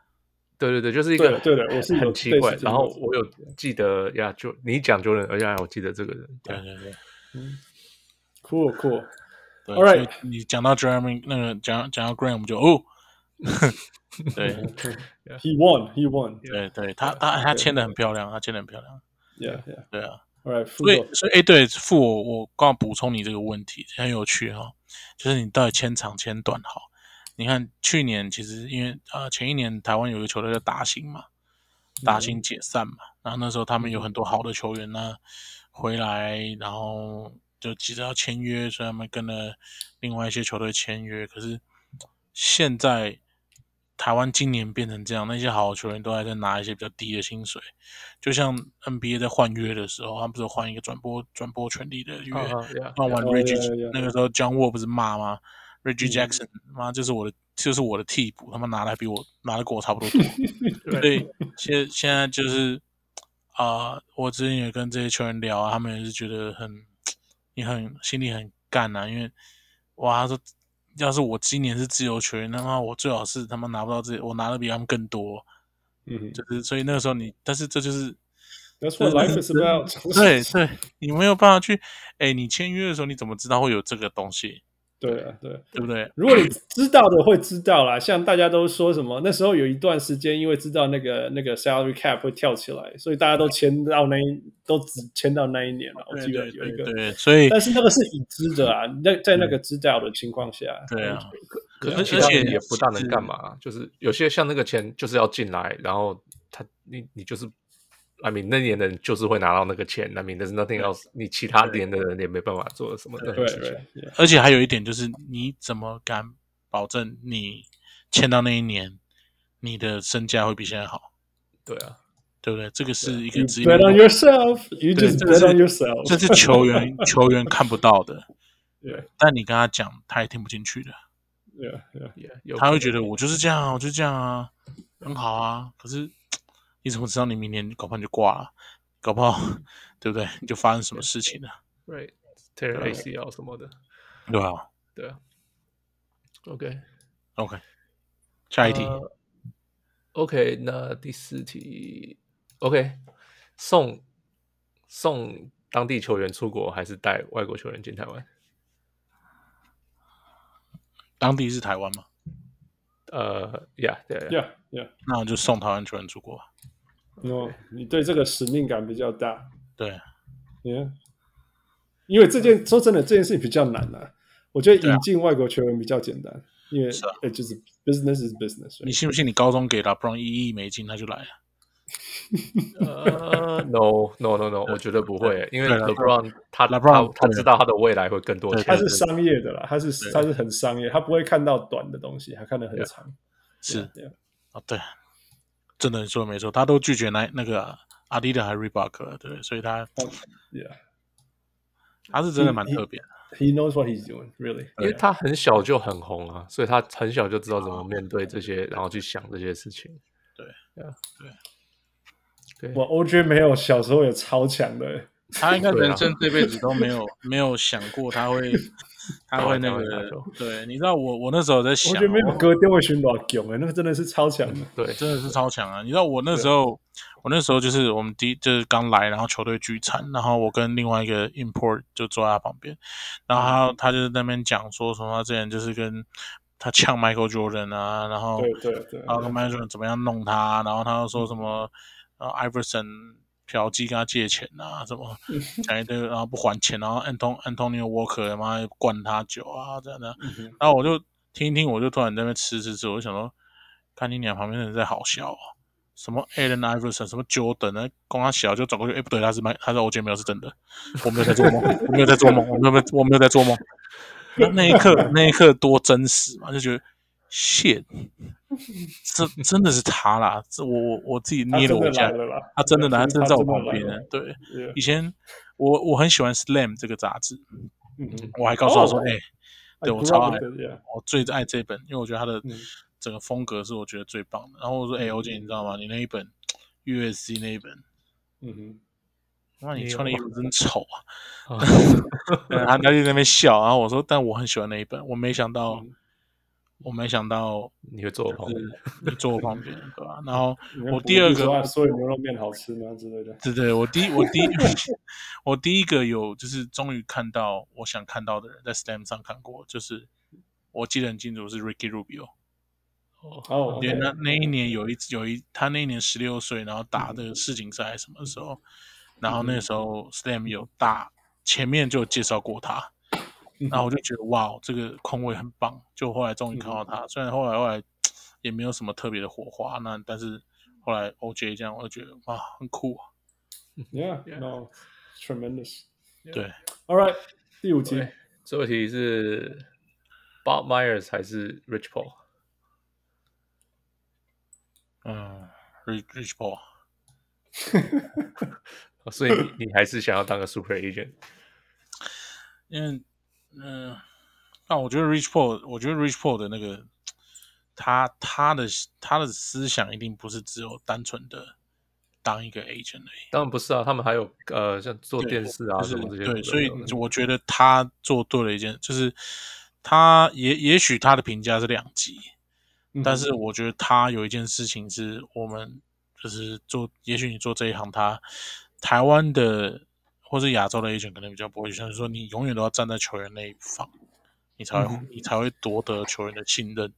Speaker 6: 对对对，就是一
Speaker 3: 对
Speaker 6: 个
Speaker 3: 的对的，我是有
Speaker 6: 很奇怪
Speaker 3: 类。似这
Speaker 6: 然
Speaker 3: 样
Speaker 6: 后
Speaker 3: 子
Speaker 6: 我有记得呀，就你讲 Jordan，而且还我记得这个人，
Speaker 4: 对对对。
Speaker 3: cool cool，
Speaker 4: 对
Speaker 3: All
Speaker 4: 所
Speaker 3: right
Speaker 4: 以你讲到 Jeremy 那个讲讲到 Graham 我们就哦，对
Speaker 3: he won he won
Speaker 4: 对对，他他他签的很漂亮，他签的很漂亮，
Speaker 3: yeah yeah
Speaker 4: 对啊，
Speaker 3: all right 副
Speaker 4: 所以
Speaker 3: 总
Speaker 4: 所以哎，对，傅我我刚好补充你这个问题，很有趣哈、就是你到底签长签短好？你看去年其实因为呃前一年台湾有个球队叫达兴嘛，达兴解散嘛，然后那时候他们有很多好的球员呢回来，然后就急着要签约，所以他们跟了另外一些球队签约。可是现在台湾今年变成这样，那些好的球员都还在拿一些比较低的薪水，就像 NBA 在换约的时候，他们不是换一个转播转播权利的约，
Speaker 6: 啊啊呀，
Speaker 4: 那玩
Speaker 3: 哦
Speaker 4: Reggie、
Speaker 3: yeah, yeah.
Speaker 4: 那个时候 John Wall 不是骂吗？Reggie
Speaker 3: 嗯
Speaker 4: Jackson，妈、就是我的就是我的替补，他妈拿的还比我拿的跟我差不多多。所以现现在就是啊、我之前也跟这些球员聊啊，他们也是觉得很也很心里很干啊，因为哇，他说要是我今年是自由球员，他妈我最好是他妈拿不到这，我拿的比他们更多，
Speaker 3: 嗯哼
Speaker 4: 就是所以那个时候你，但是 这就是。
Speaker 3: that's what life is about
Speaker 4: 对对，你没有办法去，哎，你签约的时候你怎么知道会有这个东西，
Speaker 3: 对啊对啊。
Speaker 4: 对不对？
Speaker 3: 如果你知道的会知道啦，像大家都说什么，那时候有一段时间，因为知道那个那个 salary cap 会跳起来，所以大家都签到那一都只签到那一年了。我
Speaker 4: 对
Speaker 3: 记得
Speaker 4: 对
Speaker 3: 有一
Speaker 4: 对
Speaker 3: 个，
Speaker 4: 对，所以
Speaker 3: 但是那个是已知的啊，那在那个知道的情况下，
Speaker 4: 对啊，
Speaker 6: 可
Speaker 4: 而
Speaker 6: 是其
Speaker 4: 而
Speaker 6: 他
Speaker 4: 且
Speaker 6: 人也不大
Speaker 4: 其
Speaker 6: 能
Speaker 4: 实
Speaker 6: 干嘛，啊就是有些像那个钱就是要进来，然后他你你就是。I mean，那年的人就是会拿到那个钱。I mean，但是 nothing else，你其他年的人也没办法做什么任
Speaker 3: 对
Speaker 6: 何
Speaker 3: 对
Speaker 6: 事情。
Speaker 3: 对对
Speaker 4: 而且还有一点就是，你怎么敢保证你签到那一年，你的身价会比现在好，
Speaker 6: 对啊，
Speaker 4: 对不对？这个是一个
Speaker 3: ，You
Speaker 4: 职业运
Speaker 3: bet on
Speaker 4: 动，
Speaker 3: yourself, you
Speaker 4: 对
Speaker 3: just
Speaker 4: 这个是
Speaker 3: bet on yourself。
Speaker 4: 这是球员球员看不到的，
Speaker 3: 对
Speaker 4: 但你跟他讲，他也听不进去的，
Speaker 3: 对对
Speaker 6: 也有
Speaker 4: 他会觉
Speaker 6: 得
Speaker 4: 得我就是这样啊，我就这样啊，很好啊。可是你怎么知道你明年搞不好你就挂了，搞不好 对不对？你就发生什么事情了，
Speaker 6: 啊 right tear ACL 什么的。
Speaker 4: 对吧？
Speaker 6: 对啊， OK，
Speaker 4: 啊 OK，下一题，
Speaker 6: 呃 OK，那第四题，OK，送送当地球员出国，还是带外国球员进台湾？
Speaker 4: 当地是台湾嘛，
Speaker 6: 呃，Yeah，对
Speaker 3: Yeah, yeah.
Speaker 4: 那就送台湾球员出国吧。
Speaker 3: No，你对这个使命感比较大
Speaker 4: 对，
Speaker 3: ，Yeah。因为这件说真的，这件事情比较难啊。我觉得
Speaker 4: 嗯对啊
Speaker 3: 引进外国球员比较简单，因为
Speaker 4: 是啊
Speaker 3: 呃就是 business is business，
Speaker 4: 你
Speaker 3: right？
Speaker 4: 信不信你高中给 LeBron 一亿美金他就来了？啊
Speaker 6: 呃，No，No，No，No，我觉得不会，因为
Speaker 4: 对了
Speaker 6: LeBron 他
Speaker 4: LeBron，
Speaker 6: 他他
Speaker 4: 对
Speaker 6: 知道他的未来会更多
Speaker 4: 对
Speaker 6: 钱，
Speaker 3: 他是商业的啦，他是他是很商业，他不会看到短的东西，他看得很
Speaker 6: Yeah
Speaker 3: 长。
Speaker 4: 是啊
Speaker 3: Yeah，yeah、
Speaker 4: 对，真的你说的没错，他都拒绝那那个阿迪的还 Reebok，对，所以他
Speaker 3: 哦 Yeah，
Speaker 4: 他是真的蛮特别的。
Speaker 3: he knows what he's doing, really.
Speaker 6: 因为他很小就很红啊，所以他很小就知道怎么面对这
Speaker 4: 哦
Speaker 6: 些，然后去想这些事情。
Speaker 4: 对
Speaker 6: 对啊，对
Speaker 3: 我 OJ 没有小时候也超强的，
Speaker 4: 他应该
Speaker 6: 对啊
Speaker 4: 人生这辈子都没有 没有想过他会他会
Speaker 3: 啊
Speaker 4: 那
Speaker 6: 打
Speaker 4: 个
Speaker 6: 篮球，
Speaker 4: 对，你知道我我那时候在想哦
Speaker 3: 我觉，得没有
Speaker 4: 我
Speaker 3: 哥丁伟勋多强哎，那个真的是超强的。
Speaker 6: 对
Speaker 4: 真的是超强啊！你知道我那时候，我那时候就是我们第一就是刚来，然后球队聚餐，然后我跟另外一个 import 就坐在他旁边，然后他他就是在那边讲说什么，他之前就是跟他呛 Michael Jordan 啊，然后
Speaker 3: 对对对，
Speaker 4: 然后跟 Michael Jordan 怎么样弄他，然后他又说什么，呃，Iverson 嫖妓跟他借钱啊，什么讲一堆，然后不还钱，然后 Anton Antonio Walker 妈又灌他酒啊，这样的，
Speaker 3: 嗯
Speaker 4: 然后我就听一听，我就突然在那边吃吃吃，我就想说，看你俩旁边的人在好笑哦。什么 Allen Iverson，什么 Jordan 呢？光他小就走过去，哎、不对，他是麦，他是 OJ 没有是真的，我没有在做梦，我没有在做梦，我没有在我没有在做梦。那那一刻，那一刻多真实嘛，就觉得 shit，这真的是他啦，这我我我自己
Speaker 3: 他
Speaker 4: 捏
Speaker 3: 真
Speaker 4: 了我
Speaker 3: 的
Speaker 4: 一下
Speaker 3: 来，了啦，
Speaker 4: 他真的来，他
Speaker 3: 他
Speaker 4: 真的在我
Speaker 3: 真的
Speaker 4: 旁
Speaker 3: 来了
Speaker 4: 边。欸对，
Speaker 3: Yeah
Speaker 4: 以前我我很喜欢 Slam 这个杂志，
Speaker 3: 嗯
Speaker 4: 我还告诉他说，
Speaker 3: 哦
Speaker 4: 哎、对
Speaker 3: I
Speaker 4: 我
Speaker 3: grew
Speaker 4: 超
Speaker 3: up
Speaker 4: 爱
Speaker 3: with，it, yeah.
Speaker 4: 我最爱这本，因为我觉得它的
Speaker 3: 嗯
Speaker 4: 整个风格是我觉得最棒的。然后我说：“哎、欧姐，你知道吗？你那一本 USC 那一本，
Speaker 3: 嗯哼，
Speaker 4: 那你
Speaker 6: 哎呦
Speaker 4: 穿的衣服真丑 啊！”
Speaker 6: 啊
Speaker 4: 然后他就在那边笑。然后我说：“但我很喜欢那一本，我没想到，
Speaker 3: 嗯
Speaker 4: 我没想到
Speaker 6: 你会做我旁边
Speaker 4: 你坐我旁边，对吧？”然后
Speaker 3: 你看
Speaker 4: 我第二
Speaker 3: 比如
Speaker 4: 个
Speaker 3: 说啊所以牛肉面好吃吗之类的？
Speaker 4: 对对，我第一我第一 我第一个有就是终于看到我想看到的人，在 STEM 上看过，就是我记得很清楚是 Ricky Rubio。
Speaker 3: 哦，
Speaker 4: 对，
Speaker 3: OK
Speaker 4: 那那一年有一有一他那一年十六岁，然后打的世锦赛什么时候？然后那时候 Slam 有打前面就有介绍过他，然后我就觉得哇，哦这个控卫很棒。就后来终于看到他，虽然后来后来也没有什么特别的火花，那但是后来 OJ 这样，我就觉得哇，很酷啊。
Speaker 3: Yeah, no, tremendous.
Speaker 4: 对，
Speaker 3: All right，第五题
Speaker 6: OK，最后一题是 Bob Myers 还是 Rich Paul？
Speaker 4: 嗯，Rich Rich Paul，
Speaker 6: 哦所以 你你还是想要当个 Super Agent？
Speaker 4: 因为嗯、呃那我觉得 Rich Paul，我觉得 Rich Paul 的那个他他的他的思想一定不是只有单纯的当一个 agent 而已。
Speaker 6: 当然不是啊，他们还有呃，像做
Speaker 4: 对
Speaker 6: 电视啊
Speaker 4: 就是
Speaker 6: 什么这些有的没
Speaker 4: 对，
Speaker 6: 有的。
Speaker 4: 所以我觉得他做对了一件，就是他也也许他的评价是两极，
Speaker 3: 嗯哼，
Speaker 4: 但是我觉得他有一件事情是我们就是做，也许你做这一行，他台湾的或是亚洲的 agent 可能比较不会，像是说你永远都要站在球员那一方，你才会、你才会夺得球员的信任。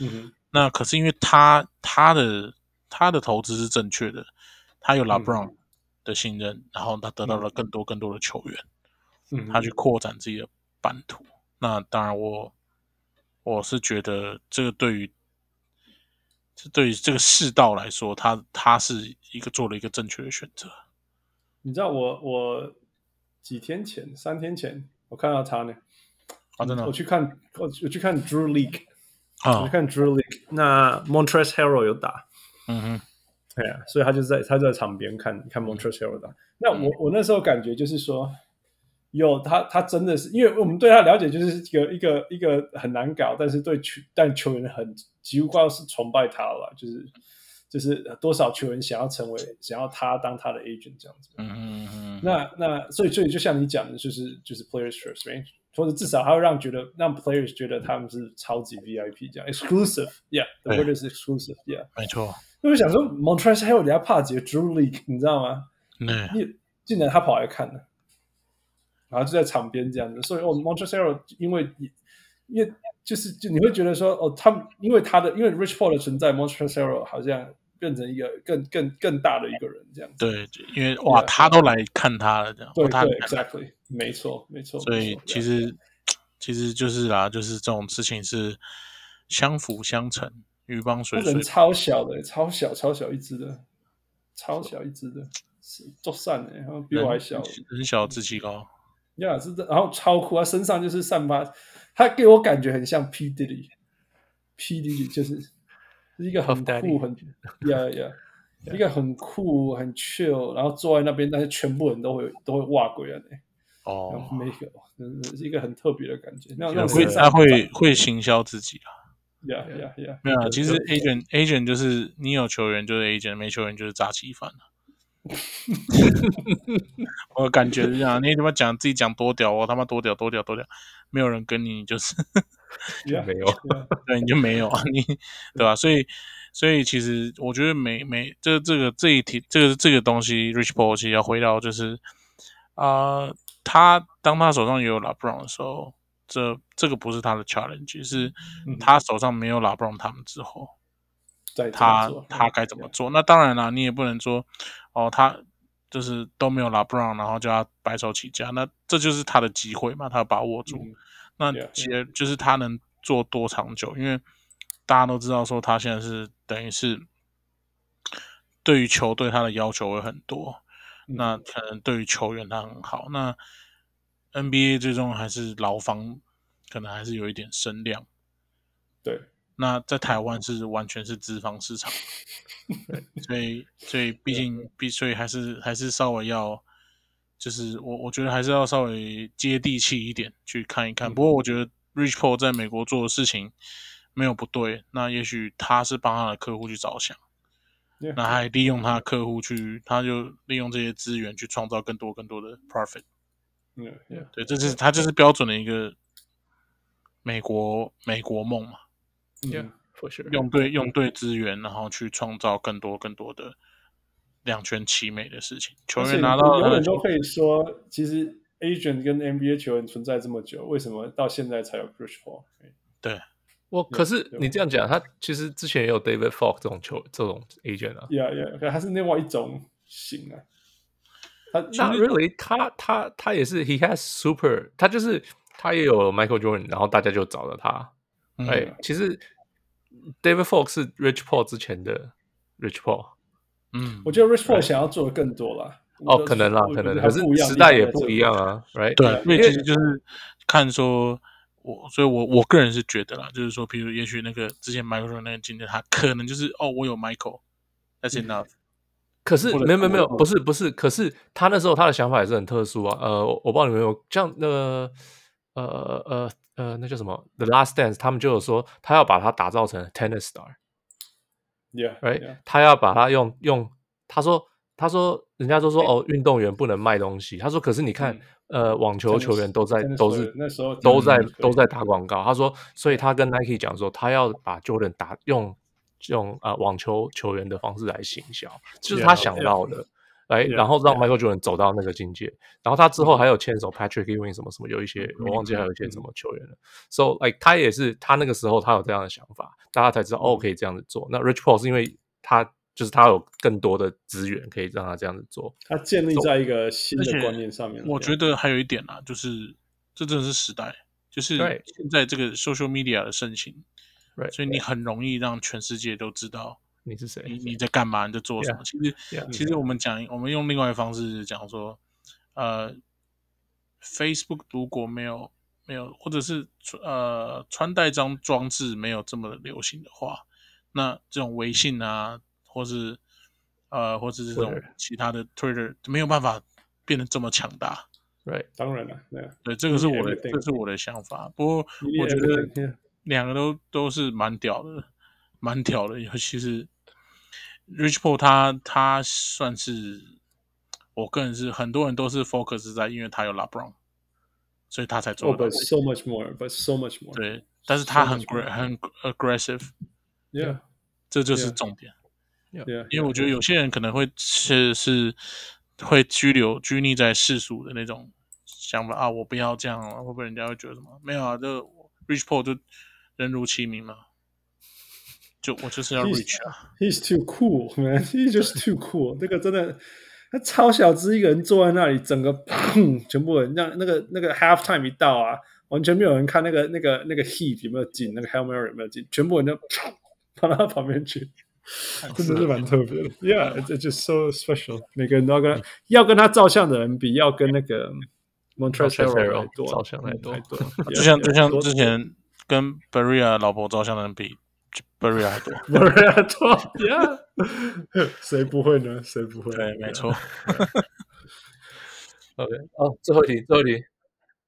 Speaker 3: 嗯哼，
Speaker 4: 那可是因为他他的他的投资是正确的，他有 LeBron 的信任，然后他得到了更多更多的球员。
Speaker 3: 嗯哼
Speaker 4: 他去扩展自己的版图。那当然我，我是觉得这个对于这对于这个世道来说，他他是一个做了一个正确的选择。
Speaker 3: 你知道我我几天前，三天前，我看到他呢。
Speaker 4: 啊真的
Speaker 3: 嗯我去看，我我去看 Drew League，、我
Speaker 4: 啊
Speaker 3: 去，看 Drew League。那 Montrezl Harrell 有打，
Speaker 4: 嗯哼，
Speaker 3: 对啊，所以他就在他就在场边看
Speaker 4: 嗯
Speaker 3: 看 Montreal 打。那我我那时候感觉就是说，有他他真的是，因为我们对他了解就是一个一个一个很难搞，但是对球但球员很几乎快要是崇拜他了，就是就是多少球员想要成为想要他当他的 agent 这样子。
Speaker 4: 嗯哼嗯哼，
Speaker 3: 那那所以所以就像你讲的，就是就是 players first，right？或者至少他会让觉得让 players 觉得他们是超级 VIP 这样 exclusive，yeah，the
Speaker 4: 对
Speaker 3: word is exclusive，yeah。
Speaker 4: 没错，
Speaker 3: 那我想说 Montrezl Harrell 人家怕杰 Drew League，你 知道吗？
Speaker 4: 对，
Speaker 3: 你竟然他跑来看了，然后就在场边这样子，所以哦 m o n t r e s e r 因为因为就是就你会觉得说哦，他们因为他的因为 Rich Paul 的存在 m o n t r e s e r 好像变成一个更更更大的一个人这样子，
Speaker 4: 对，因为哇，他都来看他了，这样，
Speaker 3: 啊对
Speaker 4: 哦哇他很
Speaker 3: 对
Speaker 4: 感动
Speaker 3: ，exactly，没错没错，
Speaker 4: 所以
Speaker 3: 没错
Speaker 4: 其实其实就是啦，就是这种事情是相辅相成，鱼帮
Speaker 3: 他
Speaker 4: 水水
Speaker 3: 人超小的，超小超小一只的，超小一只的，是做善的，然后比我还小。
Speaker 4: 人小志气高。
Speaker 3: 呀、是的，然后超酷，他身上就是散发，他给我感觉很像 P Diddy，P Diddy 就是是一个很
Speaker 6: Puff
Speaker 3: 酷
Speaker 6: Daddy
Speaker 3: 很呀呀，一个很酷很 chill，然后坐在那边，但是全部人都会都会哇鬼啊，然后
Speaker 4: 哦，
Speaker 3: 没有，真的是一个很特别的感觉。那
Speaker 4: 他
Speaker 3: 那
Speaker 4: 会他会会行销自己啦。
Speaker 3: 呀呀呀，
Speaker 4: 没有啊，
Speaker 3: 对
Speaker 4: 其实
Speaker 3: 对
Speaker 4: agent agent 就是你有球员就是 agent，没球员就是诈欺犯啊 我感觉是这样，你他妈讲自己讲多屌，哦我他妈多屌多屌多屌，没有人跟你，你就是
Speaker 3: 呀
Speaker 6: 没有
Speaker 3: 呀
Speaker 4: 对，你就没有啊，你对吧、所以，所以其实我觉得每每这这个这一题，这个这个东西，Rich Paul 其实要回到就是啊、呃他当他手上也有 LeBron 的时候，这这个不是他的 challenge，是
Speaker 3: 嗯
Speaker 4: 他手上没有 LeBron 他们之后，
Speaker 3: 再这么
Speaker 4: 他
Speaker 3: 做
Speaker 4: 他该怎么做？那当然啦，你也不能说哦，他就是都没有 LeBron，然后叫他白手起家，那这就是他的机会嘛，他要把握住。
Speaker 3: 嗯
Speaker 4: 那
Speaker 3: Yeah,
Speaker 4: 其实就是他能做多长久，因为大家都知道说他现在是等于是对于球队他的要求会很多，
Speaker 3: 嗯
Speaker 4: 那可能对于球员他很好，那 NBA 最终还是劳方可能还是有一点声量。
Speaker 3: 对
Speaker 4: 那在台湾是完全是资方 市场，所以所以毕竟必所以还是还是稍微要，就是我我觉得还是要稍微接地气一点去看一看。不过我觉得 Rich Paul 在美国做的事情没有不对，那也许他是帮他的客户去着想，
Speaker 3: Yeah
Speaker 4: 那他还利用他的客户去，他就利用这些资源去创造更多更多的 profit。
Speaker 3: 呀呀
Speaker 4: 对，这是他就是标准的一个美国美国梦嘛。
Speaker 3: 嗯
Speaker 6: for sure，
Speaker 4: 用对用对资源，然后去创造更多更多的两全其美的事情。球
Speaker 3: 而且
Speaker 4: 员拿到
Speaker 3: 你永
Speaker 4: 呃
Speaker 3: 远都可以说，其实 agent 跟 NBA 球员存在这么久，为什么到现在才有 Chris Paul？
Speaker 6: 我可是
Speaker 3: 对
Speaker 6: 你这样讲，他其实之前也有 David Falk 这种球这种 agent 啊。
Speaker 3: 呀呀，可他是另外一种型啊。他其实
Speaker 6: 那 really 他他他也是 he has super，他就是他也有 Michael Jordan，然后大家就找了他。
Speaker 4: 嗯
Speaker 6: 哎、其实 David Falk 是 Rich Paul 之前的 Rich Paul，
Speaker 4: 嗯，
Speaker 3: 我觉得 Rich Paul 想要做的更多啦。
Speaker 6: 哦，可能啦，
Speaker 3: 我觉
Speaker 6: 可
Speaker 3: 得
Speaker 6: 能，
Speaker 3: 他
Speaker 6: 可是
Speaker 3: 不一样
Speaker 6: 时
Speaker 3: 的地方
Speaker 6: 代也
Speaker 3: 在这
Speaker 6: 不
Speaker 3: 里
Speaker 6: 一样。啊，right？
Speaker 4: 对，所以
Speaker 6: 因
Speaker 4: 其
Speaker 6: 为
Speaker 4: 实就是看说，我所以我我个人是觉得啦，就是说，譬如也许那个之前 Michael Jordan 那个经历，他可能就是哦，我有 Michael，that's enough，
Speaker 6: 可是
Speaker 4: 或者
Speaker 6: 没有没有
Speaker 4: 是
Speaker 6: 没有，
Speaker 4: 或者
Speaker 6: 不是不是，可是他那时候他的想法也是很特殊啊。呃，我我不知道你们有没有像那个呃呃呃，那叫什么《The Last Dance》，他们就有说他要把它打造成 tennis star，right？
Speaker 3: Yeah，yeah，
Speaker 6: 哎他要把它用用，他说他说人家都说哦，运动员不能卖东西，他说可是你看，呃，网球
Speaker 3: tennis-
Speaker 6: 球员都在
Speaker 3: tennis
Speaker 6: 都是
Speaker 3: player，那时候
Speaker 6: 都
Speaker 4: 嗯
Speaker 6: 在
Speaker 3: tennis player
Speaker 6: 都在打广告，他说，所以他跟 Nike 讲说，他要把 Jordan 打用用呃网球球员的方式来行销，就是他
Speaker 4: Yeah，
Speaker 6: 想到的。来，
Speaker 3: Yeah，
Speaker 6: 然后让 Michael Jordan 走到那个境界，然后他之后还有牵手 Patrick Ewing 什么什么，有一些
Speaker 4: 嗯
Speaker 6: 我忘记还有一些什么球员了。So like 他也是他那个时候他有这样的想法，大家才知道哦
Speaker 4: 嗯
Speaker 6: 可以这样子做。那 Rich Paul 是因为他就是他有更多的资源可以让他这样子做。
Speaker 3: 他建立在一个新
Speaker 4: 而且
Speaker 3: 的观念上面。
Speaker 4: 我觉得还有一点啦，就是这真的是时代，就是
Speaker 6: 对
Speaker 4: 现在这个 social media 的盛行，
Speaker 6: Right，
Speaker 4: 所以你很容易让全世界都知道
Speaker 6: 你是谁？
Speaker 4: 你你在干嘛，你在做什么。其实
Speaker 6: Yeah
Speaker 4: 其实我们讲，我们用另外一个方式讲说，呃，Facebook 如果没有没有，或者是呃穿戴装装置没有这么的流行的话，那这种微信啊，或是呃，或是这种
Speaker 6: Twitter
Speaker 4: 其他的 Twitter 没有办法变得这么强大。
Speaker 6: Right，
Speaker 3: 当然了，对啊，
Speaker 4: 对，这个是我的，
Speaker 3: Everything
Speaker 4: 这是我的想法。不过
Speaker 3: Really
Speaker 4: 我觉得
Speaker 3: everything, yeah
Speaker 4: 两个都都是蛮屌的，蛮屌的。尤其是 Rich Paul，他他算是我个人是很多人都是 focus 在，因为他有 LeBron，所以他才
Speaker 3: Oh,
Speaker 4: 做得
Speaker 3: but
Speaker 4: 到。
Speaker 3: so much more, but so much more.
Speaker 4: 对，但是他很
Speaker 3: so much
Speaker 4: gra- 很 aggressive，
Speaker 3: Yeah,
Speaker 4: 这就是
Speaker 3: 对
Speaker 4: 重点。
Speaker 3: yeah.
Speaker 4: 因为我觉得有些人可能会是是会拘留拘泥在世俗的那种想法啊，我不要这样啊，会不会人家会觉得什么？没有啊，这 reach p o r t 就人如其名嘛，就我就是要 reach 啊，
Speaker 3: He's too cool, man. He's just too cool. 那个真的，他超小只一个人坐在那里，整个砰，全部人让那个那个 half time 一到啊，完全没有人看那个那个那个 heat 有没有进，那个 h e l m e r 有没有进，全部人就 跑到他旁边去，真的是蛮特别的。Yeah, it's it's just so special. 每个人都要跟他要跟他照相的人比，要跟那个 Montrezl
Speaker 6: Montrezl
Speaker 3: 还多，
Speaker 6: 照相还多
Speaker 3: 还多。
Speaker 4: 就像就像
Speaker 3: Yeah,
Speaker 4: 之前跟 Beria 老婆照相的人比，Beria 还多。
Speaker 3: 多多人还多，Yeah，谁不会呢？谁不会？
Speaker 4: 对，没错。
Speaker 6: OK，哦，最后一题，最后一题，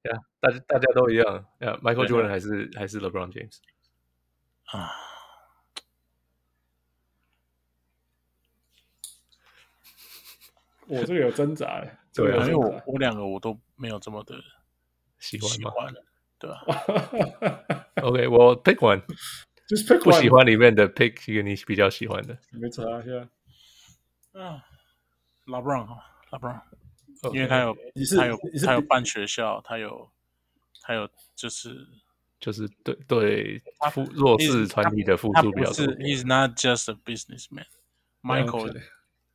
Speaker 6: 呀、大家大家都一样，呀、m i c h a e l
Speaker 4: 对
Speaker 6: Jordan 还是还是 LeBron James，
Speaker 4: 啊，
Speaker 3: 我这个有挣扎欸，这
Speaker 6: 对
Speaker 3: 个
Speaker 6: 啊
Speaker 3: 有
Speaker 4: 因为
Speaker 3: 挣
Speaker 4: 我
Speaker 3: 扎。
Speaker 4: 我两个我都没有这么的
Speaker 6: 喜欢
Speaker 4: 喜
Speaker 6: 吗
Speaker 4: 欢，对啊吧？
Speaker 6: ？OK，我 pick one，
Speaker 3: 就是 pick
Speaker 6: 不
Speaker 3: one，
Speaker 6: 喜欢里面的 pick 一个你比较喜欢的。
Speaker 3: 没查一下，
Speaker 4: 嗯，老布朗哈，老布朗，
Speaker 6: OK，
Speaker 4: 因为他有
Speaker 3: 你是
Speaker 4: 他有
Speaker 3: 你是
Speaker 4: 他有办学校，他有他有就是
Speaker 6: 就是对对
Speaker 4: 他
Speaker 6: 付弱势
Speaker 4: 他
Speaker 6: 团体的付
Speaker 4: 他
Speaker 6: 出比较
Speaker 4: 不
Speaker 6: 多
Speaker 4: 是。，He's not just a businessman. Michael
Speaker 3: Okay.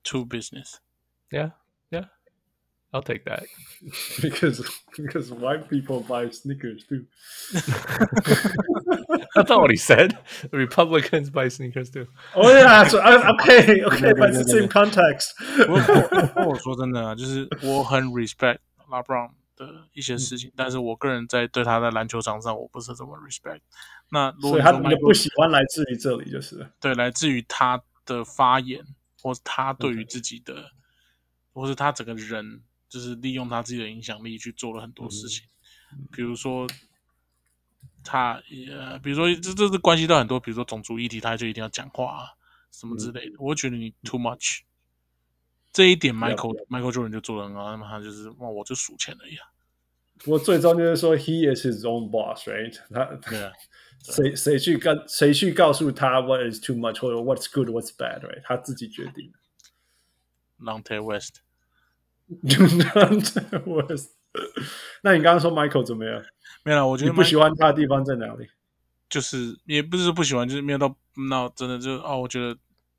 Speaker 4: to business.
Speaker 6: Yeah, yeah, I'll take that.
Speaker 3: because because white people buy sneakers too。
Speaker 6: That's not what he said. Republicans buy sneakers too.
Speaker 3: Oh yeah, so I, okay, okay,
Speaker 4: no,
Speaker 3: but it's the
Speaker 4: no, no.
Speaker 3: same context.
Speaker 4: 不过不过我说真的啊，就是我很 respect 拉布朗的一
Speaker 3: 嗯
Speaker 4: 些事情，但是我个人在对他在篮球场上我不是这么 respect。那
Speaker 3: 所
Speaker 4: 如果
Speaker 3: 以
Speaker 4: 你
Speaker 3: 他
Speaker 4: 说
Speaker 3: 们的不
Speaker 4: Michael
Speaker 3: 喜欢来自于这里，就是了
Speaker 4: 对来自于他的发言，或是他对于自己的，或是他整个人，就是利用他自己的影响力去做了很多事情，
Speaker 3: 嗯
Speaker 4: 比如说他呃，比如说这这是关系到很多，比如说种族议题，他就一定要讲话啊，什
Speaker 3: 嗯
Speaker 4: 么之类的。我觉得你 too much，这一点 Michael Michael Jordan 就做的很好，那么他就是哇，我就数钱而已啊，
Speaker 3: 不过最终就是说，he is his own boss, right？他
Speaker 4: 对啊，
Speaker 3: 谁谁去告谁去告诉他 what is too much 或者 what's good, what's bad, right？他自己决定。
Speaker 4: l o n t a y West。
Speaker 3: 我也是那你刚刚说 Michael 怎么样？
Speaker 4: 没有啦，我觉
Speaker 3: 你
Speaker 4: 得
Speaker 3: 不
Speaker 4: Michael-
Speaker 3: 喜欢他的地方在哪 里？
Speaker 4: 就是也不是不喜欢，就是没有到那真的就是哦，我觉得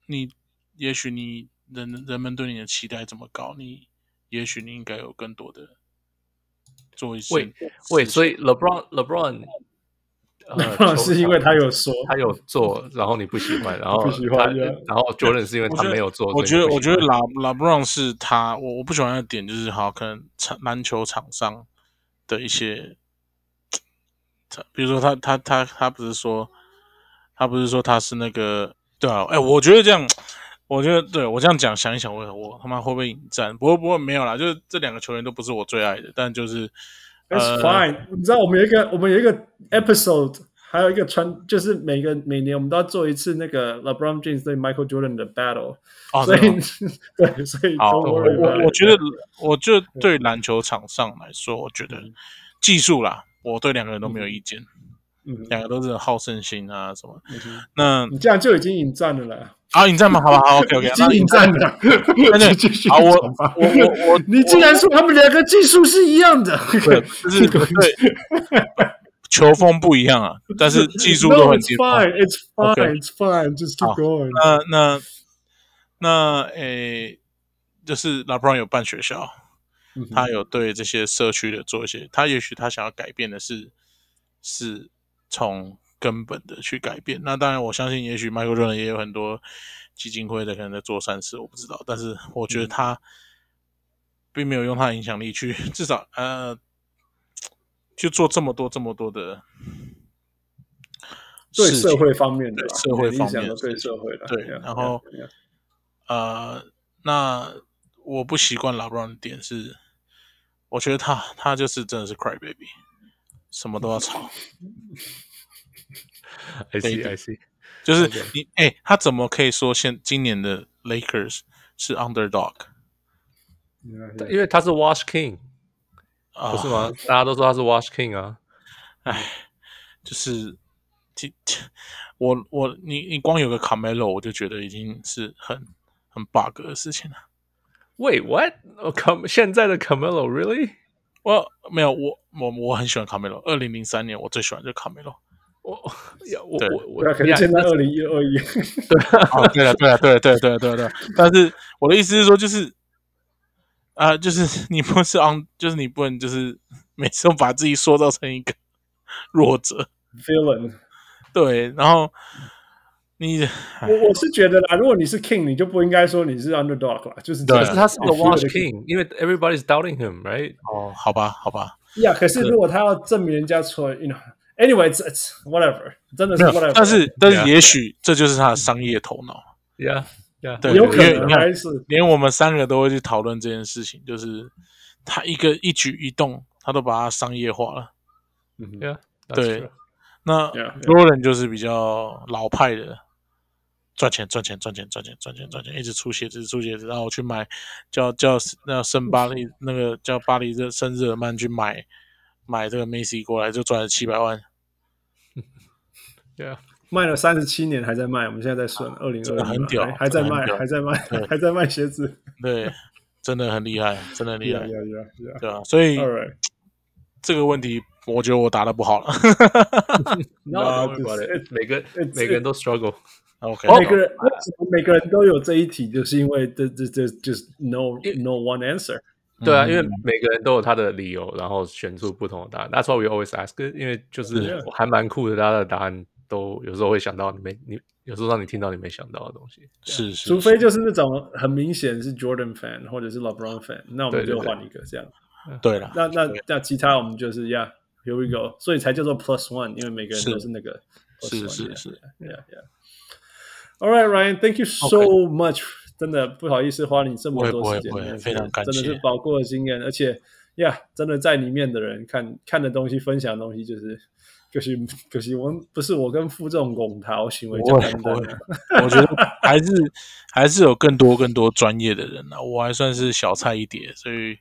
Speaker 4: 你也许你人人们对你的期待这么高，你也许你应该有更多的做一些
Speaker 6: 喂喂，
Speaker 4: 事情
Speaker 6: 所以 LeBron LeBron，
Speaker 3: 那
Speaker 6: 呃，
Speaker 3: 是因为他有说，
Speaker 6: 他有做，然后你不喜 欢，然后
Speaker 3: 不喜欢
Speaker 6: 他
Speaker 3: 对啊
Speaker 6: 然后 Jordan 是因为
Speaker 4: 我
Speaker 6: 他
Speaker 4: 觉得
Speaker 6: 没有做，
Speaker 4: 我觉
Speaker 6: 所以
Speaker 4: 得
Speaker 6: 你
Speaker 4: 我
Speaker 6: 不喜
Speaker 4: 觉
Speaker 6: 欢
Speaker 4: 得拉拉布朗是他，我我不喜欢的点就是好，可能场篮球场上的一些，他比如说他他他他不是说他不是说他是那个对啊，哎，我觉得这样，我觉得对我这样讲想一想，我我他妈会不会引战？不过不过没有啦，就是这两个球员都不是我最爱的，但就是
Speaker 3: That's
Speaker 4: 呃
Speaker 3: fine、你知道我们有一个我们有一个 episode，还有一个穿，就是每个每年我们都要做一次那个 LeBron James 对 Michael Jordan 的 battle，、
Speaker 4: 哦，
Speaker 3: 所以
Speaker 4: 真的吗
Speaker 3: 对，所以
Speaker 4: 好，
Speaker 3: don't
Speaker 4: 我
Speaker 3: worry
Speaker 4: 我
Speaker 3: about
Speaker 4: 我
Speaker 3: it
Speaker 4: 觉得，我觉得对篮球场上来说，我觉得技术啦，我对两个人都没有意见，
Speaker 3: 嗯，
Speaker 4: 两个都是很好胜心啊什么。那
Speaker 3: 你这样就已经引战了啦，
Speaker 4: 啊，引战吗？好吧，好，OK
Speaker 3: 已
Speaker 4: OK，
Speaker 3: 经引战了，
Speaker 4: 那那
Speaker 3: 继续
Speaker 4: 好，我
Speaker 3: 讲吧
Speaker 4: 我我我，
Speaker 3: 你竟然说他们两个技术是一样的，
Speaker 4: 对，就是对，球风不一样啊，但 是技术
Speaker 3: No,
Speaker 4: 都很
Speaker 3: it's
Speaker 4: 接近。
Speaker 3: fine, it's fine,
Speaker 4: Okay.
Speaker 3: it's fine, just keep
Speaker 4: 好
Speaker 3: going。
Speaker 4: 那那那诶，就是拉布朗有办学校，啊
Speaker 3: 嗯哼
Speaker 4: 他有对这些社区的做一些，他也许他想要改变的是，是从根本的去改变。那当然，我相信也许 Michael Jordan 也有很多基金会的可能在做善事，我不知道。但是我
Speaker 3: 嗯
Speaker 4: 觉得他并没有用他的影响力去， 至少呃，去做这么多这么多的
Speaker 3: 对
Speaker 4: 事情
Speaker 3: 社会方面的吧，
Speaker 4: 对社会方面的
Speaker 3: 你讲的对社会的，
Speaker 4: 对
Speaker 3: yeah,
Speaker 4: 然后
Speaker 3: yeah, yeah.
Speaker 4: 呃，那我不习惯老布朗的点是，我觉得他他就是真的是 cry baby，什么都要吵，
Speaker 6: I
Speaker 4: 对
Speaker 6: see
Speaker 4: 对
Speaker 6: I see，
Speaker 4: 就是你哎、他怎么可以说现今年的 Lakers 是 underdog？
Speaker 3: Yeah, yeah.
Speaker 6: 因为他是 Wash King，
Speaker 4: 啊
Speaker 6: 不是吗？大家都说他是 Wash King 啊，
Speaker 4: 就是，其我我你你光有个 Camelo，我就觉得已经是很很 bug 的事情了。
Speaker 6: Wait, what? Cam 现在的 Camelo really？
Speaker 4: 我没有，我我我很喜欢 Camelo。二零零三年我最喜欢就是 Camelo。
Speaker 6: 我呀我
Speaker 4: 对
Speaker 6: 我
Speaker 3: 对
Speaker 6: 我
Speaker 3: 啊，可能现在二零一二一，
Speaker 4: 哦，对了，对了，对了，对了，对了，对了，对了。但是我的意思是说，就是啊、就是你不是 on，就是你不能就是每次都把自己塑造成一个 弱者，
Speaker 3: villain。
Speaker 4: 对，然后你哦
Speaker 3: 我我是觉得啦，如果你是 king，你就不应该说你是 underdog 啦，就是
Speaker 4: 对
Speaker 6: 可是他是个 Wash
Speaker 3: 对
Speaker 6: King，因为 everybody's doubting him, right？
Speaker 4: 哦，好吧，好吧，
Speaker 3: 呀。可是如果他要证明人家错，you know，anyways，it's it's whatever，真的是
Speaker 4: 没有
Speaker 3: whatever。
Speaker 4: 但是但是
Speaker 6: Yeah
Speaker 4: 也许这就是他的商业头脑。
Speaker 6: Yeah, yeah，
Speaker 4: 对
Speaker 3: 有可
Speaker 4: 因为
Speaker 3: 能
Speaker 4: 你看
Speaker 3: 还是
Speaker 4: 连我们三个都会去讨论这件事情，就是他一个一举一动，他都把它商业化了。
Speaker 6: ，Yeah，that's
Speaker 4: 对啊
Speaker 6: true
Speaker 4: 那
Speaker 3: Yeah.
Speaker 4: 多人就是比较老派的，赚钱赚钱赚钱赚钱赚钱赚钱，一直出鞋子出鞋子，然后我去买叫叫那圣巴黎那个叫巴黎热圣日耳曼去买买这个梅西过来，就赚了七百万，
Speaker 6: ，Yeah，
Speaker 3: 卖了三十七年还在卖，我们现在在算二零
Speaker 4: 真
Speaker 3: 二
Speaker 4: 的很屌
Speaker 3: 还在卖
Speaker 4: 真的很，屌
Speaker 3: 还在卖
Speaker 4: 对，
Speaker 3: 还在卖鞋子。
Speaker 4: 对， 真的很厉害，真的很厉害
Speaker 3: Yeah,，yeah, yeah, yeah.
Speaker 4: 对啊，所以
Speaker 3: All right.
Speaker 4: 这个问题我觉得我答的不好了。
Speaker 3: No,
Speaker 6: No, don't worry about
Speaker 3: it's-
Speaker 6: it，每个
Speaker 3: it's-
Speaker 6: 每个人都 struggle。
Speaker 4: OK，
Speaker 3: 每个人为什么每个人都有这一题，就是因为这这这 just no no one answer。
Speaker 6: 对啊，因为每个人都有他的理由，然后选出不同的答案。That's why we always ask，因为就是
Speaker 3: 对
Speaker 6: 还蛮酷的，大家的答案都有时候会想到你没你，有时候让你听到你没想到的东西。
Speaker 4: 是是，
Speaker 3: 除非就是那种很明显是 Jordan fan 或者是 LeBron fan，那我们
Speaker 6: 对对
Speaker 3: 就
Speaker 6: 对
Speaker 3: 换一个这样。
Speaker 4: 对了，
Speaker 3: 那那那其他我们就是 Yeah here we go，所以才叫做 Plus One，因为每个人
Speaker 4: 是
Speaker 3: 都是那个 plus
Speaker 4: 是
Speaker 3: one，
Speaker 4: 是
Speaker 3: yeah，
Speaker 4: 是
Speaker 3: Yeah yeah。All right Ryan，thank you so much，真的不好意思花你这么
Speaker 4: 不
Speaker 3: 多
Speaker 4: 会
Speaker 3: 时间，
Speaker 4: 不会不
Speaker 3: 真
Speaker 4: 会
Speaker 3: 的是
Speaker 4: 非常感谢
Speaker 3: 真的是宝贵的经验，而且 Yeah 真的在里面的人看看的东西，分享的东西就是。就是就是我们不是我跟傅这种拱桃行为叫
Speaker 4: 不会
Speaker 3: 单单
Speaker 4: 不会
Speaker 3: 啊，
Speaker 4: 我觉得还是还是有更多更多专业的人啊，我还算是小菜一碟，所以
Speaker 3: 嗯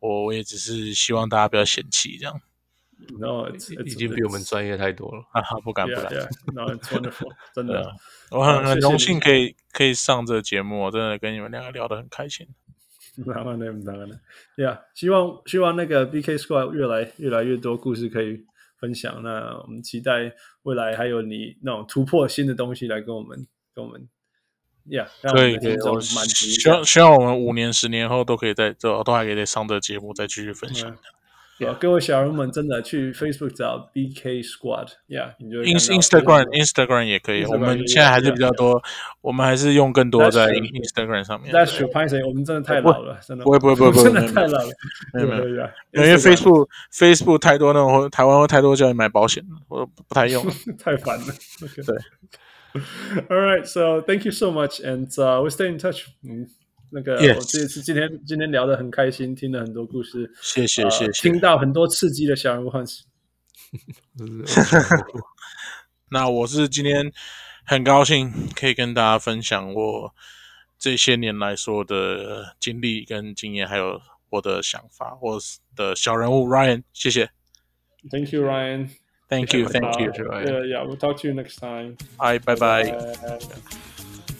Speaker 4: 我我也只是希望大家不要嫌弃这样
Speaker 3: 然后 it's-
Speaker 6: 已
Speaker 3: it's-
Speaker 6: 经比我们专业太多了。
Speaker 4: 啊，哈不敢不
Speaker 3: Yeah
Speaker 4: 敢，
Speaker 3: yeah，no it's wonderful，真
Speaker 4: 对
Speaker 3: 的
Speaker 4: 啊。我很
Speaker 3: 好
Speaker 4: 很
Speaker 3: 谢谢
Speaker 4: 荣
Speaker 3: 你
Speaker 4: 幸可以可以上这个节目，我哦真的跟你们两个聊得很开心。
Speaker 3: 当然的，当然的，Yeah，希望希望那个 BK Squad 越来越来越多故事可以分享。那我们期待未来还有你那种突破新的东西来跟我们跟我们，Yeah，让我
Speaker 4: 可
Speaker 3: 们
Speaker 4: 以
Speaker 3: 的
Speaker 4: 可以
Speaker 3: 听，众
Speaker 4: 我
Speaker 3: 满足一
Speaker 4: 希
Speaker 3: 下
Speaker 4: 望。希望我们五年十年后都可以在都都还可以在上这个节目再继续分享
Speaker 3: 嗯。好各位小人们真的去 Facebook 找 BK Squad，Yeah，你就会
Speaker 4: In
Speaker 3: 看到
Speaker 4: Instagram Instagram 也可以，
Speaker 3: Instagram
Speaker 4: 我们
Speaker 3: 也
Speaker 4: 现在还是
Speaker 3: 也
Speaker 4: 比较多，我们还是用更多在
Speaker 3: That's true
Speaker 4: Instagram 上面。
Speaker 3: That's true，拍谁？我们真的太老了，真的
Speaker 4: 不会不会不会不会
Speaker 3: 真
Speaker 4: 没
Speaker 3: 的
Speaker 4: 有
Speaker 3: 太老了，
Speaker 4: 没有没有
Speaker 3: 对对
Speaker 4: 因为
Speaker 3: Instagram
Speaker 4: Facebook Facebook 太多那种会台湾会太多叫你买保险了，我都不不太 用了。
Speaker 3: 太烦了。Okay. All right, so thank you so much, and、uh, we stay in touch. 嗯，那个
Speaker 4: Yes.
Speaker 3: 我这次今天今天聊得很开心，听了很多故事，
Speaker 4: 谢谢
Speaker 3: 呃
Speaker 4: 谢谢
Speaker 3: 听。到很多刺激的小人物和
Speaker 4: 那我是今天很高兴可以跟大家分享我这些年来说的经历跟经验，还有我的想法，我的小人物 Ryan，谢谢
Speaker 3: Thank you, Ryan.
Speaker 4: ，Thank you，Thank you，
Speaker 6: Ryan
Speaker 3: Yeah, yeah. We'll talk to you next time.
Speaker 4: 嗨，拜拜。